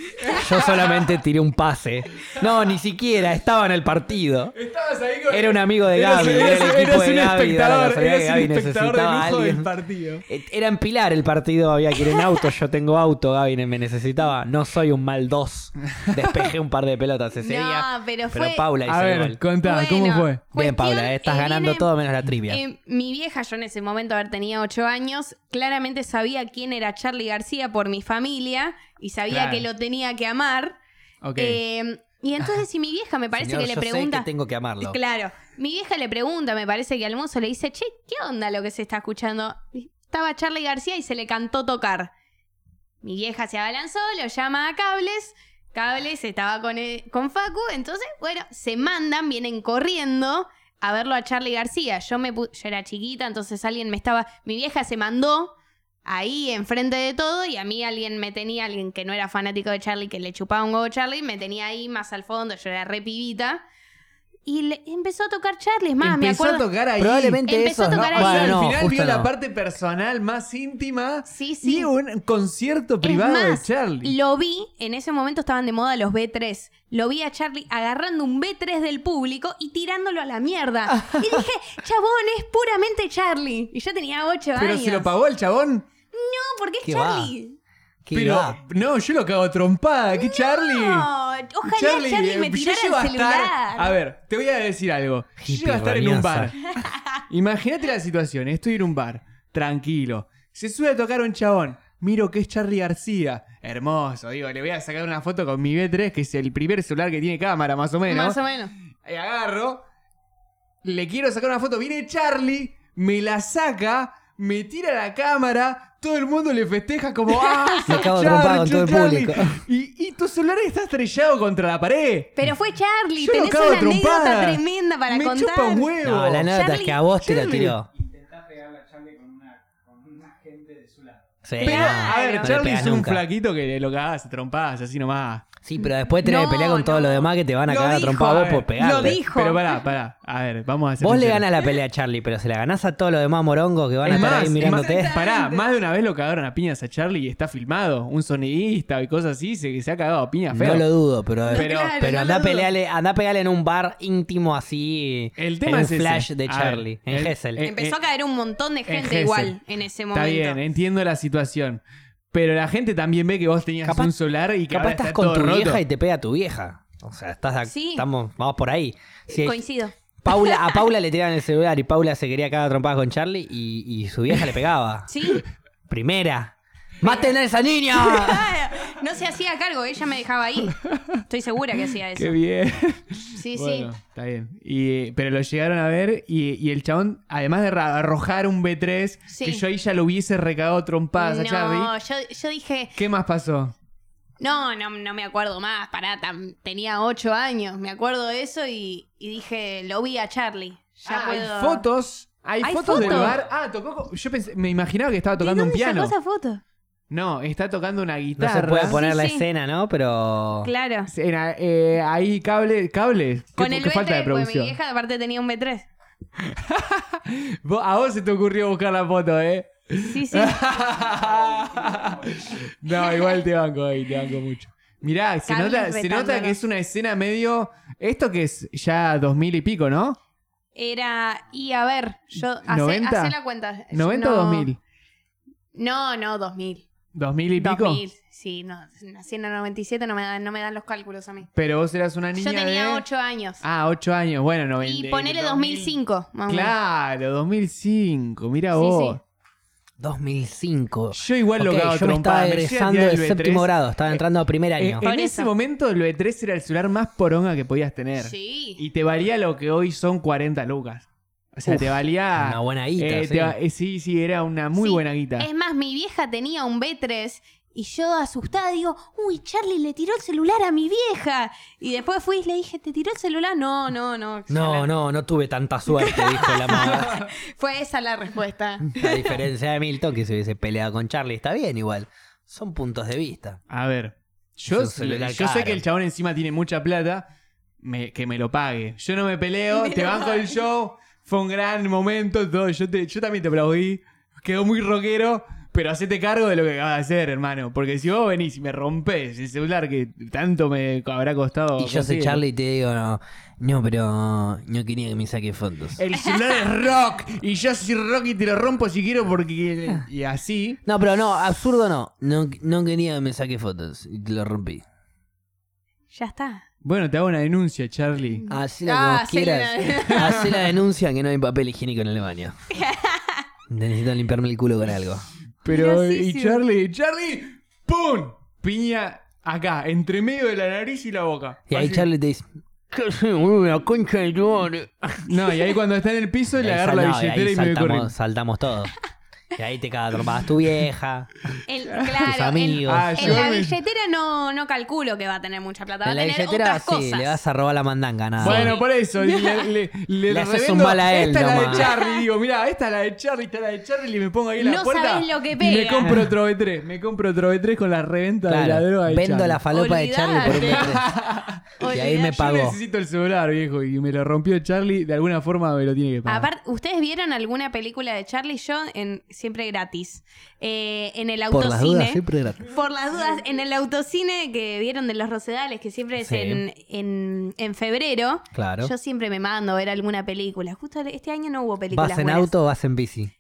Speaker 1: Yo solamente tiré un pase. No, ni siquiera, estaba en el partido.
Speaker 3: Estabas ahí con-
Speaker 1: Era un amigo de
Speaker 3: Eras-
Speaker 1: Gaby,
Speaker 3: eras-
Speaker 1: era el equipo
Speaker 3: eras
Speaker 1: de Gaby,
Speaker 3: un
Speaker 1: daba la
Speaker 3: espectador,
Speaker 1: casualidad que
Speaker 3: eras un
Speaker 1: Gaby
Speaker 3: espectador de
Speaker 1: necesitaba a
Speaker 3: lujo del
Speaker 1: alguien.
Speaker 3: partido.
Speaker 1: Eh, Era en Pilar el partido, había que ir en auto, yo tengo auto, Gaby me necesitaba. No soy un mal 2. Despejé un par de pelotas ese día.
Speaker 2: No, pero fue.
Speaker 1: Pero Paula hizo
Speaker 3: A
Speaker 1: el
Speaker 3: ver,
Speaker 1: gol.
Speaker 3: contá, ¿cómo
Speaker 2: Bueno,
Speaker 3: fue?
Speaker 1: Bien,
Speaker 2: cuestión,
Speaker 1: Paula, eh, estás
Speaker 2: eh,
Speaker 1: ganando
Speaker 2: viene-
Speaker 1: todo menos la trivia.
Speaker 2: Eh, mi vieja, yo en ese momento, a ver, tenía ocho años, claramente sabía quién era Charlie García por mi familia y sabía
Speaker 3: Claro.
Speaker 2: que lo tenía que amar.
Speaker 3: Ok.
Speaker 2: Eh, y entonces, si mi vieja me parece
Speaker 1: Señor,
Speaker 2: que le
Speaker 1: yo sé
Speaker 2: pregunta.
Speaker 1: que tengo que amarlo.
Speaker 2: Claro, mi vieja le pregunta, me parece que al mozo le dice, che, ¿qué onda lo que se está escuchando? Estaba Charlie García y se le cantó tocar. Mi vieja se abalanzó, lo llama a cables. Cables estaba con, eh, con Facu, entonces, bueno, se mandan, vienen corriendo a verlo a Charlie García. Yo, me pu- yo era chiquita, entonces alguien me estaba. Mi vieja se mandó ahí enfrente de todo y a mí alguien me tenía, alguien que no era fanático de Charlie, que le chupaba un huevo a Charlie, me tenía ahí más al fondo. Yo era re pibita. Y le empezó a tocar Charlie, es más, me
Speaker 3: Empezó
Speaker 2: acuerdo.
Speaker 3: a tocar ahí.
Speaker 1: Probablemente
Speaker 2: Empezó a
Speaker 1: eso no.
Speaker 2: tocar ahí.
Speaker 3: O sea,
Speaker 1: Bueno, no,
Speaker 3: al final
Speaker 1: justo
Speaker 3: vio la
Speaker 1: no.
Speaker 3: parte personal más íntima
Speaker 2: Sí, sí.
Speaker 3: y un concierto privado
Speaker 2: Es más,
Speaker 3: de Charlie.
Speaker 2: Lo vi, en ese momento estaban de moda los B3. Lo vi a Charlie agarrando un B3 del público y tirándolo a la mierda. Y dije, chabón, es puramente Charlie. Y yo tenía 8
Speaker 3: Pero
Speaker 2: años.
Speaker 3: se lo pagó el chabón.
Speaker 2: No, porque es
Speaker 1: ¿Qué va?
Speaker 2: Charlie.
Speaker 1: Qué
Speaker 3: pero
Speaker 1: va.
Speaker 3: no, yo lo cago a trompada. ¿Qué Charlie?
Speaker 2: No, ojalá Oh, Charlie, me
Speaker 3: eh,
Speaker 2: tirara
Speaker 3: llego a
Speaker 2: el celular.
Speaker 3: estar- a ver, te voy a decir algo. Yo
Speaker 1: Hippie
Speaker 3: llego a estar en un bar.
Speaker 1: roñosa.
Speaker 3: Imagínate la situación. Estoy en un bar, tranquilo. Se sube a tocar un chabón. Miro que es Charlie García. Hermoso, digo, le voy a sacar una foto con mi B3, que es el primer celular que tiene cámara, más o menos.
Speaker 2: Más o menos.
Speaker 3: Eh, agarro, le quiero sacar una foto, viene Charlie, me la saca, me tira la cámara, todo el mundo le festeja como ¡Ah!
Speaker 1: Me cago
Speaker 3: Charlie,
Speaker 1: trompada con todo el
Speaker 3: Charlie".
Speaker 1: público.
Speaker 3: Y, y tu celular está estrellado contra la pared.
Speaker 2: Pero fue Charlie,
Speaker 3: Yo lo
Speaker 2: tenés
Speaker 3: cago
Speaker 2: una
Speaker 3: trompada.
Speaker 2: anécdota tremenda para
Speaker 3: me
Speaker 2: contar.
Speaker 3: chupa un huevo.
Speaker 1: No, la nota es
Speaker 2: Charlie-
Speaker 1: que a vos te lo
Speaker 3: Charlie.
Speaker 1: tiró.
Speaker 4: Intentás pegarle a Charlie con una, con una gente de su lado.
Speaker 1: Sí,
Speaker 3: Pero,
Speaker 1: Eh, no,
Speaker 3: a ver,
Speaker 1: no le
Speaker 3: Charlie
Speaker 1: pegas
Speaker 3: es un
Speaker 1: nunca.
Speaker 3: flaquito que lo cagás, trompás, así nomás.
Speaker 1: Sí, pero después tenés
Speaker 2: No,
Speaker 1: que pelear con todos
Speaker 2: no.
Speaker 1: los demás que te van a
Speaker 2: Lo
Speaker 1: cagar a
Speaker 2: dijo,
Speaker 1: trompada
Speaker 3: A
Speaker 1: vos
Speaker 3: ver,
Speaker 1: por pegarte.
Speaker 2: lo dijo.
Speaker 3: Pero pará, pará. A ver, vamos a hacer.
Speaker 1: Vos le ganás la pelea a Charlie, pero se la ganás a todos los demás morongos que van a
Speaker 3: Es
Speaker 1: estar
Speaker 3: más,
Speaker 1: ahí mirándote.
Speaker 3: es más- pará, más de una vez lo cagaron a piñas a Charlie y está filmado. Un sonidista y cosas así se, se ha cagado a piñas feo.
Speaker 1: No lo dudo, pero,
Speaker 3: No,
Speaker 1: pero,
Speaker 2: claro, no
Speaker 1: andá,
Speaker 2: lo
Speaker 1: a
Speaker 2: dudo.
Speaker 1: pelearle- andá a pegarle en un bar íntimo así.
Speaker 3: El tema
Speaker 1: en
Speaker 3: es
Speaker 1: un
Speaker 3: ese.
Speaker 1: flash de
Speaker 3: A ver,
Speaker 1: Charlie, en
Speaker 3: el-
Speaker 1: Hessel.
Speaker 3: eh,
Speaker 2: Empezó
Speaker 3: eh,
Speaker 2: a caer un montón de
Speaker 3: en
Speaker 2: gente
Speaker 3: Gessel.
Speaker 2: igual en ese
Speaker 3: Está
Speaker 2: momento.
Speaker 3: bien, eh, entiendo la situación. Pero la gente también ve que vos tenías
Speaker 1: Capaz-
Speaker 3: un solar y que
Speaker 1: Capaz
Speaker 3: ahora
Speaker 1: estás
Speaker 3: está
Speaker 1: con
Speaker 3: todo
Speaker 1: tu
Speaker 3: roto.
Speaker 1: vieja y te pega tu vieja. O sea, estás de-
Speaker 2: Sí.
Speaker 1: estamos, vamos por ahí. Si
Speaker 2: Coincido.
Speaker 1: Paula, a Paula le tiraban el celular y Paula se quería cagar a trompadas con Charlie y, y su vieja le pegaba.
Speaker 2: Sí.
Speaker 1: Primera. ¡Maten a esa niña!
Speaker 2: Claro, no se hacía cargo, ella me dejaba ahí. Estoy segura que hacía eso.
Speaker 3: Qué bien.
Speaker 2: Sí,
Speaker 3: Bueno,
Speaker 2: sí.
Speaker 3: está bien. Y, eh, pero lo llegaron a ver y, y el chabón, además de ra- arrojar un B3,
Speaker 2: Sí.
Speaker 3: que yo ahí ya lo hubiese recagado trompadas a Charlie.
Speaker 2: No, yo, yo dije,
Speaker 3: ¿Qué más pasó?
Speaker 2: No, no, no me acuerdo más, pará, tam- tenía ocho años, me acuerdo de eso y, y dije, lo vi a Charlie. Ya
Speaker 3: Ah,
Speaker 2: puedo...
Speaker 3: Hay fotos. Hay,
Speaker 2: Hay
Speaker 3: fotos del
Speaker 2: fotos.
Speaker 3: bar. Ah, tocó. co- Yo pensé, me imaginaba que estaba
Speaker 2: ¿De
Speaker 3: tocando un
Speaker 2: dónde
Speaker 3: piano.
Speaker 2: sacó esa foto?
Speaker 3: No, está tocando una
Speaker 1: No se
Speaker 3: guitarra.
Speaker 1: puede poner
Speaker 2: Sí,
Speaker 1: la
Speaker 2: sí.
Speaker 1: escena, ¿no? Pero.
Speaker 2: Ah. Claro.
Speaker 3: En a- eh, ahí cable, cable. ¿Qué,
Speaker 2: Con
Speaker 3: qué
Speaker 2: el B3,
Speaker 3: falta de
Speaker 2: pues mi
Speaker 3: producción.
Speaker 2: vieja aparte tenía un B3.
Speaker 3: Vos- a vos se te ocurrió buscar la foto, ¿eh?
Speaker 2: Sí, sí.
Speaker 3: no, igual te banco ahí, te banco mucho. Mirá, se
Speaker 2: Cables
Speaker 3: nota, se nota
Speaker 2: retándonos.
Speaker 3: que es una escena medio. Esto que es ya dos mil y pico, ¿no?
Speaker 2: Era, y a ver, yo hace,
Speaker 3: 90?
Speaker 2: hace la cuenta. Yo
Speaker 3: 90 o
Speaker 2: no-
Speaker 3: 2000.
Speaker 2: No, no, 2000.
Speaker 3: ¿Dos mil y pico?
Speaker 2: 2000, sí, no, nací en el 97, no me dan, no me dan los cálculos a mí.
Speaker 3: Pero vos eras una niña
Speaker 2: Yo tenía
Speaker 3: de...
Speaker 2: 8 años.
Speaker 3: Ah, 8 años, bueno, 90.
Speaker 2: y ponele 2005, más o menos.
Speaker 3: Claro, 2005, mira
Speaker 2: Sí,
Speaker 3: vos.
Speaker 2: sí.
Speaker 1: 2005.
Speaker 3: Yo igual
Speaker 1: Ok,
Speaker 3: lo cago
Speaker 1: yo me estaba
Speaker 3: trompada, me llegan
Speaker 1: egresando
Speaker 3: a tirar
Speaker 1: de
Speaker 3: el B3.
Speaker 1: séptimo grado, estaba entrando a primer
Speaker 3: Eh,
Speaker 1: año.
Speaker 2: eh,
Speaker 3: en
Speaker 2: Por
Speaker 3: ese
Speaker 2: eso.
Speaker 3: momento el B3 era el celular más poronga que podías tener.
Speaker 2: Sí.
Speaker 3: Y te valía lo que hoy son 40 lucas. O sea,
Speaker 1: Uf,
Speaker 3: te valía...
Speaker 1: una buena guita,
Speaker 3: eh,
Speaker 1: sí.
Speaker 3: te va- eh, sí, sí, era una muy
Speaker 2: Sí, em,
Speaker 3: buena guita.
Speaker 2: Es más, mi vieja tenía un B3 y yo asustada digo, uy, Charlie le tiró el celular a mi vieja. Y después fui y le dije, ¿te tiró el celular? No, no, no.
Speaker 1: No, no, no tuve tanta suerte, dijo la mamá.
Speaker 2: Fue esa la respuesta.
Speaker 1: A diferencia de Milton, que se hubiese peleado con Charlie, está bien igual. Son puntos de vista.
Speaker 3: A ver,
Speaker 1: Es
Speaker 3: yo,
Speaker 1: un celular
Speaker 3: yo sé
Speaker 1: caro.
Speaker 3: que el chabón encima tiene mucha plata, me- que me lo pague. Yo no me peleo, te banco el show, fue un gran momento, todo. Yo, te- yo también te aplaudí, quedó muy rockero, pero hacete cargo de lo que acabas de hacer, hermano. Porque si vos venís y me rompes el celular que tanto me habrá costado.
Speaker 1: Y yo soy
Speaker 3: conseguir.
Speaker 1: Charlie y te digo, no, no, pero no quería que me saque fotos.
Speaker 3: El celular es rock y yo soy rock y te lo rompo si quiero porque... Y así...
Speaker 1: No, pero no, absurdo no. No, no quería que me saque fotos y te lo rompí.
Speaker 2: Ya está.
Speaker 3: Bueno, te hago una denuncia, Charlie.
Speaker 1: Hacela
Speaker 2: Ah,
Speaker 1: como quieras.
Speaker 2: hacela
Speaker 1: Hacé la denuncia que no hay papel higiénico en el baño. Necesito limpiarme el culo con algo.
Speaker 3: Pero, y
Speaker 2: Graciosísimo.
Speaker 3: Charlie, Charlie, ¡pum! Piña acá, entre medio de la nariz y la boca.
Speaker 1: Y ahí
Speaker 3: Así.
Speaker 1: Charlie te dice, ¿qué soy, boludo? Una concha de tu madre".
Speaker 3: No, y ahí cuando está en el piso
Speaker 1: Y
Speaker 3: le
Speaker 1: ahí
Speaker 3: agarro la
Speaker 1: sal- no, y ahí
Speaker 3: billetera y me voy corriendo.
Speaker 1: saltamos, saltamos todo. Y ahí te caga trompadas tu vieja.
Speaker 2: El, claro,
Speaker 1: Tus
Speaker 2: el-
Speaker 1: amigos.
Speaker 3: Ah,
Speaker 2: en
Speaker 3: yo
Speaker 2: la
Speaker 3: me-
Speaker 2: billetera no, no calculo que va a tener mucha plata. Va a
Speaker 1: en la
Speaker 2: tener
Speaker 1: billetera
Speaker 2: otras
Speaker 1: sí,
Speaker 2: cosas.
Speaker 1: le vas a robar la mandanga nada. más.
Speaker 3: Bueno, por eso, le, le, le,
Speaker 1: Le haces
Speaker 3: revendo,
Speaker 1: un mal a él
Speaker 3: Esta es la
Speaker 1: nomás".
Speaker 3: de Charlie, digo, mirá, esta es la de Charlie, esta es la de Charlie, y me pongo ahí en la
Speaker 2: No
Speaker 3: puerta.
Speaker 2: sabés lo que
Speaker 3: Y me
Speaker 2: pega.
Speaker 3: compro otro B3, me compro otro B3 con la reventa de la
Speaker 1: Claro,
Speaker 3: droga de
Speaker 1: vendo
Speaker 3: Charlie.
Speaker 1: la falopa de Charlie por un
Speaker 2: Olvidate.
Speaker 1: metro. Y ahí
Speaker 2: Olvidate.
Speaker 1: me
Speaker 2: Yo
Speaker 1: pagó.
Speaker 3: Yo necesito el celular, viejo, y me lo rompió Charlie, de alguna forma me lo tiene que pagar.
Speaker 2: Aparte, ¿ustedes vieron alguna película de Charlie y yo en siempre gratis? Eh, en el
Speaker 1: Por
Speaker 2: autocine.
Speaker 1: las dudas, ¿eh? siempre gratis.
Speaker 2: Por las dudas, en el autocine que vieron de los Rosedales, que siempre es
Speaker 1: Sí.
Speaker 2: en, en, en febrero,
Speaker 1: Claro.
Speaker 2: yo siempre me mando a ver alguna película. Justo este año no hubo películas.
Speaker 1: ¿Vas en
Speaker 2: buenas.
Speaker 1: auto o vas en bici?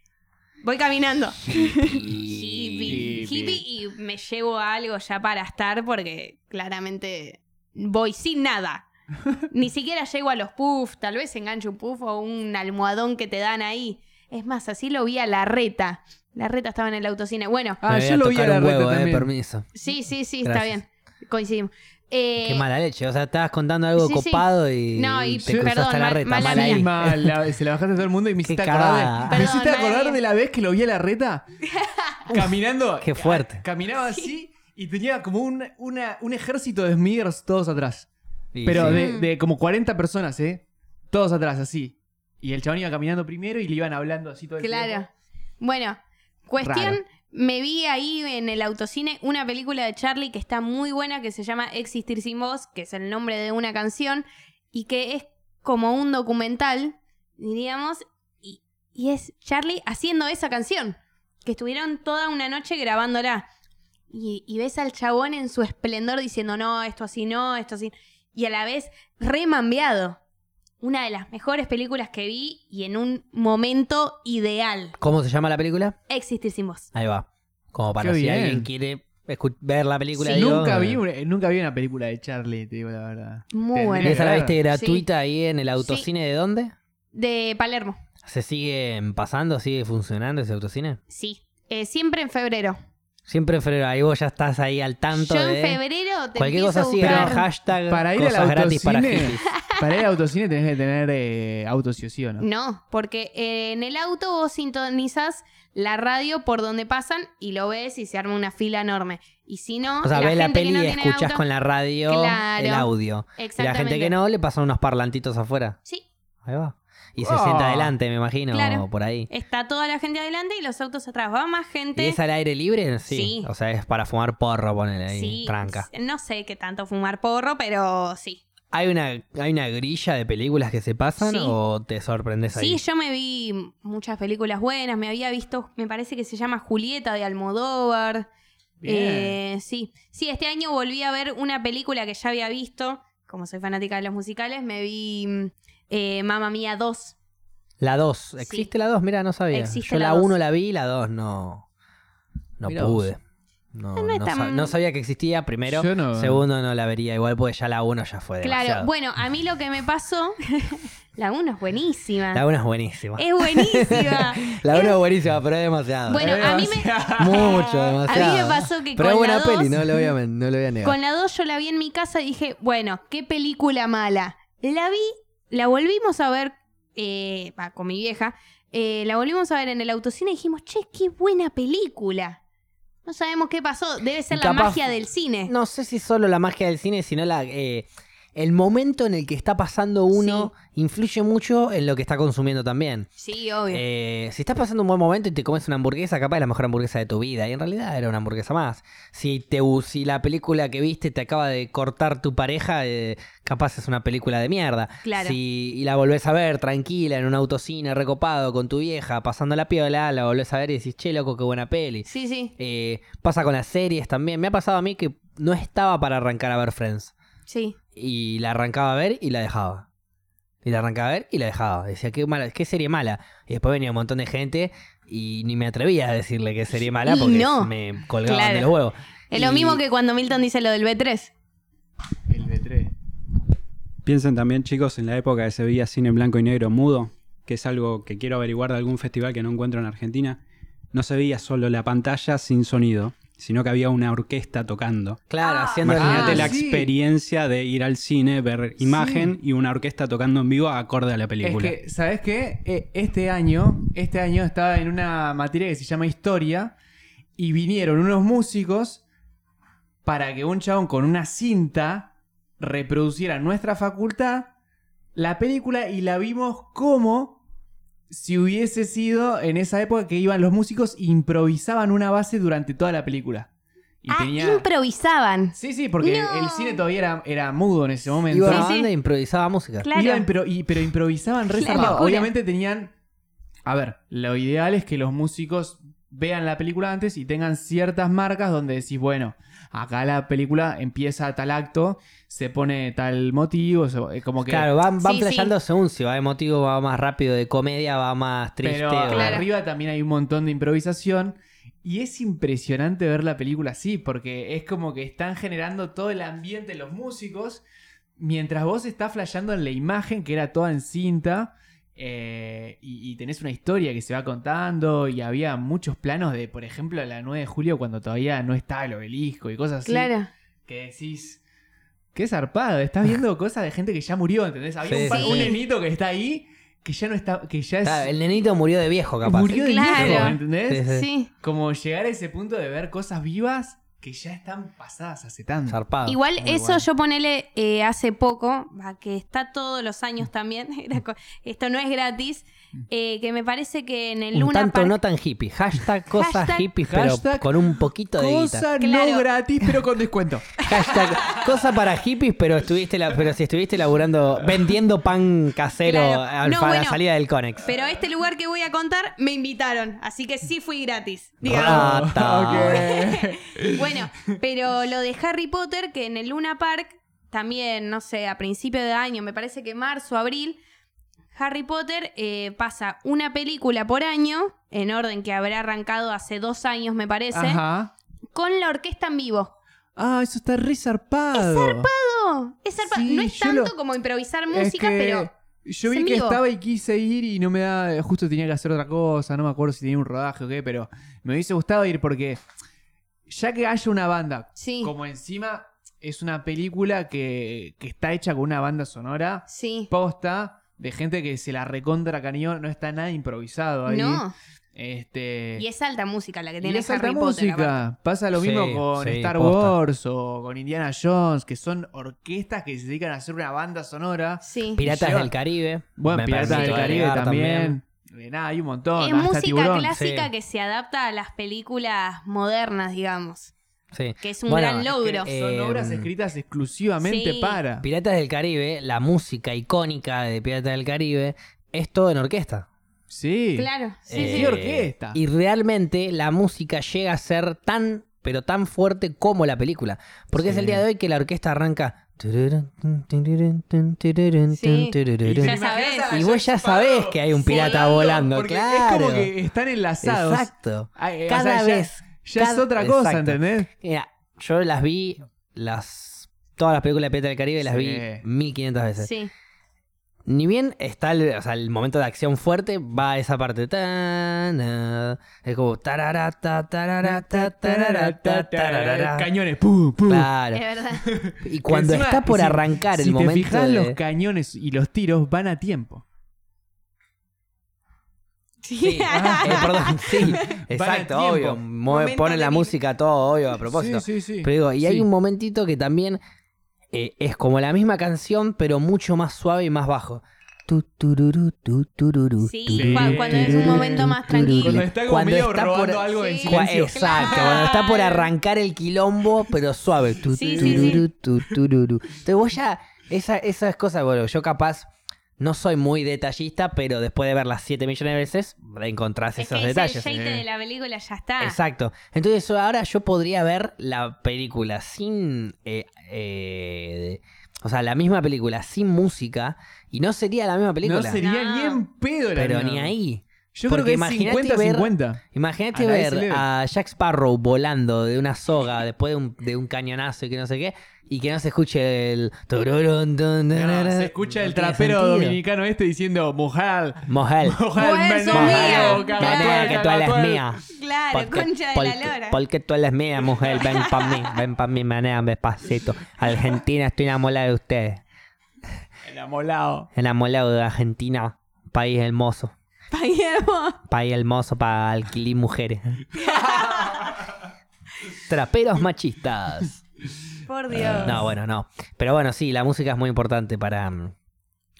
Speaker 2: Voy caminando.
Speaker 3: Hippie.
Speaker 2: Hippie, hippie, y me llevo a algo ya para estar porque claramente voy sin nada. Ni siquiera llego a los puffs, tal vez engancho un puff o un almohadón que te dan ahí. Es más, así lo vi a la reta. La reta estaba en el autocine. Bueno,
Speaker 3: Ah,
Speaker 1: Me voy
Speaker 3: yo lo vi a
Speaker 1: tocar
Speaker 3: la
Speaker 1: un
Speaker 3: reta
Speaker 1: huevo, eh,
Speaker 3: también.
Speaker 1: permiso.
Speaker 2: sí, sí, sí, está
Speaker 1: Gracias.
Speaker 2: bien. Coincidimos. Eh,
Speaker 1: Qué mala leche. O sea, estabas contando algo
Speaker 2: sí, sí.
Speaker 1: copado y,
Speaker 2: No, y
Speaker 1: te
Speaker 2: sí.
Speaker 1: cruzaste
Speaker 2: perdón,
Speaker 1: a la
Speaker 2: mal-
Speaker 1: reta.
Speaker 2: mala
Speaker 1: Mal ahí.
Speaker 2: mía.
Speaker 3: Mal, la- se la bajaste a todo el mundo y me hiciste
Speaker 1: cagada.
Speaker 3: acordar. De, me
Speaker 2: Perdón,
Speaker 3: hiciste acordar
Speaker 2: nadie.
Speaker 3: de la vez que lo vi a la reta caminando.
Speaker 1: Qué fuerte.
Speaker 3: Caminaba así y tenía como un, una- un ejército de Smithers todos atrás.
Speaker 1: Y
Speaker 3: Pero
Speaker 1: sí.
Speaker 2: Mm.
Speaker 3: de, de como 40 personas, ¿eh? Todos atrás, así. Y el chabón iba caminando primero y le iban hablando así todo el
Speaker 2: Claro.
Speaker 3: tiempo.
Speaker 2: Bueno, cuestión,
Speaker 3: Raro.
Speaker 2: me vi ahí en el autocine una película de Charlie que está muy buena que se llama Existir sin voz, que es el nombre de una canción y que es como un documental, diríamos, y, y es Charlie haciendo esa canción, que estuvieron toda una noche grabándola. Y, y ves al chabón en su esplendor diciendo, no, esto así, no, esto así. Y a la vez remambeado. Una de las mejores películas que vi y en un momento ideal.
Speaker 1: ¿Cómo se llama la película?
Speaker 2: Existir sin voz.
Speaker 1: Ahí va. Como para
Speaker 3: Qué
Speaker 1: si
Speaker 3: bien.
Speaker 1: alguien quiere escu- ver la película. digo,
Speaker 3: Nunca,
Speaker 1: eh,
Speaker 3: vi una, nunca vi una película de Charlie, te digo la verdad.
Speaker 2: Muy
Speaker 3: Tendría
Speaker 2: buena.
Speaker 1: Esa la viste
Speaker 3: Sí.
Speaker 1: gratuita ahí en el autocine de dónde?
Speaker 2: De Palermo.
Speaker 1: ¿Se sigue pasando? ¿Sigue funcionando ese autocine?
Speaker 2: Sí. Eh, siempre en febrero.
Speaker 1: Siempre en febrero, ahí vos ya estás ahí al tanto
Speaker 2: Yo
Speaker 1: de
Speaker 2: en febrero te
Speaker 1: cualquier
Speaker 2: empiezo
Speaker 1: cosa
Speaker 2: a
Speaker 1: así,
Speaker 2: buscar.
Speaker 1: ¿no? hashtag
Speaker 3: Para ir al
Speaker 1: cosas gratis para
Speaker 3: autocine.
Speaker 1: hippies.
Speaker 3: Para ir al autocine tenés que tener eh, auto sí o sí o no.
Speaker 2: No, porque eh, en el auto vos sintonizas la radio por donde pasan y lo ves y se arma una fila enorme. Y si no,
Speaker 1: O sea, ves la
Speaker 2: gente que
Speaker 1: peli
Speaker 2: no
Speaker 1: y
Speaker 2: tiene
Speaker 1: escuchás
Speaker 2: auto-
Speaker 1: con la radio
Speaker 2: Claro.
Speaker 1: el audio. Y la
Speaker 2: Exactamente.
Speaker 1: gente que no le pasan unos parlantitos afuera.
Speaker 2: Sí,
Speaker 1: Ahí va. Y
Speaker 3: Oh.
Speaker 1: se sienta adelante, me imagino,
Speaker 2: Claro.
Speaker 1: por ahí.
Speaker 2: está toda la gente adelante y los autos atrás. Va más gente.
Speaker 1: ¿Y es al aire libre? Sí.
Speaker 2: Sí.
Speaker 1: O sea, es para fumar porro, ponele ahí,
Speaker 2: Sí,
Speaker 1: tranca.
Speaker 2: s- No sé qué tanto fumar porro, pero sí.
Speaker 1: ¿Hay una, ¿Hay una grilla de películas que se pasan
Speaker 2: Sí.
Speaker 1: o te sorprendes ahí?
Speaker 2: Sí, yo me vi muchas películas buenas. Me había visto, me parece que se llama Julieta de Almodóvar.
Speaker 3: Bien.
Speaker 2: Eh, sí. sí, este año volví a ver una película que ya había visto. Como soy fanática de los musicales, me vi mm, eh, Mamma Mía 2.
Speaker 1: La 2. ¿Existe la 2? Mira, no sabía.
Speaker 2: Existe
Speaker 1: yo
Speaker 2: la
Speaker 1: la
Speaker 2: dos.
Speaker 1: 1 la vi y la 2 no. No
Speaker 3: Mirá
Speaker 1: pude. No,
Speaker 2: Eh, No es
Speaker 1: no
Speaker 2: tan-
Speaker 1: sab- no sabía que existía, primero.
Speaker 3: Yo no-
Speaker 1: Segundo, no la vería igual porque ya la 1 ya fue
Speaker 2: Claro,
Speaker 1: demasiado.
Speaker 2: bueno, a mí lo que me pasó. la 1 es buenísima.
Speaker 1: La 1 es buenísima.
Speaker 2: Es buenísima.
Speaker 1: La 1 es buenísima, pero es demasiado.
Speaker 2: eh, Bueno,
Speaker 3: Eh,
Speaker 2: a mí me.
Speaker 1: Mucho, demasiado.
Speaker 2: A mí me pasó que
Speaker 1: Pero es
Speaker 2: con
Speaker 1: buena
Speaker 2: la
Speaker 1: peli,
Speaker 2: 2
Speaker 1: no lo voy a, men- no lo voy a negar.
Speaker 2: Con la 2 yo la vi en mi casa y dije, bueno, qué película mala. La vi, la volvimos a ver eh, va, con mi vieja, eh, la volvimos a ver en el autocine y dijimos, che, qué buena película. No sabemos qué pasó, debe ser
Speaker 1: Y
Speaker 2: la
Speaker 1: capaz-
Speaker 2: magia del cine.
Speaker 1: No sé si solo la magia del cine, sino la eh, el momento en el que está pasando uno influye mucho en lo que está consumiendo también.
Speaker 2: Sí, obvio.
Speaker 1: Eh, si estás pasando un buen momento y te comes una hamburguesa, capaz es la mejor hamburguesa de tu vida. Y en realidad era una hamburguesa más. Si, te, si la película que viste te acaba de cortar tu pareja, eh, capaz es una película de mierda.
Speaker 2: Claro.
Speaker 1: Si y la volvés a ver tranquila en un autocine recopado con tu vieja, pasando la piola, la volvés a ver y decís, che, loco, qué buena peli.
Speaker 2: sí, sí,
Speaker 1: Eh, pasa con las series también. Me ha pasado a mí que no estaba para arrancar a ver Friends.
Speaker 2: sí.
Speaker 1: Y la arrancaba a ver y la dejaba. Y la arrancaba a ver y la dejaba. Decía, qué, mala, qué serie mala. Y después venía un montón de gente y ni me atrevía a decirle que serie mala
Speaker 2: Y
Speaker 1: porque
Speaker 2: no.
Speaker 1: me colgaban
Speaker 2: Claro.
Speaker 1: de los huevos.
Speaker 2: Es lo
Speaker 1: Y-
Speaker 2: mismo que cuando Milton dice lo del B3.
Speaker 3: El B3.
Speaker 5: Piensen también, chicos, en la época que se veía cine en blanco y negro mudo, que es algo que quiero averiguar de algún festival que no encuentro en Argentina. No se veía solo la pantalla sin sonido, sino que había una orquesta tocando.
Speaker 1: Claro, haciendo el-
Speaker 5: Imagínate
Speaker 3: Ah,
Speaker 5: la
Speaker 3: sí.
Speaker 5: experiencia de ir al cine, ver imagen y una orquesta tocando en vivo acorde a la
Speaker 3: Es
Speaker 5: película.
Speaker 3: que, ¿sabes qué? Eh, Este año, este año estaba en una materia que se llama historia y vinieron unos músicos para que un chabón con una cinta reproduciera en nuestra facultad la película y la vimos como si hubiese sido en esa época que iban los músicos e improvisaban una base durante toda la película. Y
Speaker 2: ah,
Speaker 3: tenía...
Speaker 2: improvisaban.
Speaker 3: Sí, sí, porque el- el
Speaker 2: No.
Speaker 3: cine todavía era, era mudo en ese momento.
Speaker 1: iba
Speaker 3: Ah,
Speaker 1: a la
Speaker 2: Sí, sí.
Speaker 1: banda e improvisaba música.
Speaker 2: Claro.
Speaker 3: Iban, pero, y- pero improvisaban re
Speaker 2: La
Speaker 3: zarpado.
Speaker 2: locura.
Speaker 3: Obviamente tenían. A ver, lo ideal es que los músicos vean la película antes y tengan ciertas marcas donde decís, bueno, acá la película empieza a tal acto, se pone tal motivo, se- eh, como que.
Speaker 1: Claro, van, van
Speaker 2: Sí, sí.
Speaker 1: playando según si va emotivo, va más rápido de comedia, va más triste.
Speaker 3: pero
Speaker 1: o-
Speaker 2: Claro.
Speaker 3: arriba también hay un montón de improvisación. Y es impresionante ver la película así, porque es como que están generando todo el ambiente los músicos, mientras vos estás flasheando en la imagen que era toda en cinta, eh, y, y tenés una historia que se va contando, y había muchos planos de, por ejemplo, la 9 de julio cuando todavía no estaba el obelisco y cosas así,
Speaker 2: Claro.
Speaker 3: que decís, qué zarpado, estás viendo cosas de gente que ya murió, ¿entendés? Había
Speaker 1: Sí,
Speaker 3: un, par-
Speaker 2: sí.
Speaker 3: un nenito que está ahí, que ya no está, que ya es...
Speaker 1: Claro, el nenito murió de viejo, capaz.
Speaker 3: Murió de
Speaker 2: Claro.
Speaker 3: viejo, ¿entendés?
Speaker 1: Sí.
Speaker 2: Sí.
Speaker 3: Como llegar a ese punto de ver cosas vivas que ya están pasadas hace tanto.
Speaker 1: Zarpado.
Speaker 2: Igual
Speaker 3: Muy
Speaker 2: eso
Speaker 3: bueno.
Speaker 2: yo ponele eh, hace poco, va, que está todos los años también, era co- esto no es gratis, eh, que me parece que en el
Speaker 1: un
Speaker 2: Luna
Speaker 1: tanto
Speaker 2: Park-
Speaker 1: no tan hippie. Hashtag cosas
Speaker 2: Hashtag-
Speaker 1: hippies, pero
Speaker 3: hashtag
Speaker 1: con un poquito de guita.
Speaker 3: Cosa
Speaker 2: Claro.
Speaker 3: no gratis, pero con descuento.
Speaker 1: Hashtag cosa para hippies, pero estuviste la, pero si estuviste laburando, vendiendo pan casero
Speaker 2: Claro.
Speaker 1: al-
Speaker 2: No,
Speaker 1: a la
Speaker 2: bueno.
Speaker 1: salida del Conex. Ah,
Speaker 2: Pero a este lugar que voy a contar me invitaron, así que sí fui gratis. digamos.
Speaker 1: Rata.
Speaker 2: Bueno, pero lo de Harry Potter, que en el Luna Park, también, no sé, a principio de año, me parece que marzo, abril, Harry Potter eh, pasa una película por año, en orden que habrá arrancado hace dos años, me parece,
Speaker 3: Ajá.
Speaker 2: con la orquesta en vivo.
Speaker 3: Ah, eso está re zarpado.
Speaker 2: No, es zarpa-
Speaker 3: Sí,
Speaker 2: no es
Speaker 3: yo
Speaker 2: tanto
Speaker 3: lo-
Speaker 2: como improvisar
Speaker 3: Es
Speaker 2: música,
Speaker 3: que
Speaker 2: pero
Speaker 3: Yo
Speaker 2: es
Speaker 3: vi
Speaker 2: en
Speaker 3: que
Speaker 2: vivo.
Speaker 3: estaba y quise ir y no me da. Justo tenía que hacer otra cosa, no me acuerdo si tenía un rodaje o qué, pero me hubiese gustado ir porque. Ya que haya una banda,
Speaker 2: sí,
Speaker 3: como encima es una película que, que está hecha con una banda sonora,
Speaker 2: sí.
Speaker 3: posta de gente que se la recontra cañón, no está nada improvisado ahí.
Speaker 2: No,
Speaker 3: Este,
Speaker 2: Y es alta música la que
Speaker 3: y
Speaker 2: tiene
Speaker 3: es
Speaker 2: Harry
Speaker 3: alta
Speaker 2: Potter. aparte.
Speaker 3: música. Pasa lo
Speaker 1: Sí,
Speaker 3: mismo con
Speaker 1: sí,
Speaker 3: Star
Speaker 1: posta.
Speaker 3: Wars o con Indiana Jones, que son orquestas que se dedican a hacer una banda sonora.
Speaker 2: Sí.
Speaker 1: Piratas
Speaker 3: Lleva-
Speaker 1: del Caribe.
Speaker 3: Bueno,
Speaker 1: me
Speaker 3: Piratas
Speaker 1: permito
Speaker 3: del Caribe
Speaker 1: agregar
Speaker 3: también. Eh, nada, hay un montón.
Speaker 2: es
Speaker 3: hasta
Speaker 2: música
Speaker 3: Tiburón.
Speaker 2: clásica
Speaker 1: sí.
Speaker 2: que se adapta a las películas modernas, digamos.
Speaker 1: Sí.
Speaker 2: Que es un
Speaker 1: Bueno,
Speaker 2: gran
Speaker 1: es que-
Speaker 2: logro.
Speaker 1: eh,
Speaker 3: Son obras
Speaker 1: Em,
Speaker 3: escritas exclusivamente
Speaker 2: sí.
Speaker 3: para.
Speaker 1: Piratas del Caribe, la música icónica de Piratas del Caribe, es todo en orquesta.
Speaker 3: Sí.
Speaker 2: Claro. Sí,
Speaker 1: Eh,
Speaker 3: sí, orquesta.
Speaker 1: Y realmente la música llega a ser tan, pero tan fuerte como la película. Porque es el
Speaker 3: Sí.
Speaker 1: día de hoy que la orquesta arranca.
Speaker 2: Sí.
Speaker 3: te
Speaker 2: Ya
Speaker 3: imaginas
Speaker 2: sabés.
Speaker 3: a
Speaker 1: Y vos ya sabés que hay un pirata volando,
Speaker 3: porque
Speaker 1: claro.
Speaker 3: Es como que están enlazados.
Speaker 1: Exacto.
Speaker 3: Ay, eh, o
Speaker 1: Cada
Speaker 3: sea, ya-
Speaker 1: vez.
Speaker 3: Ya, es
Speaker 1: cada-
Speaker 3: otra cosa,
Speaker 1: Exacto.
Speaker 3: ¿entendés?
Speaker 1: Mira, yo las vi, las todas las películas de Piratas del Caribe las
Speaker 3: Sí.
Speaker 1: vi 1500
Speaker 2: sí.
Speaker 3: eh,
Speaker 1: veces.
Speaker 2: Sí.
Speaker 1: Ni bien está el, o sea, el momento de acción fuerte, va esa parte. Ta, na, es como. tarara, ta, tarara, ta, tarara, ta, tarara.
Speaker 3: Cañones, pum, pum.
Speaker 1: Claro.
Speaker 2: Es verdad.
Speaker 1: Y cuando
Speaker 3: Encima,
Speaker 1: está por
Speaker 3: si-
Speaker 1: arrancar el
Speaker 3: si
Speaker 1: momento.
Speaker 3: te fijas,
Speaker 1: de-
Speaker 3: los cañones y los tiros van a tiempo.
Speaker 1: Sí,
Speaker 3: Ah,
Speaker 1: eh, perdón, sí, exacto,
Speaker 3: tiempo.
Speaker 1: obvio. mueve-
Speaker 2: Momento
Speaker 1: ponen la
Speaker 2: de-
Speaker 1: música todo, obvio, a propósito.
Speaker 3: Sí, sí, sí.
Speaker 1: Pero digo, y hay
Speaker 3: Sí.
Speaker 1: un momentito que también eh, es como la misma canción, pero mucho más suave y más bajo. Tu, tururú, tu, tururú,
Speaker 2: Sí,
Speaker 1: tu,
Speaker 3: cu-
Speaker 1: tururú,
Speaker 3: cuando es un
Speaker 1: tururú,
Speaker 2: momento más
Speaker 1: tururú.
Speaker 2: tranquilo. Cuando
Speaker 3: está como
Speaker 1: Cuando
Speaker 3: medio
Speaker 1: está
Speaker 3: robando
Speaker 1: por-
Speaker 3: algo en
Speaker 2: Sí.
Speaker 1: cua-
Speaker 3: silencio.
Speaker 1: Exacto, cuando está por
Speaker 2: Claro.
Speaker 1: arrancar el quilombo, pero suave. Tu,
Speaker 2: Sí,
Speaker 1: tu,
Speaker 2: sí,
Speaker 1: tururú, tu, tururú. Entonces vos ya, esa, esas cosas, bueno, yo capaz no soy muy detallista, pero después de verlas 7 millones de veces, encontrás
Speaker 2: Es que
Speaker 1: esos
Speaker 2: es
Speaker 1: detalles.
Speaker 2: el
Speaker 3: eh.
Speaker 2: jeite de la película, ya está.
Speaker 1: Exacto. Entonces yo- ahora yo podría ver la película sin... eh, eh, de- o sea, la misma película sin música y no sería la misma película.
Speaker 3: No sería
Speaker 2: No.
Speaker 3: ni en pedo la
Speaker 1: pero
Speaker 3: mina.
Speaker 1: ni ahí.
Speaker 3: Yo
Speaker 1: Porque
Speaker 3: creo que es
Speaker 1: imagínate
Speaker 3: 50-50.
Speaker 1: ver-
Speaker 3: Ver...
Speaker 1: Imagínate
Speaker 3: A la
Speaker 1: ver
Speaker 3: SLB.
Speaker 1: a Jack Sparrow volando de una soga después de un, de un cañonazo y que no sé qué, y que no se escuche el... tururún, dun, dun, dun, dun.
Speaker 3: se escucha el
Speaker 1: No tiene
Speaker 3: trapero
Speaker 1: sentido.
Speaker 3: dominicano este diciendo Mojal.
Speaker 1: Mojal.
Speaker 3: Mojal,
Speaker 2: Bueno,
Speaker 3: menea,
Speaker 2: son mías.
Speaker 3: boca,
Speaker 2: Menea,
Speaker 3: tuerca,
Speaker 1: que tú eres
Speaker 3: tuerca".
Speaker 1: mía.
Speaker 2: Claro, concha de
Speaker 1: porque-
Speaker 2: la lora.
Speaker 1: porque tú eres mía, mujer. Ven pa' mí, ven pa' mí, manéame despacito. Argentina, estoy enamorado de ustedes.
Speaker 3: Enamorado.
Speaker 1: Enamorado de Argentina, país hermoso.
Speaker 2: País hermoso.
Speaker 1: País hermoso para alquilar mujeres. Traperos machistas.
Speaker 3: Ah.
Speaker 2: Por Dios.
Speaker 1: No, bueno, no. Pero bueno, sí, la música es muy importante para, mm,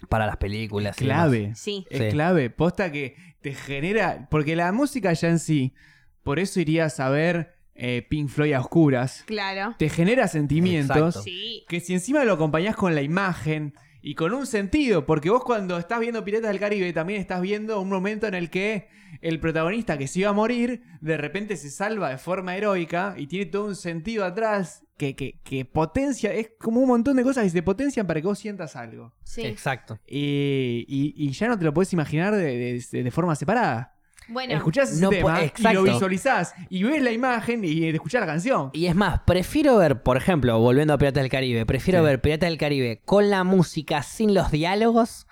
Speaker 1: para las películas. y demás.
Speaker 3: Clave.
Speaker 2: Sí.
Speaker 3: Es
Speaker 1: Sí.
Speaker 3: clave. Posta que te genera. Porque la música ya en sí. Por eso irías a ver eh, Pink Floyd a oscuras.
Speaker 2: Claro.
Speaker 3: Te genera sentimientos.
Speaker 1: Exacto.
Speaker 2: Sí.
Speaker 3: Que si encima lo acompañás con la imagen y con un sentido, porque vos cuando estás viendo Piratas del Caribe también estás viendo un momento en el que el protagonista que se iba a morir, de repente se salva de forma heroica y tiene todo un sentido atrás que, que, que potencia, es como un montón de cosas que se potencian para que vos sientas algo.
Speaker 2: Sí.
Speaker 1: Exacto.
Speaker 3: Y, Eh, y- y ya no te lo podés imaginar de, de- de forma separada.
Speaker 2: Bueno.
Speaker 3: escuchás ese
Speaker 1: no po-
Speaker 3: tema y
Speaker 1: exacto.
Speaker 3: lo visualizás y ves la imagen y escuchás la canción.
Speaker 1: Y es más, prefiero ver, por ejemplo, volviendo a Piratas del Caribe, prefiero
Speaker 3: Sí.
Speaker 1: ver Piratas del Caribe con la música sin los diálogos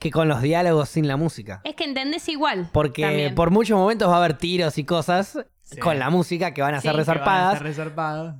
Speaker 1: que con los diálogos sin la música.
Speaker 2: Es que entendés igual.
Speaker 1: Porque
Speaker 2: también.
Speaker 1: por muchos momentos va a haber tiros y cosas
Speaker 3: Sí.
Speaker 1: con la música que van a
Speaker 2: Sí,
Speaker 1: ser
Speaker 2: que van a
Speaker 3: Que van a
Speaker 1: resarpadas,
Speaker 3: estar resarpadas.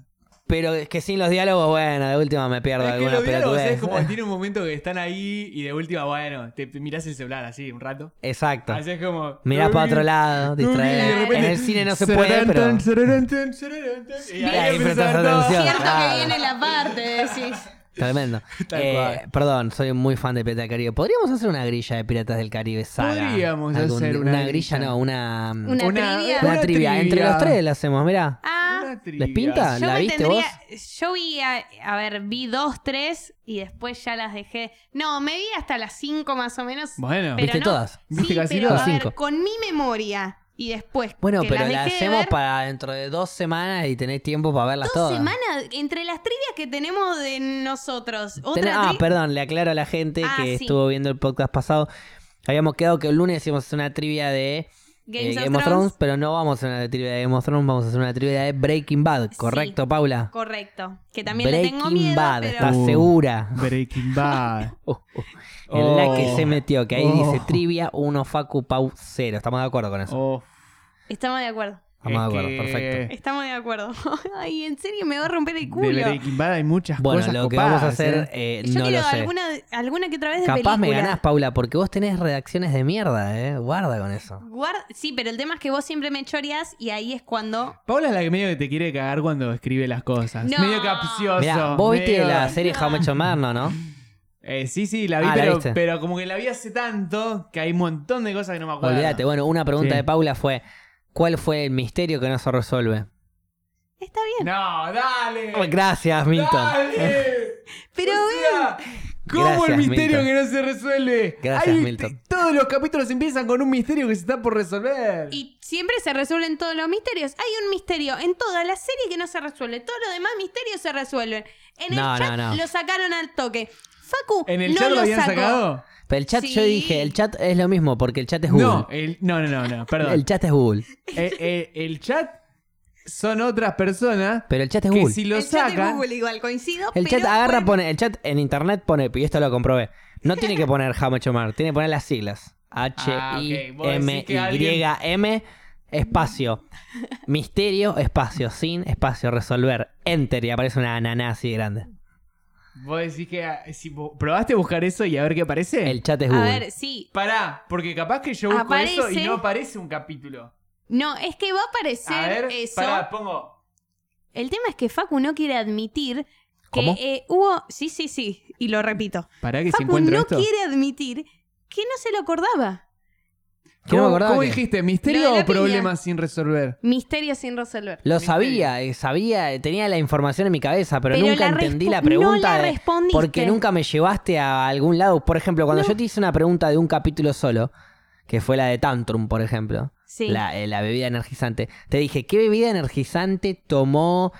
Speaker 1: pero es que sin los diálogos, bueno, de última me pierdo
Speaker 3: Es que
Speaker 1: alguna
Speaker 3: los diálogos
Speaker 1: pelotudez.
Speaker 3: es como tiene un momento que están ahí y de última, bueno, te mirás el celular así un rato.
Speaker 1: Exacto.
Speaker 3: Así es como.
Speaker 1: Mirás para otro lado,
Speaker 2: de
Speaker 1: distraer.
Speaker 2: repente,
Speaker 1: En el cine no se puede, pero.
Speaker 3: Sarantán, sararantán, sararantán, Y
Speaker 1: Y ahí
Speaker 3: ahí
Speaker 1: prestás
Speaker 3: empieza todo.
Speaker 1: atención.
Speaker 2: Cierto
Speaker 1: Claro.
Speaker 2: que viene la parte, decís.
Speaker 1: Tremendo.
Speaker 3: Tal
Speaker 1: Eh,
Speaker 3: cual.
Speaker 1: perdón, soy muy fan de Piratas del Caribe. ¿Podríamos hacer una grilla de Piratas del Caribe saga?
Speaker 3: Podríamos
Speaker 1: Algún
Speaker 3: hacer
Speaker 1: día.
Speaker 3: una
Speaker 1: grilla,
Speaker 3: grilla.
Speaker 1: no, una, una,
Speaker 2: Una, trivia.
Speaker 3: una
Speaker 1: trivia.
Speaker 3: trivia.
Speaker 1: Entre los tres la hacemos, mirá.
Speaker 2: Ah.
Speaker 3: Una trivia.
Speaker 1: ¿Les pinta?
Speaker 2: Yo
Speaker 1: ¿La
Speaker 2: me
Speaker 1: viste
Speaker 2: tendría,
Speaker 1: vos?
Speaker 2: yo vi, a, a ver, vi dos, tres y después ya las dejé. No, me vi hasta las cinco más o menos.
Speaker 3: Bueno,
Speaker 2: Pero
Speaker 1: ¿Viste
Speaker 2: no.
Speaker 1: todas?
Speaker 2: Sí,
Speaker 3: ¿Viste casi
Speaker 2: pero
Speaker 1: todas?
Speaker 2: a ver,
Speaker 1: Cinco.
Speaker 2: con mi memoria y después.
Speaker 1: Bueno,
Speaker 2: que
Speaker 1: pero
Speaker 2: las
Speaker 1: la
Speaker 2: dejé de
Speaker 1: hacemos
Speaker 2: ver,
Speaker 1: para dentro de dos semanas y tenés tiempo para verlas
Speaker 2: Dos
Speaker 1: todas.
Speaker 2: semanas entre las trivias que tenemos de nosotros. Otra
Speaker 1: Tenés- ah,
Speaker 2: tri-
Speaker 1: perdón, le aclaro a la gente
Speaker 2: Ah,
Speaker 1: que
Speaker 2: sí.
Speaker 1: estuvo viendo el podcast pasado. Habíamos quedado que el lunes hicimos una trivia de eh,
Speaker 2: Games of
Speaker 1: Game of
Speaker 2: Thrones.
Speaker 1: Thrones, pero no vamos a hacer una trivia de Game of Thrones, vamos a hacer una trivia de Breaking Bad, ¿correcto, Paula?
Speaker 2: Correcto. Que también le
Speaker 1: Breaking
Speaker 2: tengo miedo,
Speaker 1: Bad,
Speaker 2: pero
Speaker 1: ¿estás
Speaker 3: Uh.
Speaker 1: segura?
Speaker 3: Breaking Bad.
Speaker 1: Uh, uh, en la que
Speaker 3: Oh.
Speaker 1: se metió, que ahí
Speaker 3: Oh.
Speaker 1: dice trivia 1 Facu Pau 0. Estamos de acuerdo con eso.
Speaker 3: Oh,
Speaker 2: estamos de acuerdo.
Speaker 1: Vamos de
Speaker 3: Es
Speaker 1: Ah, acuerdo,
Speaker 3: que
Speaker 1: perfecto.
Speaker 2: Estamos de acuerdo. Ay, en serio, me va a romper el culo.
Speaker 3: De Breaking Bad hay muchas
Speaker 1: Bueno,
Speaker 3: Oh, cosas
Speaker 1: lo que
Speaker 3: copadas,
Speaker 1: vamos a hacer,
Speaker 3: ¿eh?
Speaker 1: eh,
Speaker 2: Yo
Speaker 1: no
Speaker 2: quiero
Speaker 1: lo sé.
Speaker 2: alguna, alguna que otra vez de
Speaker 1: Capaz
Speaker 2: película.
Speaker 1: me ganás, Paula, porque vos tenés redacciones de mierda, ¿eh? Guarda con eso.
Speaker 2: Guard- Sí, pero el tema es que vos siempre me choreás y ahí es cuando...
Speaker 3: Paula es la que medio que te quiere cagar cuando escribe las cosas.
Speaker 2: No.
Speaker 3: Medio capcioso.
Speaker 1: Mirá, vos viste
Speaker 3: medio-
Speaker 1: la serie How Much Marno, ¿no?
Speaker 3: Eh, sí, sí, la vi,
Speaker 1: Ah, la
Speaker 3: pero,
Speaker 1: viste.
Speaker 3: pero como que la vi hace tanto que hay un montón de cosas que no me acuerdo.
Speaker 1: Olvídate. Bueno, una pregunta
Speaker 3: Sí.
Speaker 1: de Paula fue: ¿Cuál fue el misterio que no se resuelve?
Speaker 2: Está bien.
Speaker 3: No, dale.
Speaker 1: Gracias, Milton.
Speaker 3: ¡Dale!
Speaker 2: Pero
Speaker 3: O sea, ¿Cómo
Speaker 1: Gracias,
Speaker 3: el misterio
Speaker 1: Milton.
Speaker 3: que no se resuelve?
Speaker 1: Gracias,
Speaker 3: Hay-
Speaker 1: Milton.
Speaker 3: Todos los capítulos empiezan con un misterio que se está por resolver.
Speaker 2: Y siempre se resuelven todos los misterios. Hay un misterio en toda la serie que no se resuelve. Todos los demás misterios se resuelven. En
Speaker 1: No,
Speaker 2: el chat
Speaker 1: no, no.
Speaker 2: lo sacaron al toque. Facu
Speaker 3: ¿En el
Speaker 2: no
Speaker 3: chat lo habían
Speaker 2: sacó.
Speaker 3: sacado?
Speaker 1: Pero el chat, yo
Speaker 2: Sí.
Speaker 1: dije: el chat es lo mismo, porque el chat es Google.
Speaker 3: No, el- no, no, no, no, perdón.
Speaker 1: El
Speaker 3: el,
Speaker 1: chat es Google.
Speaker 3: Eh, el chat son otras personas
Speaker 1: Pero el chat es
Speaker 3: que
Speaker 1: Google.
Speaker 3: si lo
Speaker 2: el chat de
Speaker 3: sacan.
Speaker 2: Google igual, coincido.
Speaker 1: El chat
Speaker 2: pero
Speaker 1: agarra,
Speaker 2: fue-
Speaker 1: pone, el chat en internet pone, y esto lo comprobé, no tiene que poner How much you Mar, tiene que poner las siglas.
Speaker 3: Ah, ok. Vos decís que
Speaker 1: H-I-M-Y-M, espacio, misterio, espacio, sin, espacio, resolver, enter, y aparece una ananá así grande.
Speaker 3: Vos decís que ah, si bo- probaste buscar eso y a ver qué aparece.
Speaker 1: El chat es
Speaker 2: A
Speaker 1: Google.
Speaker 2: ver, sí.
Speaker 3: Pará, porque capaz que yo busco eso y
Speaker 2: Aparece.
Speaker 3: no aparece un capítulo.
Speaker 2: No, es que va a aparecer
Speaker 3: A ver,
Speaker 2: eso.
Speaker 3: pará, pongo.
Speaker 2: El tema es que Facu no quiere admitir que
Speaker 1: ¿Cómo?
Speaker 2: eh, hubo. Sí, sí, sí. Y lo repito.
Speaker 3: Pará que
Speaker 2: Facu no quiere admitir que no se lo acordaba.
Speaker 1: Que no me
Speaker 3: ¿Cómo,
Speaker 1: acordaba
Speaker 3: cómo
Speaker 1: que-
Speaker 3: dijiste?
Speaker 2: Lo
Speaker 3: ¿Misterio
Speaker 2: de la
Speaker 3: o problemas
Speaker 2: piña.
Speaker 3: sin resolver?
Speaker 2: Misterio sin resolver.
Speaker 1: Lo
Speaker 3: misterio.
Speaker 1: sabía, eh, sabía, eh, tenía la información en mi cabeza, pero, nunca entendí
Speaker 2: respo-
Speaker 1: la pregunta.
Speaker 2: No la
Speaker 1: de-
Speaker 2: respondiste.
Speaker 1: Porque nunca me llevaste a algún lado. Por ejemplo, cuando
Speaker 2: No.
Speaker 1: yo te hice una pregunta de un capítulo solo, que fue la de Tantrum, por ejemplo.
Speaker 2: Sí.
Speaker 1: la, eh, la bebida energizante. Te dije, ¿qué bebida energizante tomó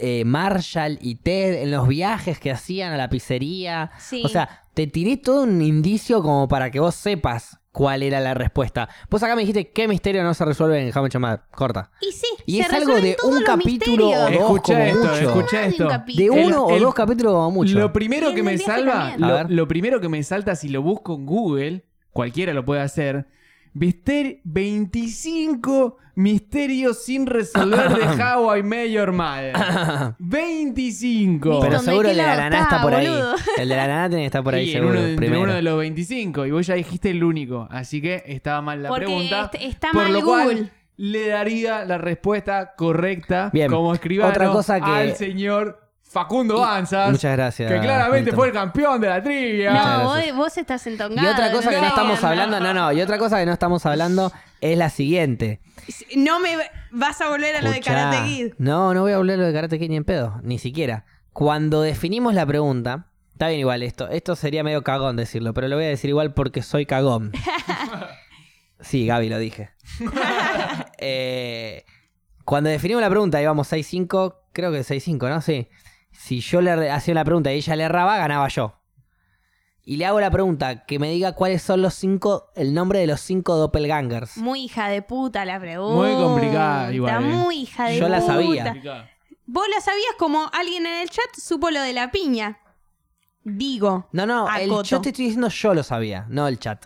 Speaker 1: eh, Marshall y Ted en los viajes que hacían a la pizzería?
Speaker 2: Sí.
Speaker 1: O sea, te tiré todo un indicio como para que vos sepas cuál era la respuesta. Vos acá me dijiste, ¿qué misterio no se resuelve en Hammer Chamar? Corta.
Speaker 2: y sí,
Speaker 1: y
Speaker 2: se
Speaker 1: es algo
Speaker 2: resuelven
Speaker 1: de
Speaker 2: todos
Speaker 1: un
Speaker 2: los
Speaker 1: capítulo o
Speaker 2: misterios.
Speaker 1: dos
Speaker 3: Escuchá
Speaker 1: como
Speaker 3: esto,
Speaker 1: mucho.
Speaker 3: escuchá esto.
Speaker 1: De
Speaker 2: capítulo.
Speaker 1: uno o
Speaker 3: El-
Speaker 1: dos capítulos como mucho.
Speaker 3: Lo primero
Speaker 2: Y
Speaker 3: que
Speaker 2: el
Speaker 3: me
Speaker 2: del viaje
Speaker 3: salva,
Speaker 2: también.
Speaker 1: A
Speaker 3: lo,
Speaker 1: ver.
Speaker 3: lo primero que me salta si lo busco en Google, cualquiera lo puede hacer. Vester 25 misterios sin resolver de How I Met Your Mother. 25.
Speaker 1: Pero
Speaker 2: ¿Dónde?
Speaker 1: seguro
Speaker 2: ¿Qué
Speaker 1: el de la
Speaker 2: lado
Speaker 1: naná
Speaker 2: está,
Speaker 1: está por ahí.
Speaker 2: boludo?
Speaker 1: El de la naná tiene que estar por ahí
Speaker 3: Y en
Speaker 1: seguro.
Speaker 3: uno, de- entre
Speaker 1: primero.
Speaker 3: uno de los 25. Y vos ya dijiste el único. Así que estaba mal la
Speaker 2: Porque
Speaker 3: pregunta.
Speaker 2: est- está
Speaker 3: por
Speaker 2: mal
Speaker 3: lo cual,
Speaker 2: Google.
Speaker 3: le daría la respuesta correcta
Speaker 1: Bien.
Speaker 3: como escribano
Speaker 1: Otra cosa que-
Speaker 3: al señor Facundo Banzas.
Speaker 1: Muchas gracias.
Speaker 3: Que claramente
Speaker 1: Milton.
Speaker 3: fue el campeón de la trivia.
Speaker 1: Muchas
Speaker 2: No, vos,
Speaker 1: gracias.
Speaker 2: vos estás entongado.
Speaker 1: Y otra cosa que no
Speaker 2: Brian.
Speaker 1: estamos hablando, no, no, y otra cosa que no estamos hablando es la siguiente.
Speaker 2: No me vas a volver a lo de
Speaker 1: Escuchá.
Speaker 2: Karate Kid.
Speaker 1: No, no voy a hablar de lo de Karate Kid ni en pedo, ni siquiera. Cuando definimos la pregunta, está bien igual esto, esto sería medio cagón decirlo, pero lo voy a decir igual porque soy cagón. Sí, Gaby, lo dije. Eh, cuando definimos la pregunta, íbamos 6-5, creo que 6-5, ¿no? Sí. Si yo le re- hacía una pregunta y ella le erraba, ganaba yo. Y le hago la pregunta que me diga cuáles son los cinco, el nombre de los cinco doppelgangers.
Speaker 2: Muy hija de puta la pregunta.
Speaker 3: Muy complicada igual,
Speaker 2: Está
Speaker 3: eh.
Speaker 2: muy hija de
Speaker 1: Yo la
Speaker 2: puta.
Speaker 1: sabía.
Speaker 2: Vos la sabías como alguien en el chat supo lo de la piña. Digo.
Speaker 1: No, no, el-
Speaker 2: Acoto.
Speaker 1: yo te estoy diciendo yo lo sabía, no el chat.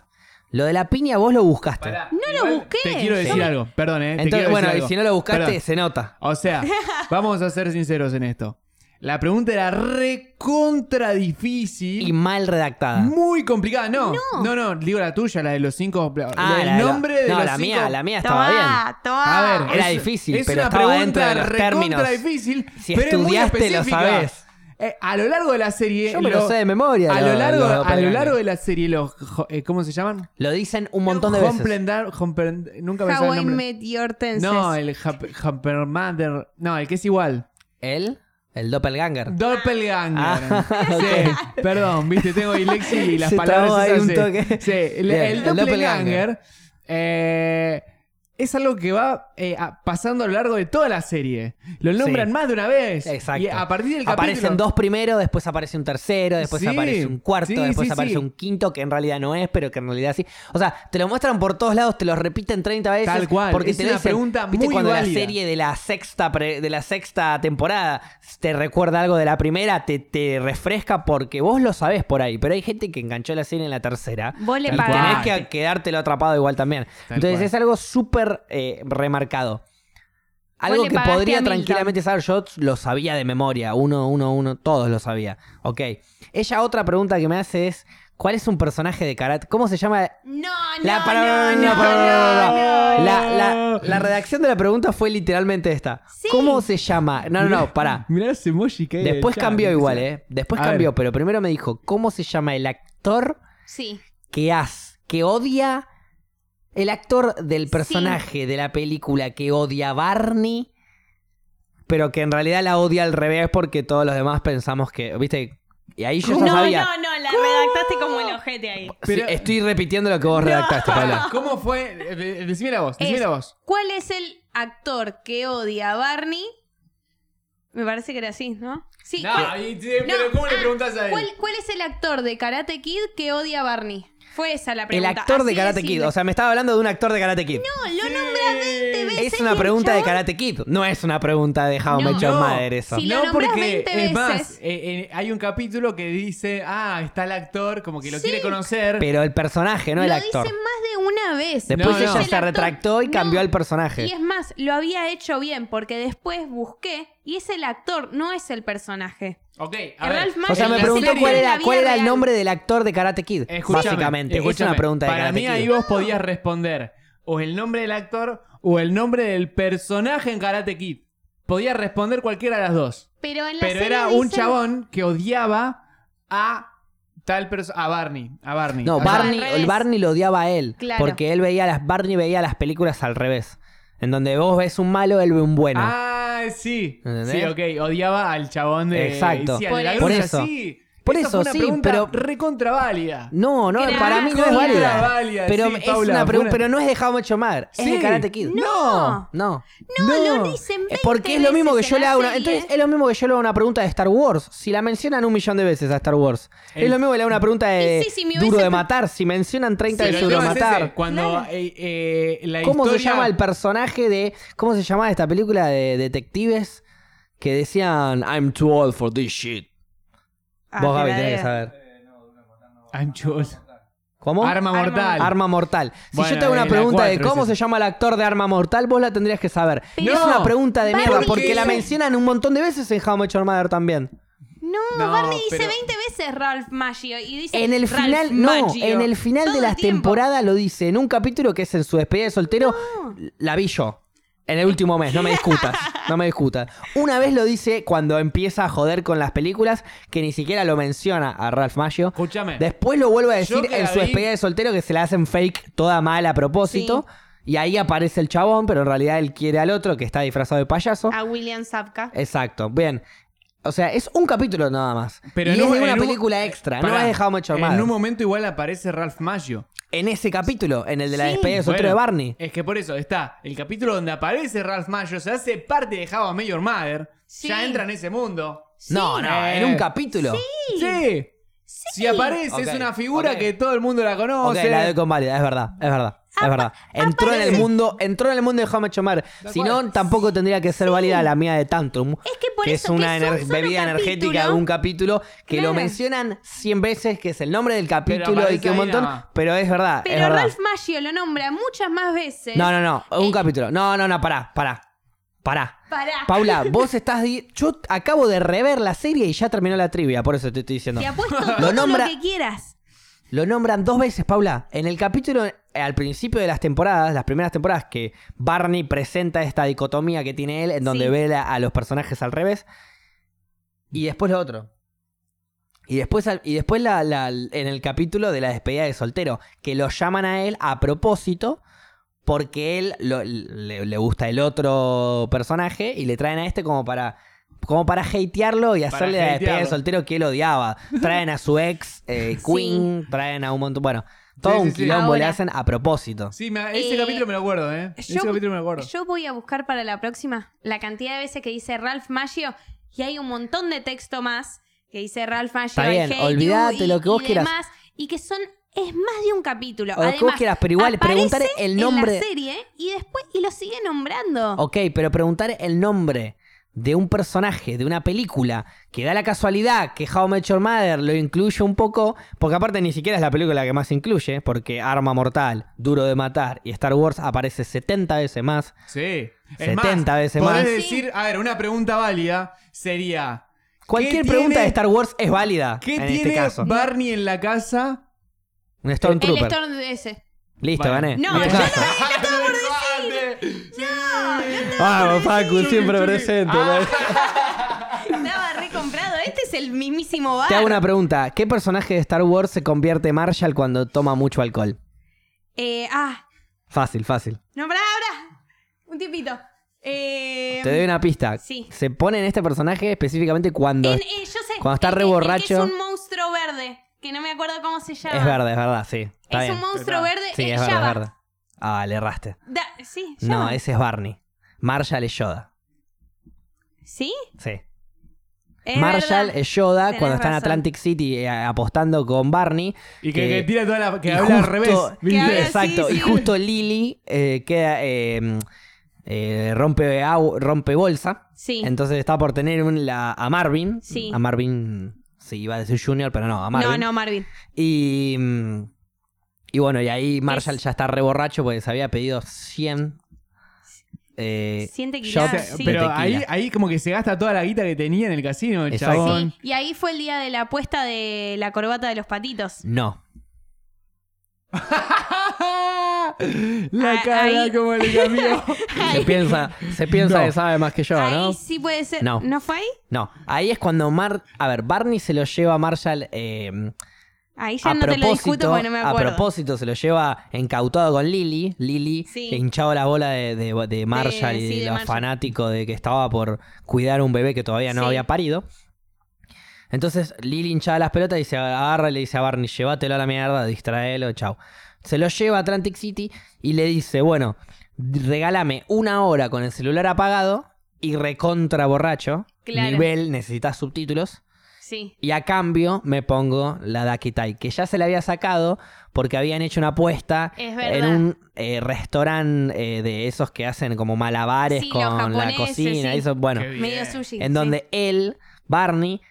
Speaker 1: Lo de la piña vos lo buscaste.
Speaker 2: lo busqué.
Speaker 3: Te quiero decir
Speaker 1: Sí.
Speaker 3: algo. Perdón, eh. te
Speaker 1: Entonces,
Speaker 3: quiero
Speaker 1: bueno,
Speaker 3: decir
Speaker 1: y
Speaker 3: algo.
Speaker 1: si no lo buscaste,
Speaker 3: Perdón.
Speaker 1: se nota.
Speaker 3: O sea, vamos a ser sinceros en esto. La pregunta era recontra difícil.
Speaker 1: Y mal redactada.
Speaker 3: Muy complicada, no. No, no, digo la tuya, la de los cinco. la-
Speaker 1: Ah,
Speaker 3: el
Speaker 1: la de la-
Speaker 3: nombre de
Speaker 1: no,
Speaker 3: los
Speaker 1: la
Speaker 3: cinco-
Speaker 1: mía, la mía estaba bien.
Speaker 2: Tomá, tomá.
Speaker 3: A ver,
Speaker 1: Era
Speaker 3: es-
Speaker 1: difícil,
Speaker 3: es
Speaker 1: pero
Speaker 3: una
Speaker 1: estaba dentro
Speaker 3: pregunta
Speaker 1: de los
Speaker 3: recontra
Speaker 1: términos.
Speaker 3: difícil,
Speaker 1: Si
Speaker 3: pero es muy
Speaker 1: estudiaste, lo
Speaker 3: específica.
Speaker 1: sabés.
Speaker 3: Eh, a lo largo de la serie,
Speaker 1: Yo me lo sé de memoria,
Speaker 3: A
Speaker 1: lo-
Speaker 3: lo largo,
Speaker 1: los
Speaker 3: a lo
Speaker 1: doppelgangers.
Speaker 3: largo de la serie, los jo- eh, ¿cómo se llaman?
Speaker 1: Lo dicen un montón de veces.
Speaker 3: Homprendar- homprend- nunca me sale
Speaker 2: How
Speaker 3: el
Speaker 2: I
Speaker 3: nombre.
Speaker 2: Met Your Tenses.
Speaker 3: No, el Hampermander. No, el que es igual.
Speaker 1: ¿El? El doppelganger.
Speaker 3: Doppelganger.
Speaker 1: Ah,
Speaker 3: Sí, perdón, viste, tengo dilexia y las
Speaker 1: Se
Speaker 3: palabras
Speaker 1: trabó ahí
Speaker 3: esas,
Speaker 1: un
Speaker 3: sí.
Speaker 1: toque.
Speaker 3: Sí, el,
Speaker 1: Bien,
Speaker 3: el
Speaker 1: el
Speaker 3: Doppelganger,
Speaker 1: doppelganger.
Speaker 3: eh, es algo que va eh, a- pasando a lo largo de toda la serie. Lo nombran
Speaker 1: Sí.
Speaker 3: más de una vez.
Speaker 1: Exacto.
Speaker 3: Y a partir del
Speaker 1: Aparecen
Speaker 3: capítulo-
Speaker 1: dos primero, después aparece un tercero, después
Speaker 3: Sí,
Speaker 1: aparece un cuarto,
Speaker 3: sí,
Speaker 1: después
Speaker 3: sí,
Speaker 1: aparece
Speaker 3: sí.
Speaker 1: un quinto que en realidad no es, pero que en realidad sí. O sea, te lo muestran por todos lados, te lo repiten 30 veces.
Speaker 3: Tal cual,
Speaker 1: Porque
Speaker 3: es
Speaker 1: te lo
Speaker 3: una
Speaker 1: dicen,
Speaker 3: pregunta
Speaker 1: ¿viste
Speaker 3: muy
Speaker 1: cuando
Speaker 3: válida.
Speaker 1: la serie de la sexta pre- de la sexta temporada te recuerda algo de la primera, te, te refresca porque vos lo sabés por ahí, pero hay gente que enganchó la serie en la tercera.
Speaker 2: Vos le
Speaker 1: Y
Speaker 3: Tal
Speaker 2: pagás.
Speaker 1: tenés que quedártelo atrapado igual también.
Speaker 3: Tal
Speaker 1: Entonces
Speaker 3: cual.
Speaker 1: es algo súper eh, remarcado. Algo
Speaker 2: le
Speaker 1: que
Speaker 2: pagaste a
Speaker 1: podría
Speaker 2: Milton.
Speaker 1: tranquilamente saber, yo lo sabía de memoria, uno, uno, uno, todos lo sabía. Ok. Ella otra pregunta que me hace es, ¿cuál es un personaje de karate? ¿Cómo se llama?
Speaker 2: No, no,
Speaker 1: La-
Speaker 2: no,
Speaker 1: para- no,
Speaker 2: no,
Speaker 1: no, para-
Speaker 2: no, no.
Speaker 1: La, la- la redacción de la pregunta fue literalmente esta.
Speaker 2: Sí.
Speaker 1: ¿Cómo se llama? No, no, no, pará.
Speaker 3: Mirá los emoji que hay en el
Speaker 1: Después
Speaker 3: chat,
Speaker 1: cambió
Speaker 3: ¿no?
Speaker 1: igual, ¿eh? Después
Speaker 3: A
Speaker 1: cambió,
Speaker 3: ver.
Speaker 1: pero primero me dijo, ¿cómo se llama el actor
Speaker 2: Sí,
Speaker 1: que hace, que odia, el actor del personaje de la película que odia a Barney, pero que en realidad la odia al revés porque todos los demás pensamos que, viste, y ahí yo
Speaker 6: no,
Speaker 1: ya sabía.
Speaker 6: no, no, la redactaste como el ojete ahí.
Speaker 1: Sí,
Speaker 3: Pero-
Speaker 1: estoy repitiendo lo que vos redactaste, Pablo.
Speaker 3: ¿Cómo fue? Eh, eh, Decime la voz, decime
Speaker 2: Es-
Speaker 3: la voz.
Speaker 2: ¿Cuál es el actor que odia a Barney? Me parece que era así, ¿no? Sí. ¿cuál,
Speaker 3: ahí- sí,
Speaker 2: no, ah, cuál- cuál es el actor de Karate Kid que odia a Barney? Fue esa la
Speaker 1: El
Speaker 2: pregunta.
Speaker 1: actor de
Speaker 2: así
Speaker 1: Karate
Speaker 2: simple.
Speaker 1: Kid, o sea, me estaba hablando de un actor de Karate Kid.
Speaker 2: No, lo nombra 20 veces.
Speaker 1: es una
Speaker 2: y
Speaker 1: pregunta
Speaker 2: el
Speaker 1: de
Speaker 2: chabón-
Speaker 1: Karate Kid, no es una pregunta de How
Speaker 2: No.
Speaker 1: Met Your
Speaker 3: No.
Speaker 1: Mother eso.
Speaker 2: Si lo
Speaker 3: no,
Speaker 2: nombrás
Speaker 3: porque
Speaker 2: 20
Speaker 3: es más,
Speaker 2: veces.
Speaker 3: eh, eh, hay un capítulo que dice, ah, está el actor, como que lo
Speaker 2: Sí.
Speaker 3: quiere conocer.
Speaker 1: Pero el personaje, no el
Speaker 2: lo
Speaker 1: actor.
Speaker 2: dicen más de una vez.
Speaker 1: Después
Speaker 3: No,
Speaker 1: ella
Speaker 3: no.
Speaker 2: El
Speaker 1: se
Speaker 2: actor-
Speaker 1: retractó y
Speaker 2: no.
Speaker 1: cambió el personaje.
Speaker 2: Y es más, lo había hecho bien porque después busqué y es el actor, no es el personaje.
Speaker 3: ok, a
Speaker 2: El
Speaker 3: ver.
Speaker 2: Ralph
Speaker 1: O
Speaker 2: Macchio
Speaker 1: sea, me
Speaker 2: la
Speaker 1: preguntó
Speaker 2: serie
Speaker 1: cuál
Speaker 2: de la
Speaker 1: era,
Speaker 2: vida
Speaker 1: cuál era el
Speaker 2: real.
Speaker 1: nombre del actor de Karate Kid.
Speaker 3: Escúchame,
Speaker 1: básicamente, es
Speaker 3: escúchame.
Speaker 1: una pregunta de
Speaker 3: Para
Speaker 1: Karate
Speaker 3: mí
Speaker 1: Kid.
Speaker 3: ahí vos podías responder o el nombre del actor o el nombre del personaje en Karate Kid. Podías responder cualquiera de las dos.
Speaker 2: Pero, en la
Speaker 3: Pero
Speaker 2: serie
Speaker 3: era un
Speaker 2: dicen-
Speaker 3: chabón que odiaba a tal persona, a Barney, a Barney.
Speaker 1: No,
Speaker 3: O sea,
Speaker 1: Barney,
Speaker 2: al
Speaker 1: el
Speaker 2: revés.
Speaker 1: Barney lo odiaba a él.
Speaker 2: Claro.
Speaker 1: Porque él veía las, Barney veía las películas al revés. En donde vos ves un malo, él ve un bueno.
Speaker 3: Ah, sí.
Speaker 1: ¿Entendés?
Speaker 3: Sí, ok. Odiaba al chabón de.
Speaker 1: Exacto.
Speaker 3: Sí, al
Speaker 2: Por
Speaker 3: de la
Speaker 2: eso.
Speaker 3: grulla,
Speaker 1: Por eso.
Speaker 3: sí.
Speaker 1: Por
Speaker 3: Esa
Speaker 1: eso,
Speaker 3: fue una
Speaker 1: sí,
Speaker 3: pregunta
Speaker 1: pero-
Speaker 3: Recontra válida.
Speaker 1: No, no,
Speaker 2: Era
Speaker 1: para mí no es
Speaker 2: contra
Speaker 1: válida.
Speaker 3: válida,
Speaker 1: pero,
Speaker 3: sí,
Speaker 1: es
Speaker 3: Paula,
Speaker 1: una
Speaker 3: fue
Speaker 1: pregun-
Speaker 3: una-
Speaker 1: pero no es de How Much Mother, es de
Speaker 3: Sí.
Speaker 1: Karate Kid.
Speaker 2: No.
Speaker 1: no.
Speaker 2: No, lo dicen 20
Speaker 1: Es Porque es lo mismo que
Speaker 2: veces
Speaker 1: yo
Speaker 2: en
Speaker 1: le
Speaker 2: la
Speaker 1: hago una,
Speaker 2: serie.
Speaker 1: entonces es lo mismo que yo le hago una pregunta de Star Wars, si la mencionan un millón de veces a Star Wars. Es lo mismo que le hago una pregunta de
Speaker 2: Y sí, si me
Speaker 1: Duro
Speaker 2: hubiese-
Speaker 1: de matar, si mencionan 30
Speaker 3: Pero
Speaker 1: de
Speaker 3: el
Speaker 1: Duro de
Speaker 3: tema es ese,
Speaker 1: matar.
Speaker 3: Cuando eh, eh, la
Speaker 1: ¿Cómo se
Speaker 3: historia-
Speaker 1: llama el personaje de. ¿Cómo se llamaba esta película de detectives? Que decían, I'm too old for this shit.
Speaker 2: Ah,
Speaker 1: Vos,
Speaker 2: te
Speaker 1: Gaby,
Speaker 2: la
Speaker 1: tenés
Speaker 2: debo.
Speaker 1: que saber.
Speaker 3: I'm Joel.
Speaker 1: ¿Cómo?
Speaker 3: Arma
Speaker 2: Arma
Speaker 3: mortal.
Speaker 1: Arma mortal. Si
Speaker 3: Bueno,
Speaker 1: yo te hago una
Speaker 3: la
Speaker 1: pregunta de
Speaker 3: cuatro,
Speaker 1: cómo
Speaker 3: esa.
Speaker 1: se llama el actor de Arma Mortal, vos la tendrías que saber.
Speaker 2: Pero-
Speaker 1: es una pregunta de
Speaker 2: Barbie
Speaker 1: mierda, porque la
Speaker 2: dice-
Speaker 1: mencionan un montón de veces en How Much Your Mother también.
Speaker 2: No,
Speaker 3: No,
Speaker 2: Barney dice
Speaker 3: pero-
Speaker 2: 20 veces Ralph Maggio y dice
Speaker 1: En el
Speaker 2: Ralph
Speaker 1: final, no,
Speaker 2: Maggio.
Speaker 1: en el final
Speaker 2: Todo
Speaker 1: de
Speaker 2: el
Speaker 1: las
Speaker 2: tiempo.
Speaker 1: temporadas lo dice, en un capítulo que es en su despedida de soltero, la vi yo. En el último mes, no me discutas, no me discutas. Una vez lo dice cuando empieza a joder con las películas, que ni siquiera lo menciona a Ralph Maggio.
Speaker 3: Escúchame.
Speaker 1: Después lo vuelve a
Speaker 3: Yo
Speaker 1: decir
Speaker 3: que
Speaker 1: en
Speaker 3: la
Speaker 1: su
Speaker 3: vi-
Speaker 1: despedida de soltero que se la hacen fake toda mal a propósito. Y ahí aparece el chabón, pero en realidad él quiere al otro que está disfrazado de payaso.
Speaker 2: A William Zabka.
Speaker 1: Exacto, bien. O sea, es un capítulo nada más.
Speaker 3: Pero
Speaker 1: y
Speaker 3: en
Speaker 1: es
Speaker 3: un-
Speaker 1: de una
Speaker 3: en un-
Speaker 1: película extra, no
Speaker 3: Pará,
Speaker 1: es de How Much Your Mother.
Speaker 3: En un momento igual aparece Ralph Maggio.
Speaker 1: En ese capítulo, en el de la
Speaker 2: Sí.
Speaker 1: despedida de soltero
Speaker 3: Bueno,
Speaker 1: de Barney.
Speaker 3: Es que por eso está el capítulo donde aparece Ralph Maggio, se hace parte de Java Major Mother.
Speaker 2: Sí.
Speaker 3: Ya entra en ese mundo.
Speaker 1: No, no, en un capítulo.
Speaker 3: Sí. Si aparece,
Speaker 1: Ok,
Speaker 3: es una figura
Speaker 1: ok.
Speaker 3: que todo el mundo la
Speaker 1: Ok,
Speaker 3: conoce.
Speaker 1: la doy con válida, es verdad, es verdad, es verdad. Entró en el
Speaker 2: aparece.
Speaker 1: mundo, entró en el mundo de How Much Your Mother. Si no, tampoco tendría que ser válida la mía de Tantrum.
Speaker 2: Es que por
Speaker 1: que
Speaker 2: eso
Speaker 1: es una
Speaker 2: que son
Speaker 1: ener-
Speaker 2: solo
Speaker 1: bebida energética de
Speaker 2: capítulo.
Speaker 1: un capítulo que lo
Speaker 2: Claro.
Speaker 1: mencionan 100 veces, que es el nombre del capítulo y
Speaker 3: aparece
Speaker 1: que un
Speaker 3: ahí
Speaker 1: montón,
Speaker 3: nada más.
Speaker 1: pero es verdad, es
Speaker 2: Pero
Speaker 1: verdad.
Speaker 2: Ralph Maggio lo nombra muchas más veces.
Speaker 1: No, no, no, un capítulo. No, no, no, pará, pará. Pará.
Speaker 2: Pará.
Speaker 1: Paula, vos estás di- yo acabo de rever la serie y ya terminó la trivia, por eso te estoy diciendo.
Speaker 2: Te apuesto
Speaker 1: Lo
Speaker 2: todo
Speaker 1: nombra-
Speaker 2: lo que quieras.
Speaker 1: Lo nombran dos veces, Paula. En el capítulo, eh, al principio de las temporadas, las primeras temporadas, que Barney presenta esta dicotomía que tiene él, en donde
Speaker 2: Sí.
Speaker 1: ve la- a los personajes al revés. Y después lo otro. Y después, al- y después la- la- en el capítulo de la despedida de soltero, que lo llaman a él a propósito, porque él lo- le, le gusta el otro personaje y le traen a este como para. Como para hatearlo y hacerle la despedida de
Speaker 3: hatearlo.
Speaker 1: soltero que él odiaba. Traen a su ex, eh,
Speaker 2: Sí.
Speaker 1: Queen, traen a un montón. Bueno, todo
Speaker 3: Sí, sí,
Speaker 1: un
Speaker 3: sí.
Speaker 1: quilombo le
Speaker 2: Ahora.
Speaker 1: hacen a propósito.
Speaker 3: Sí, me- ese
Speaker 2: Eh,
Speaker 3: capítulo me lo acuerdo, ¿eh?
Speaker 2: yo-
Speaker 3: ese capítulo me lo acuerdo.
Speaker 2: Yo voy a buscar para la próxima la cantidad de veces que dice Ralph Maggio y hay un montón de texto más que dice Ralph Maggio.
Speaker 1: Está
Speaker 2: I
Speaker 1: bien,
Speaker 2: hate
Speaker 1: olvídate
Speaker 2: you, y-
Speaker 1: lo que vos
Speaker 2: y
Speaker 1: quieras.
Speaker 2: demás, y que son es más de un capítulo.
Speaker 1: O lo que vos
Speaker 2: Además,
Speaker 1: quieras, pero igual
Speaker 2: aparece
Speaker 1: preguntar el
Speaker 2: en
Speaker 1: nombre.
Speaker 2: la serie y después y lo sigue nombrando.
Speaker 1: Ok, pero preguntar el nombre de un personaje, de una película, que da la casualidad que How I Met Your Mother lo incluye un poco, porque aparte ni siquiera es la película que más incluye, porque Arma Mortal, Duro de Matar y Star Wars aparece 70 veces más.
Speaker 3: Sí. Es más,
Speaker 1: 70 veces
Speaker 3: podés
Speaker 1: más.
Speaker 3: decir, a ver, una pregunta válida sería:
Speaker 1: Cualquier
Speaker 3: ¿qué
Speaker 1: pregunta
Speaker 3: tiene-
Speaker 1: de Star Wars es válida.
Speaker 3: ¿Qué
Speaker 1: en
Speaker 3: tiene
Speaker 1: este caso.
Speaker 3: Barney en la casa?
Speaker 1: Un
Speaker 2: El
Speaker 1: Stormtrooper.
Speaker 2: Storm de ese.
Speaker 1: Listo,
Speaker 3: Vale.
Speaker 1: gané.
Speaker 6: No,
Speaker 1: Listo.
Speaker 6: yo no-
Speaker 1: Vamos, Ah, Facu, siempre presente.
Speaker 3: Ah,
Speaker 6: Estaba recomprado. Este es el mismísimo bar.
Speaker 1: Te hago una pregunta. ¿Qué personaje de Star Wars se convierte en Marshall cuando toma mucho alcohol?
Speaker 6: Eh, ah,
Speaker 1: Fácil, fácil.
Speaker 6: no, pará, ahora. Un tiempito. Eh,
Speaker 1: Te doy una pista.
Speaker 6: sí.
Speaker 1: Se pone en este personaje específicamente cuando...
Speaker 6: en-
Speaker 1: Es
Speaker 6: eh, yo sé.
Speaker 1: cuando está
Speaker 6: el
Speaker 1: re
Speaker 6: que- el que
Speaker 1: borracho.
Speaker 6: Es un monstruo verde. Que no me acuerdo cómo se llama.
Speaker 1: verdad, es verdad, sí. Está
Speaker 6: Es
Speaker 1: bien.
Speaker 6: un monstruo verde.
Speaker 1: Sí,
Speaker 6: eh,
Speaker 1: es verdad,
Speaker 6: Java.
Speaker 1: es verdad. Ah, le erraste.
Speaker 6: Da- sí,
Speaker 1: No,
Speaker 6: Java.
Speaker 1: ese es Barney. Marshall es Yoda.
Speaker 6: ¿Sí?
Speaker 1: Sí.
Speaker 6: Es
Speaker 1: Marshall
Speaker 6: verdad.
Speaker 1: es Yoda
Speaker 6: Tenés
Speaker 1: cuando está en
Speaker 6: razón.
Speaker 1: Atlantic City eh, apostando con Barney.
Speaker 3: Y que,
Speaker 1: Eh,
Speaker 3: que tira toda la. Que
Speaker 1: y
Speaker 3: habla al
Speaker 1: justo-
Speaker 3: revés. ¿viste?
Speaker 6: Que habla- Ah, sí,
Speaker 1: Exacto.
Speaker 6: sí.
Speaker 1: Y justo Lily eh, queda. eh, eh, rompe, agu- rompe bolsa.
Speaker 6: Sí.
Speaker 1: Entonces está por tener un- la- a Marvin.
Speaker 6: Sí.
Speaker 1: A Marvin. Sí, iba a decir Junior, pero no, a Marvin.
Speaker 6: No, no, Marvin.
Speaker 1: Y. mm, Y bueno, y ahí Marshall
Speaker 6: Es-
Speaker 1: ya está reborracho porque se había pedido 100. Eh,
Speaker 6: Siente que
Speaker 1: shots
Speaker 6: ya,
Speaker 1: de
Speaker 6: sí.
Speaker 3: Pero
Speaker 1: tequila.
Speaker 3: ahí, ahí como que se gasta toda la guita que tenía en el casino, el
Speaker 1: Exacto.
Speaker 3: chabón.
Speaker 2: Y ahí fue el día de la apuesta de la corbata de los patitos.
Speaker 1: No.
Speaker 3: la
Speaker 6: Ah,
Speaker 3: cara
Speaker 6: ahí-
Speaker 3: como le cambió.
Speaker 1: Se piensa, se piensa
Speaker 3: No.
Speaker 1: que sabe más que yo, ¿no?
Speaker 2: Ahí sí puede ser.
Speaker 1: No.
Speaker 2: ¿No fue ahí?
Speaker 1: No, ahí es cuando Mar... A ver, Barney se lo lleva a Marshall eh,
Speaker 2: Ahí ya
Speaker 1: a
Speaker 2: no te lo discuto
Speaker 1: propósito.
Speaker 2: porque no me
Speaker 1: a
Speaker 2: acuerdo.
Speaker 1: propósito se lo lleva encautado con Lily. Lily
Speaker 6: Sí.
Speaker 1: le hinchaba la bola de, de- de Marshall
Speaker 6: sí,
Speaker 1: y
Speaker 6: de
Speaker 1: de lo
Speaker 6: Marshall.
Speaker 1: fanático de que estaba por cuidar un bebé que todavía no
Speaker 6: Sí.
Speaker 1: había parido. Entonces Lily hinchaba las pelotas y se agarra y le dice a Barney, llévatelo a la mierda, distraelo, chao. Se lo lleva a Atlantic City y le dice, bueno, regálame una hora con el celular apagado y recontra borracho.
Speaker 6: Claro.
Speaker 1: Nivel, necesitas subtítulos.
Speaker 6: Sí.
Speaker 1: Y a cambio me pongo la Dakitai, que ya se la había sacado porque habían hecho una apuesta
Speaker 6: Es verdad.
Speaker 1: en un eh, restaurante eh, de esos que hacen como malabares
Speaker 6: Sí, los
Speaker 1: con la
Speaker 6: japoneses,
Speaker 1: cocina.
Speaker 6: sí.
Speaker 1: Eso, bueno,
Speaker 3: Qué bien.
Speaker 6: Medio sushi.
Speaker 1: en donde él, Barney,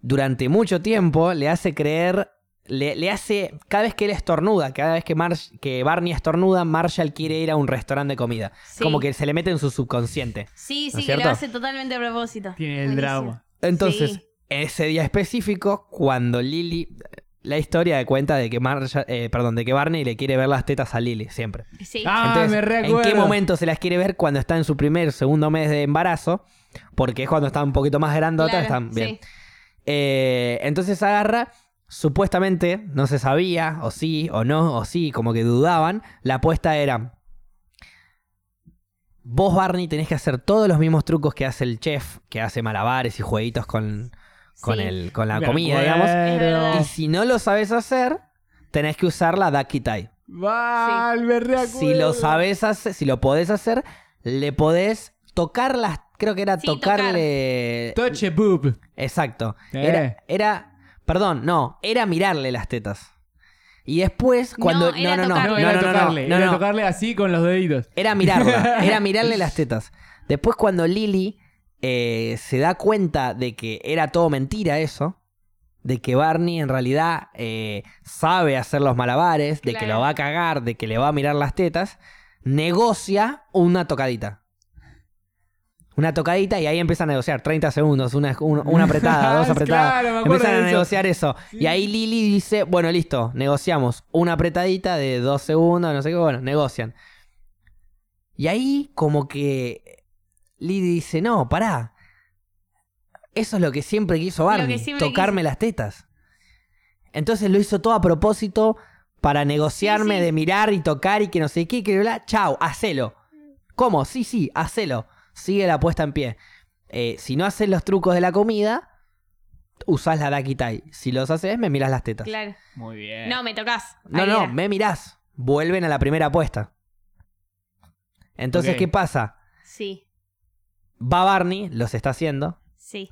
Speaker 1: durante mucho tiempo le hace creer, le, le hace, cada vez que él estornuda, cada vez que, Marsh- que Barney estornuda, Marshall quiere ir a un restaurante de comida.
Speaker 6: Sí.
Speaker 1: Como que se le mete en su subconsciente.
Speaker 6: Sí, sí,
Speaker 1: ¿No es
Speaker 6: que lo
Speaker 1: cierto?
Speaker 6: hace totalmente a propósito.
Speaker 3: Tiene el
Speaker 6: Buenísimo.
Speaker 3: drama.
Speaker 1: Entonces,
Speaker 6: Sí.
Speaker 1: ese día específico, cuando Lily. La historia de cuenta de que Marshall- eh, perdón, de que Barney le quiere ver las tetas a Lily, siempre.
Speaker 6: Sí.
Speaker 3: Ah, me reacuerdo.
Speaker 1: ¿En qué momento se las quiere ver? Cuando está en su primer, segundo mes de embarazo, porque es cuando está un poquito más grandota,
Speaker 6: Claro,
Speaker 1: están bien.
Speaker 6: sí.
Speaker 1: Eh, entonces agarra, supuestamente, no se sabía, o sí, o no, o sí, como que dudaban. La apuesta era: Vos, Barney, tenés que hacer todos los mismos trucos que hace el chef, que hace malabares y jueguitos con, con,
Speaker 6: Sí.
Speaker 1: el, con la
Speaker 3: Me
Speaker 1: comida,
Speaker 3: acuerdo.
Speaker 1: digamos.
Speaker 6: Es verdad.
Speaker 1: Y si no lo sabes hacer, tenés que usar la Dakitai.
Speaker 3: Val, me reacuerdo.
Speaker 1: Si lo sabes hacer, si lo podés hacer, le podés tocar las. Creo que era
Speaker 6: Sí, tocar.
Speaker 1: tocarle.
Speaker 3: Toche boob.
Speaker 1: Exacto.
Speaker 3: Eh.
Speaker 1: Era, era. Perdón, no. Era mirarle las tetas. Y después, cuando.
Speaker 6: No,
Speaker 1: No,
Speaker 6: era
Speaker 1: no, no.
Speaker 6: tocarle.
Speaker 1: No,
Speaker 3: era
Speaker 1: no, no, no,
Speaker 3: tocarle.
Speaker 1: no,
Speaker 3: era
Speaker 1: no.
Speaker 3: tocarle así con los deditos.
Speaker 1: Era mirarla. Era mirarle las tetas. Después, cuando Lily eh, se da cuenta de que era todo mentira eso. De que Barney en realidad eh, sabe hacer los malabares, de que
Speaker 6: Claro.
Speaker 1: lo va a cagar, de que le va a mirar las tetas, negocia una tocadita. Una tocadita y ahí empieza a negociar. 30 segundos, una, una- una apretada, dos apretadas.
Speaker 3: Claro, me acuerdo
Speaker 1: Empiezan
Speaker 3: de
Speaker 1: a
Speaker 3: eso.
Speaker 1: negociar eso. Y ahí Lili dice, bueno, listo, negociamos. Una apretadita de dos segundos, no sé qué, bueno, negocian. Y ahí como que Lili dice, no, pará. Eso es lo que siempre quiso
Speaker 6: que
Speaker 1: Barney,
Speaker 6: siempre
Speaker 1: tocarme las tetas. Entonces lo hizo todo a propósito para negociarme
Speaker 6: Sí, sí.
Speaker 1: de mirar y tocar y que no sé qué, que bla, chao, hacelo.
Speaker 6: Mm.
Speaker 1: ¿Cómo? Sí, sí, hacelo. Sigue la puesta en pie. Eh, si no haces los trucos de la comida, usás la Dakitai. Si los haces, me mirás las tetas.
Speaker 6: Claro.
Speaker 3: Muy bien.
Speaker 6: No, me tocas.
Speaker 1: No, no, me mirás. Vuelven a la primera apuesta. Entonces,
Speaker 3: Ok.
Speaker 1: ¿qué pasa?
Speaker 6: Sí,
Speaker 1: Va Barney, los está haciendo.
Speaker 6: sí.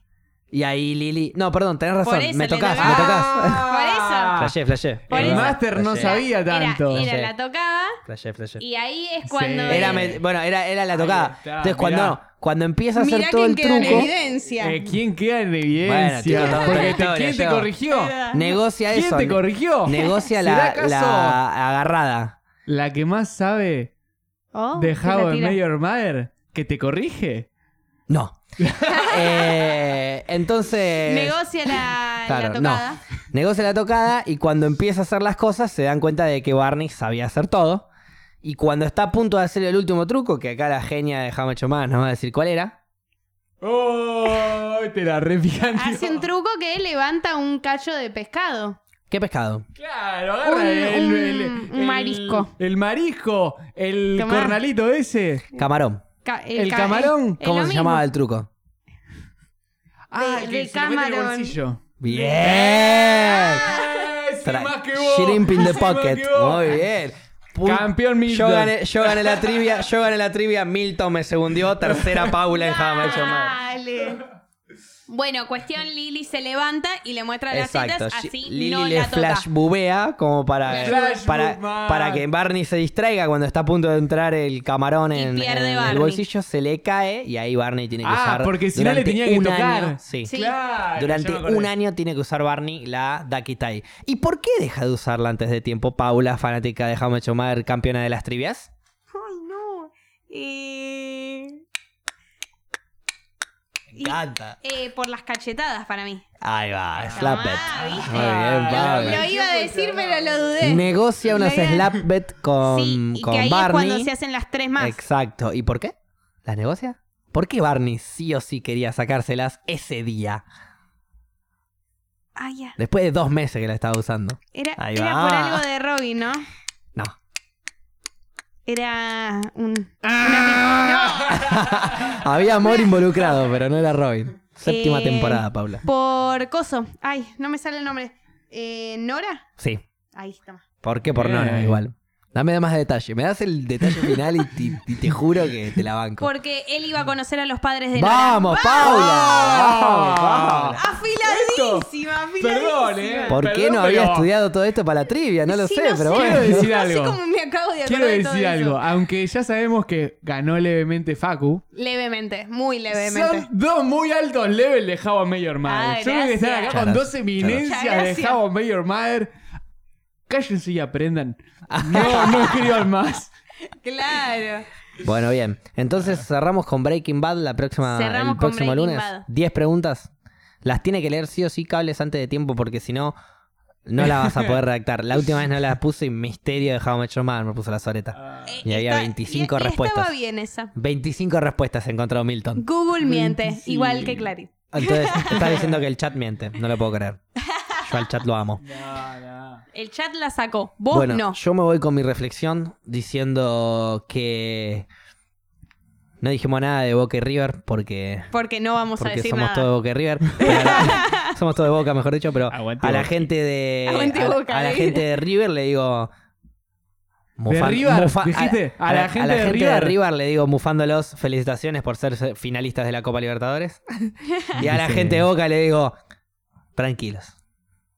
Speaker 1: Y ahí Lili. No, perdón, tenés razón.
Speaker 6: Por eso
Speaker 1: Me
Speaker 6: le
Speaker 1: tocás,
Speaker 6: tocás.
Speaker 1: me tocás.
Speaker 6: Por
Speaker 1: Flashé, flashé.
Speaker 6: Por
Speaker 3: Ah. el
Speaker 6: eso.
Speaker 3: máster no
Speaker 1: Flashé,
Speaker 3: sabía
Speaker 6: Era,
Speaker 3: tanto.
Speaker 6: era
Speaker 1: Sí.
Speaker 6: la tocaba
Speaker 1: Flashé, flashé.
Speaker 6: y eh, ahí es cuando...
Speaker 3: Sí.
Speaker 1: Era me- bueno, era, era la tocada.
Speaker 3: está,
Speaker 1: Entonces,
Speaker 3: Ah, mirá.
Speaker 1: cuando, cuando empieza a hacer
Speaker 2: Mirá
Speaker 1: todo
Speaker 2: quién
Speaker 1: el
Speaker 2: quedó en
Speaker 1: truco,
Speaker 2: evidencia.
Speaker 3: Eh, ¿Quién queda en evidencia?
Speaker 1: Bueno, tío,
Speaker 3: Porque
Speaker 1: la
Speaker 3: te-
Speaker 1: historia,
Speaker 3: ¿Quién te
Speaker 1: yo.
Speaker 3: corrigió?
Speaker 1: negocia
Speaker 3: ¿Quién
Speaker 1: eso.
Speaker 3: te
Speaker 1: ne-
Speaker 3: corrigió?
Speaker 1: Negocia
Speaker 3: ¿Será
Speaker 1: la,
Speaker 3: acaso
Speaker 1: la agarrada.
Speaker 3: La que más sabe
Speaker 2: Oh,
Speaker 3: de
Speaker 2: se la
Speaker 3: How I
Speaker 2: tira.
Speaker 3: Met Your Mother que te corrige.
Speaker 1: No. Eh, entonces.
Speaker 2: Negocia la,
Speaker 1: Claro,
Speaker 2: la
Speaker 1: no.
Speaker 2: tocada.
Speaker 1: Negocia la tocada y cuando empieza a hacer las cosas se dan cuenta de que Barney sabía hacer todo. Y cuando está a punto de hacer el último truco, que acá la genia de How Much Más nos va a decir cuál era.
Speaker 3: ¡Oh! Te la repican.
Speaker 2: Hace un truco que levanta un cacho de pescado.
Speaker 1: ¿Qué pescado?
Speaker 3: Claro, agarra
Speaker 2: Un-
Speaker 3: el,
Speaker 2: un-
Speaker 3: el-
Speaker 2: un
Speaker 3: el-
Speaker 2: marisco.
Speaker 3: El marisco, el
Speaker 2: Tomá.
Speaker 3: cornalito ese.
Speaker 1: Camarón.
Speaker 2: Ca-
Speaker 3: ¿El
Speaker 2: ca-
Speaker 3: camarón?
Speaker 2: es
Speaker 1: ¿Cómo
Speaker 2: lo
Speaker 1: se
Speaker 2: mismo.
Speaker 1: llamaba el truco?
Speaker 2: de
Speaker 3: que se lo mete en Ah, el
Speaker 2: camarón.
Speaker 3: bolsillo.
Speaker 1: ¡Bien!
Speaker 3: ¡Eh! Sé
Speaker 1: Tra-
Speaker 3: más que vos,
Speaker 1: Shrimp in the
Speaker 3: sé más
Speaker 1: pocket.
Speaker 3: que vos.
Speaker 1: Muy bien. Pu-
Speaker 3: Campeón
Speaker 1: yo
Speaker 3: Milton.
Speaker 1: gané, yo gané la trivia, yo gané la trivia, Milton me segundió, tercera Paula en How I Met Your Mother.
Speaker 2: Dale.
Speaker 6: Bueno, cuestión, Lily se levanta y le muestra las
Speaker 1: Exacto.
Speaker 6: tetas,
Speaker 1: Shi-
Speaker 6: así
Speaker 1: Lily
Speaker 6: no
Speaker 1: le
Speaker 6: la toca.
Speaker 1: flash bubea como para, eh,
Speaker 3: Flash
Speaker 1: para,
Speaker 3: boob,
Speaker 1: para
Speaker 3: man.
Speaker 1: que Barney se distraiga cuando está a punto de entrar el camarón
Speaker 6: Y
Speaker 1: en,
Speaker 6: pierde
Speaker 1: en el
Speaker 6: Barney.
Speaker 1: bolsillo, se le cae y ahí Barney tiene que
Speaker 3: Ah,
Speaker 1: usar.
Speaker 3: porque si no le
Speaker 1: durante
Speaker 3: tenía que
Speaker 1: un
Speaker 3: tocar.
Speaker 1: año- sí.
Speaker 2: Sí.
Speaker 3: Claro,
Speaker 1: Durante
Speaker 3: ya me acordé.
Speaker 1: un año tiene que usar Barney la Ducky Tie. ¿Y por qué deja de usarla antes de tiempo Paula, fanática de How I Met Your Mother, campeona de las trivias?
Speaker 6: Ay, no. Eh,
Speaker 1: Me encanta.
Speaker 6: eh, por las cachetadas para mí.
Speaker 1: Ahí va, slap
Speaker 6: Ah,
Speaker 1: bet.
Speaker 6: ¿viste?
Speaker 1: Muy bien,
Speaker 3: Ah,
Speaker 6: Lo
Speaker 1: Paula.
Speaker 6: iba a decir, pero lo dudé.
Speaker 1: Negocia unas
Speaker 6: Lo iba-
Speaker 1: slap bet con,
Speaker 6: sí, y
Speaker 1: con
Speaker 6: que ahí es
Speaker 1: Barney.
Speaker 6: cuando se hacen las tres más.
Speaker 1: Exacto. ¿Y por qué? ¿Las negocia? ¿Por qué Barney sí o sí quería sacárselas ese día?
Speaker 6: Ah, ya.
Speaker 1: Después de dos meses que la estaba usando.
Speaker 2: Era,
Speaker 1: Ahí
Speaker 2: era
Speaker 1: va.
Speaker 2: por algo de Robin, ¿no?
Speaker 1: No.
Speaker 2: Era un.
Speaker 1: Había amor involucrado, pero no era Robin. Séptima
Speaker 2: Eh,
Speaker 1: temporada, Paula.
Speaker 2: Por coso. Ay, no me sale el nombre. Eh, ¿Nora?
Speaker 1: Sí.
Speaker 2: Ahí está.
Speaker 1: ¿Por qué por
Speaker 3: Eh.
Speaker 1: no? No, igual. Dame más detalle. Me das el detalle final y, ti- y te juro que te la banco.
Speaker 6: Porque él iba a conocer a los padres de Nora.
Speaker 1: ¡Vamos, Paula! ¡Vamos, Paula!
Speaker 6: Afiladísima, afiladísima.
Speaker 3: Perdón, eh.
Speaker 1: ¿Por qué
Speaker 3: Perdón,
Speaker 1: no había
Speaker 3: pero
Speaker 1: estudiado todo esto para la trivia? No lo
Speaker 6: Sí,
Speaker 1: sé,
Speaker 6: no
Speaker 1: pero
Speaker 6: sé.
Speaker 1: bueno.
Speaker 3: Quiero decir
Speaker 6: No sé
Speaker 3: algo.
Speaker 6: cómo me acabo de acordar
Speaker 3: Quiero
Speaker 6: de todo
Speaker 3: decir
Speaker 6: eso.
Speaker 3: algo. Aunque ya sabemos que ganó levemente Facu.
Speaker 2: Levemente, muy levemente.
Speaker 3: Son dos muy altos levels de How I Met Your Mother.
Speaker 6: Ah,
Speaker 3: Yo creo que están acá
Speaker 1: gracias.
Speaker 3: con dos
Speaker 1: Muchas
Speaker 3: eminencias
Speaker 6: gracias.
Speaker 3: de How I Met Your Mother. Cállense y aprendan. No, no escriban más.
Speaker 6: Claro.
Speaker 1: Bueno, bien. Entonces cerramos con Breaking Bad la próxima,
Speaker 6: Cerramos
Speaker 1: el
Speaker 6: con
Speaker 1: próximo
Speaker 6: Breaking
Speaker 1: lunes.
Speaker 6: Bad.
Speaker 1: 10 preguntas. Las tiene que leer sí o sí cables antes de tiempo porque si no, no la vas a poder redactar. La última vez no la puse y misterio de How I Met Your Mother me puso la soreta.
Speaker 6: Eh,
Speaker 1: Y había
Speaker 6: está-
Speaker 1: 25
Speaker 6: y- y
Speaker 1: respuestas.
Speaker 6: Estaba bien esa.
Speaker 1: 25 respuestas encontró Milton.
Speaker 6: Google miente,
Speaker 3: 25.
Speaker 6: igual que Clarín.
Speaker 1: Entonces, está diciendo que el chat miente. No lo puedo creer. Yo al chat lo amo.
Speaker 6: El chat la sacó, vos
Speaker 1: bueno,
Speaker 6: no.
Speaker 1: yo me voy con mi reflexión diciendo que no dijimos nada de Boca y River porque,
Speaker 6: Porque no vamos a
Speaker 1: porque
Speaker 6: decir
Speaker 1: somos
Speaker 6: nada.
Speaker 1: todos Boca y River. Pero a la- somos todos de Boca, mejor dicho, pero
Speaker 3: Aguante
Speaker 1: a la
Speaker 3: Boca.
Speaker 1: gente de
Speaker 6: Aguante
Speaker 1: a, la-
Speaker 6: Boca,
Speaker 1: a la
Speaker 6: eh.
Speaker 1: gente de River le digo mufan-
Speaker 3: River,
Speaker 1: mufa-
Speaker 3: dijiste? A la gente de
Speaker 1: de
Speaker 3: River.
Speaker 1: River le digo mufándolos felicitaciones por ser finalistas de la Copa Libertadores. y a la
Speaker 3: Dice-
Speaker 1: gente de Boca le digo tranquilos,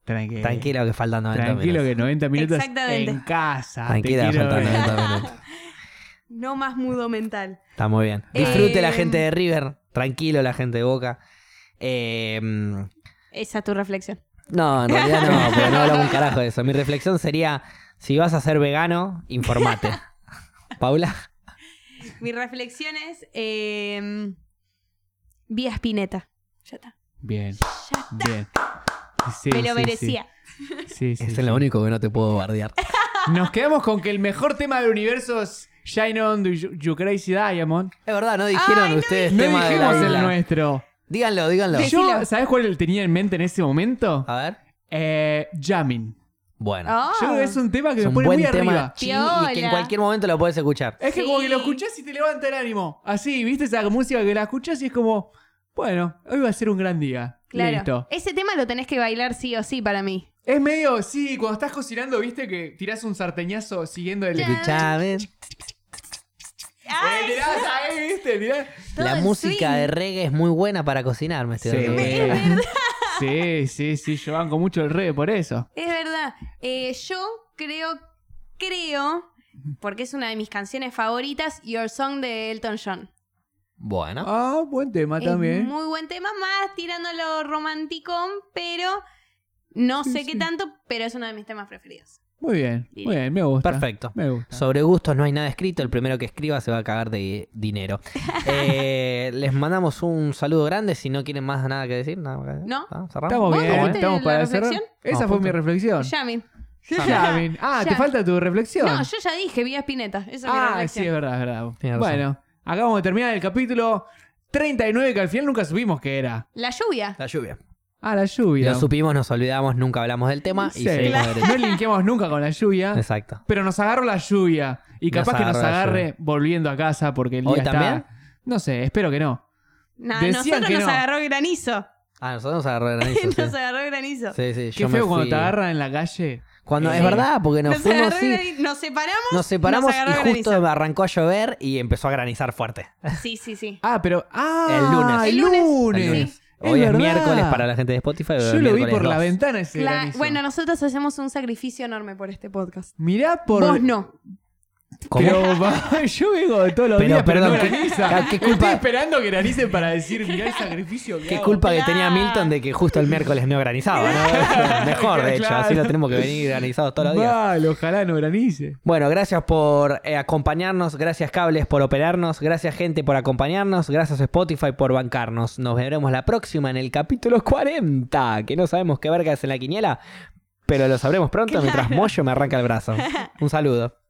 Speaker 3: Tranquilo.
Speaker 1: tranquilo que faltan 90
Speaker 3: Tranquilo
Speaker 1: minutos. Ah,
Speaker 3: que 90 minutos
Speaker 6: Exactamente.
Speaker 3: en casa.
Speaker 1: Tranquila,
Speaker 3: Te quiero
Speaker 1: faltan
Speaker 3: ver.
Speaker 1: 90 minutos.
Speaker 6: No más mudo mental.
Speaker 1: Está muy bien.
Speaker 6: Eh,
Speaker 1: Disfrute la gente de River, tranquilo la gente de Boca. Eh,
Speaker 6: Esa es tu reflexión.
Speaker 1: no, en realidad no, pero no hablamos un carajo de eso. Mi reflexión sería, si vas a ser vegano, informate. Paula,
Speaker 6: Mi reflexión es. Eh, Vía Spinetta. Ya está.
Speaker 3: Bien,
Speaker 6: Ya está.
Speaker 3: bien. Sí,
Speaker 6: Me lo
Speaker 3: sí,
Speaker 6: merecía.
Speaker 3: Sí, sí,
Speaker 1: es
Speaker 3: sí.
Speaker 1: lo único que no te puedo bardear.
Speaker 3: Nos quedamos con que el mejor tema del universo es Shine On, Do You, You Crazy Diamond.
Speaker 1: Es verdad, no dijeron ustedes
Speaker 3: No
Speaker 1: tema de la
Speaker 3: dijimos el
Speaker 1: isla.
Speaker 3: nuestro.
Speaker 1: Díganlo, díganlo.
Speaker 3: Yo, ¿Sabes cuál tenía en mente en ese momento?
Speaker 1: A ver.
Speaker 3: Eh, Jamming.
Speaker 1: Bueno.
Speaker 6: Oh,
Speaker 3: Yo creo que es un tema Ah, que
Speaker 1: es
Speaker 3: me
Speaker 1: un
Speaker 3: pone
Speaker 1: buen
Speaker 3: muy
Speaker 1: tema
Speaker 3: arriba.
Speaker 1: chi- y que en
Speaker 6: Piola.
Speaker 1: cualquier momento lo puedes escuchar.
Speaker 3: Es que como que lo
Speaker 6: Sí.
Speaker 3: escuchás y te levanta el ánimo. Así, ¿viste? Esa música que la escuchás y es como, bueno, hoy va a ser un gran día.
Speaker 2: Oh, Claro.
Speaker 3: Listo.
Speaker 2: Ese tema lo tenés que bailar sí o sí para mí.
Speaker 3: Es medio, sí, cuando estás cocinando, ¿viste? Que tirás un sarteñazo siguiendo el... Eh,
Speaker 1: Escuchame.
Speaker 6: ay,
Speaker 3: tirás ahí, ¿viste? Tirás.
Speaker 6: todo
Speaker 1: La
Speaker 6: el
Speaker 1: música
Speaker 6: swing.
Speaker 1: de reggae es muy buena para cocinar, me estoy dando cuenta.
Speaker 3: sí, sí, sí, yo banco mucho el re por eso.
Speaker 6: Es verdad. Eh, yo creo, creo, porque es una de mis canciones favoritas, Your Song de Elton John.
Speaker 1: Bueno.
Speaker 3: Ah, buen tema
Speaker 6: Es
Speaker 3: también.
Speaker 6: muy buen tema, más tirándolo romanticón, pero no sé qué tanto, pero es uno de mis temas preferidos.
Speaker 3: Muy bien, muy bien, me gusta.
Speaker 1: Perfecto.
Speaker 3: Me gusta.
Speaker 1: Sobre gustos no hay nada escrito, el primero que escriba se va a cagar de dinero. Eh, les mandamos un saludo grande, si no quieren más nada que decir, nada más que decir.
Speaker 6: No.
Speaker 1: Ah, cerramos.
Speaker 3: Estamos
Speaker 6: ¿Vos
Speaker 3: bien, ¿eh?
Speaker 6: dijiste
Speaker 3: estamos
Speaker 6: la
Speaker 3: para cerrar.
Speaker 6: reflexión?
Speaker 3: Esa
Speaker 1: No,
Speaker 3: fue
Speaker 1: punto.
Speaker 3: mi reflexión.
Speaker 6: Yamin.
Speaker 3: Yamin. Ah, ¿te
Speaker 6: Ya.
Speaker 3: falta tu reflexión?
Speaker 6: No, yo ya dije, vía Spinetta. Esa
Speaker 3: ah,
Speaker 6: es mi
Speaker 3: sí, es
Speaker 6: reflexión.
Speaker 3: verdad, es verdad.
Speaker 1: Tienes razón.
Speaker 3: Bueno, acabamos de terminar el capítulo 39, que al final nunca supimos que era.
Speaker 6: La lluvia.
Speaker 1: La lluvia.
Speaker 3: Ah, la lluvia.
Speaker 1: Lo supimos, nos olvidamos, nunca hablamos del tema y
Speaker 3: Sí.
Speaker 1: seguimos derecho.
Speaker 3: No linkeamos nunca con la lluvia,
Speaker 1: Exacto.
Speaker 3: pero nos agarró la lluvia. Y
Speaker 1: Nos
Speaker 3: capaz que nos
Speaker 1: agarró la
Speaker 3: agarre volviendo a casa porque el día
Speaker 1: ¿Hoy
Speaker 3: está-
Speaker 1: también?
Speaker 3: No sé, espero que no.
Speaker 6: Nah,
Speaker 3: Decían
Speaker 6: nosotros
Speaker 3: que
Speaker 6: nos
Speaker 3: no.
Speaker 6: agarró granizo.
Speaker 1: Ah, nosotros nos agarró granizo. sí.
Speaker 6: nos agarró granizo.
Speaker 1: Sí, sí,
Speaker 3: Qué
Speaker 1: yo me
Speaker 3: feo cuando
Speaker 1: fui.
Speaker 3: te agarran en la calle.
Speaker 1: Cuando,
Speaker 3: Sí.
Speaker 1: Es verdad, porque nos,
Speaker 6: Nos,
Speaker 1: fuimos
Speaker 6: agarró
Speaker 1: así.
Speaker 6: granizo. Nos separamos.
Speaker 1: Nos separamos
Speaker 6: agarró
Speaker 1: y justo
Speaker 6: granizo.
Speaker 1: arrancó a llover y empezó a granizar fuerte.
Speaker 6: Sí, sí, sí.
Speaker 3: Ah, pero. Ah,
Speaker 1: El lunes.
Speaker 3: El
Speaker 6: El lunes.
Speaker 3: lunes.
Speaker 1: El lunes.
Speaker 3: Es
Speaker 1: Hoy es,
Speaker 3: verdad.
Speaker 1: miércoles para la gente de Spotify. pero
Speaker 3: Yo lo vi
Speaker 1: miércoles
Speaker 3: por la
Speaker 1: dos.
Speaker 3: ventana ese
Speaker 6: Cla-
Speaker 3: granizo.
Speaker 6: bueno, nosotros hacemos un sacrificio enorme por este podcast.
Speaker 3: Mirá por.
Speaker 6: Vos no.
Speaker 1: ¿Cómo?
Speaker 3: Pero va, yo vengo de todos los
Speaker 1: Pero,
Speaker 3: días,
Speaker 1: perdón,
Speaker 3: pero no
Speaker 1: ¿qué-
Speaker 3: graniza.
Speaker 1: qué culpa-
Speaker 3: Estoy esperando que granicen para decir, mirá el sacrificio que
Speaker 1: Qué
Speaker 3: hago.
Speaker 1: culpa que tenía Milton de que justo el miércoles no granizaba, ¿no? Mejor, de hecho, así lo tenemos que venir granizados todos los días.
Speaker 3: Mal, ojalá no granice.
Speaker 1: Bueno, gracias por eh, acompañarnos, gracias cables por operarnos, gracias gente por acompañarnos, gracias Spotify por bancarnos. Nos veremos la próxima en el capítulo 40, que no sabemos qué verga es en la quiniela, pero lo sabremos pronto mientras Moyo me arranca el brazo. Un saludo.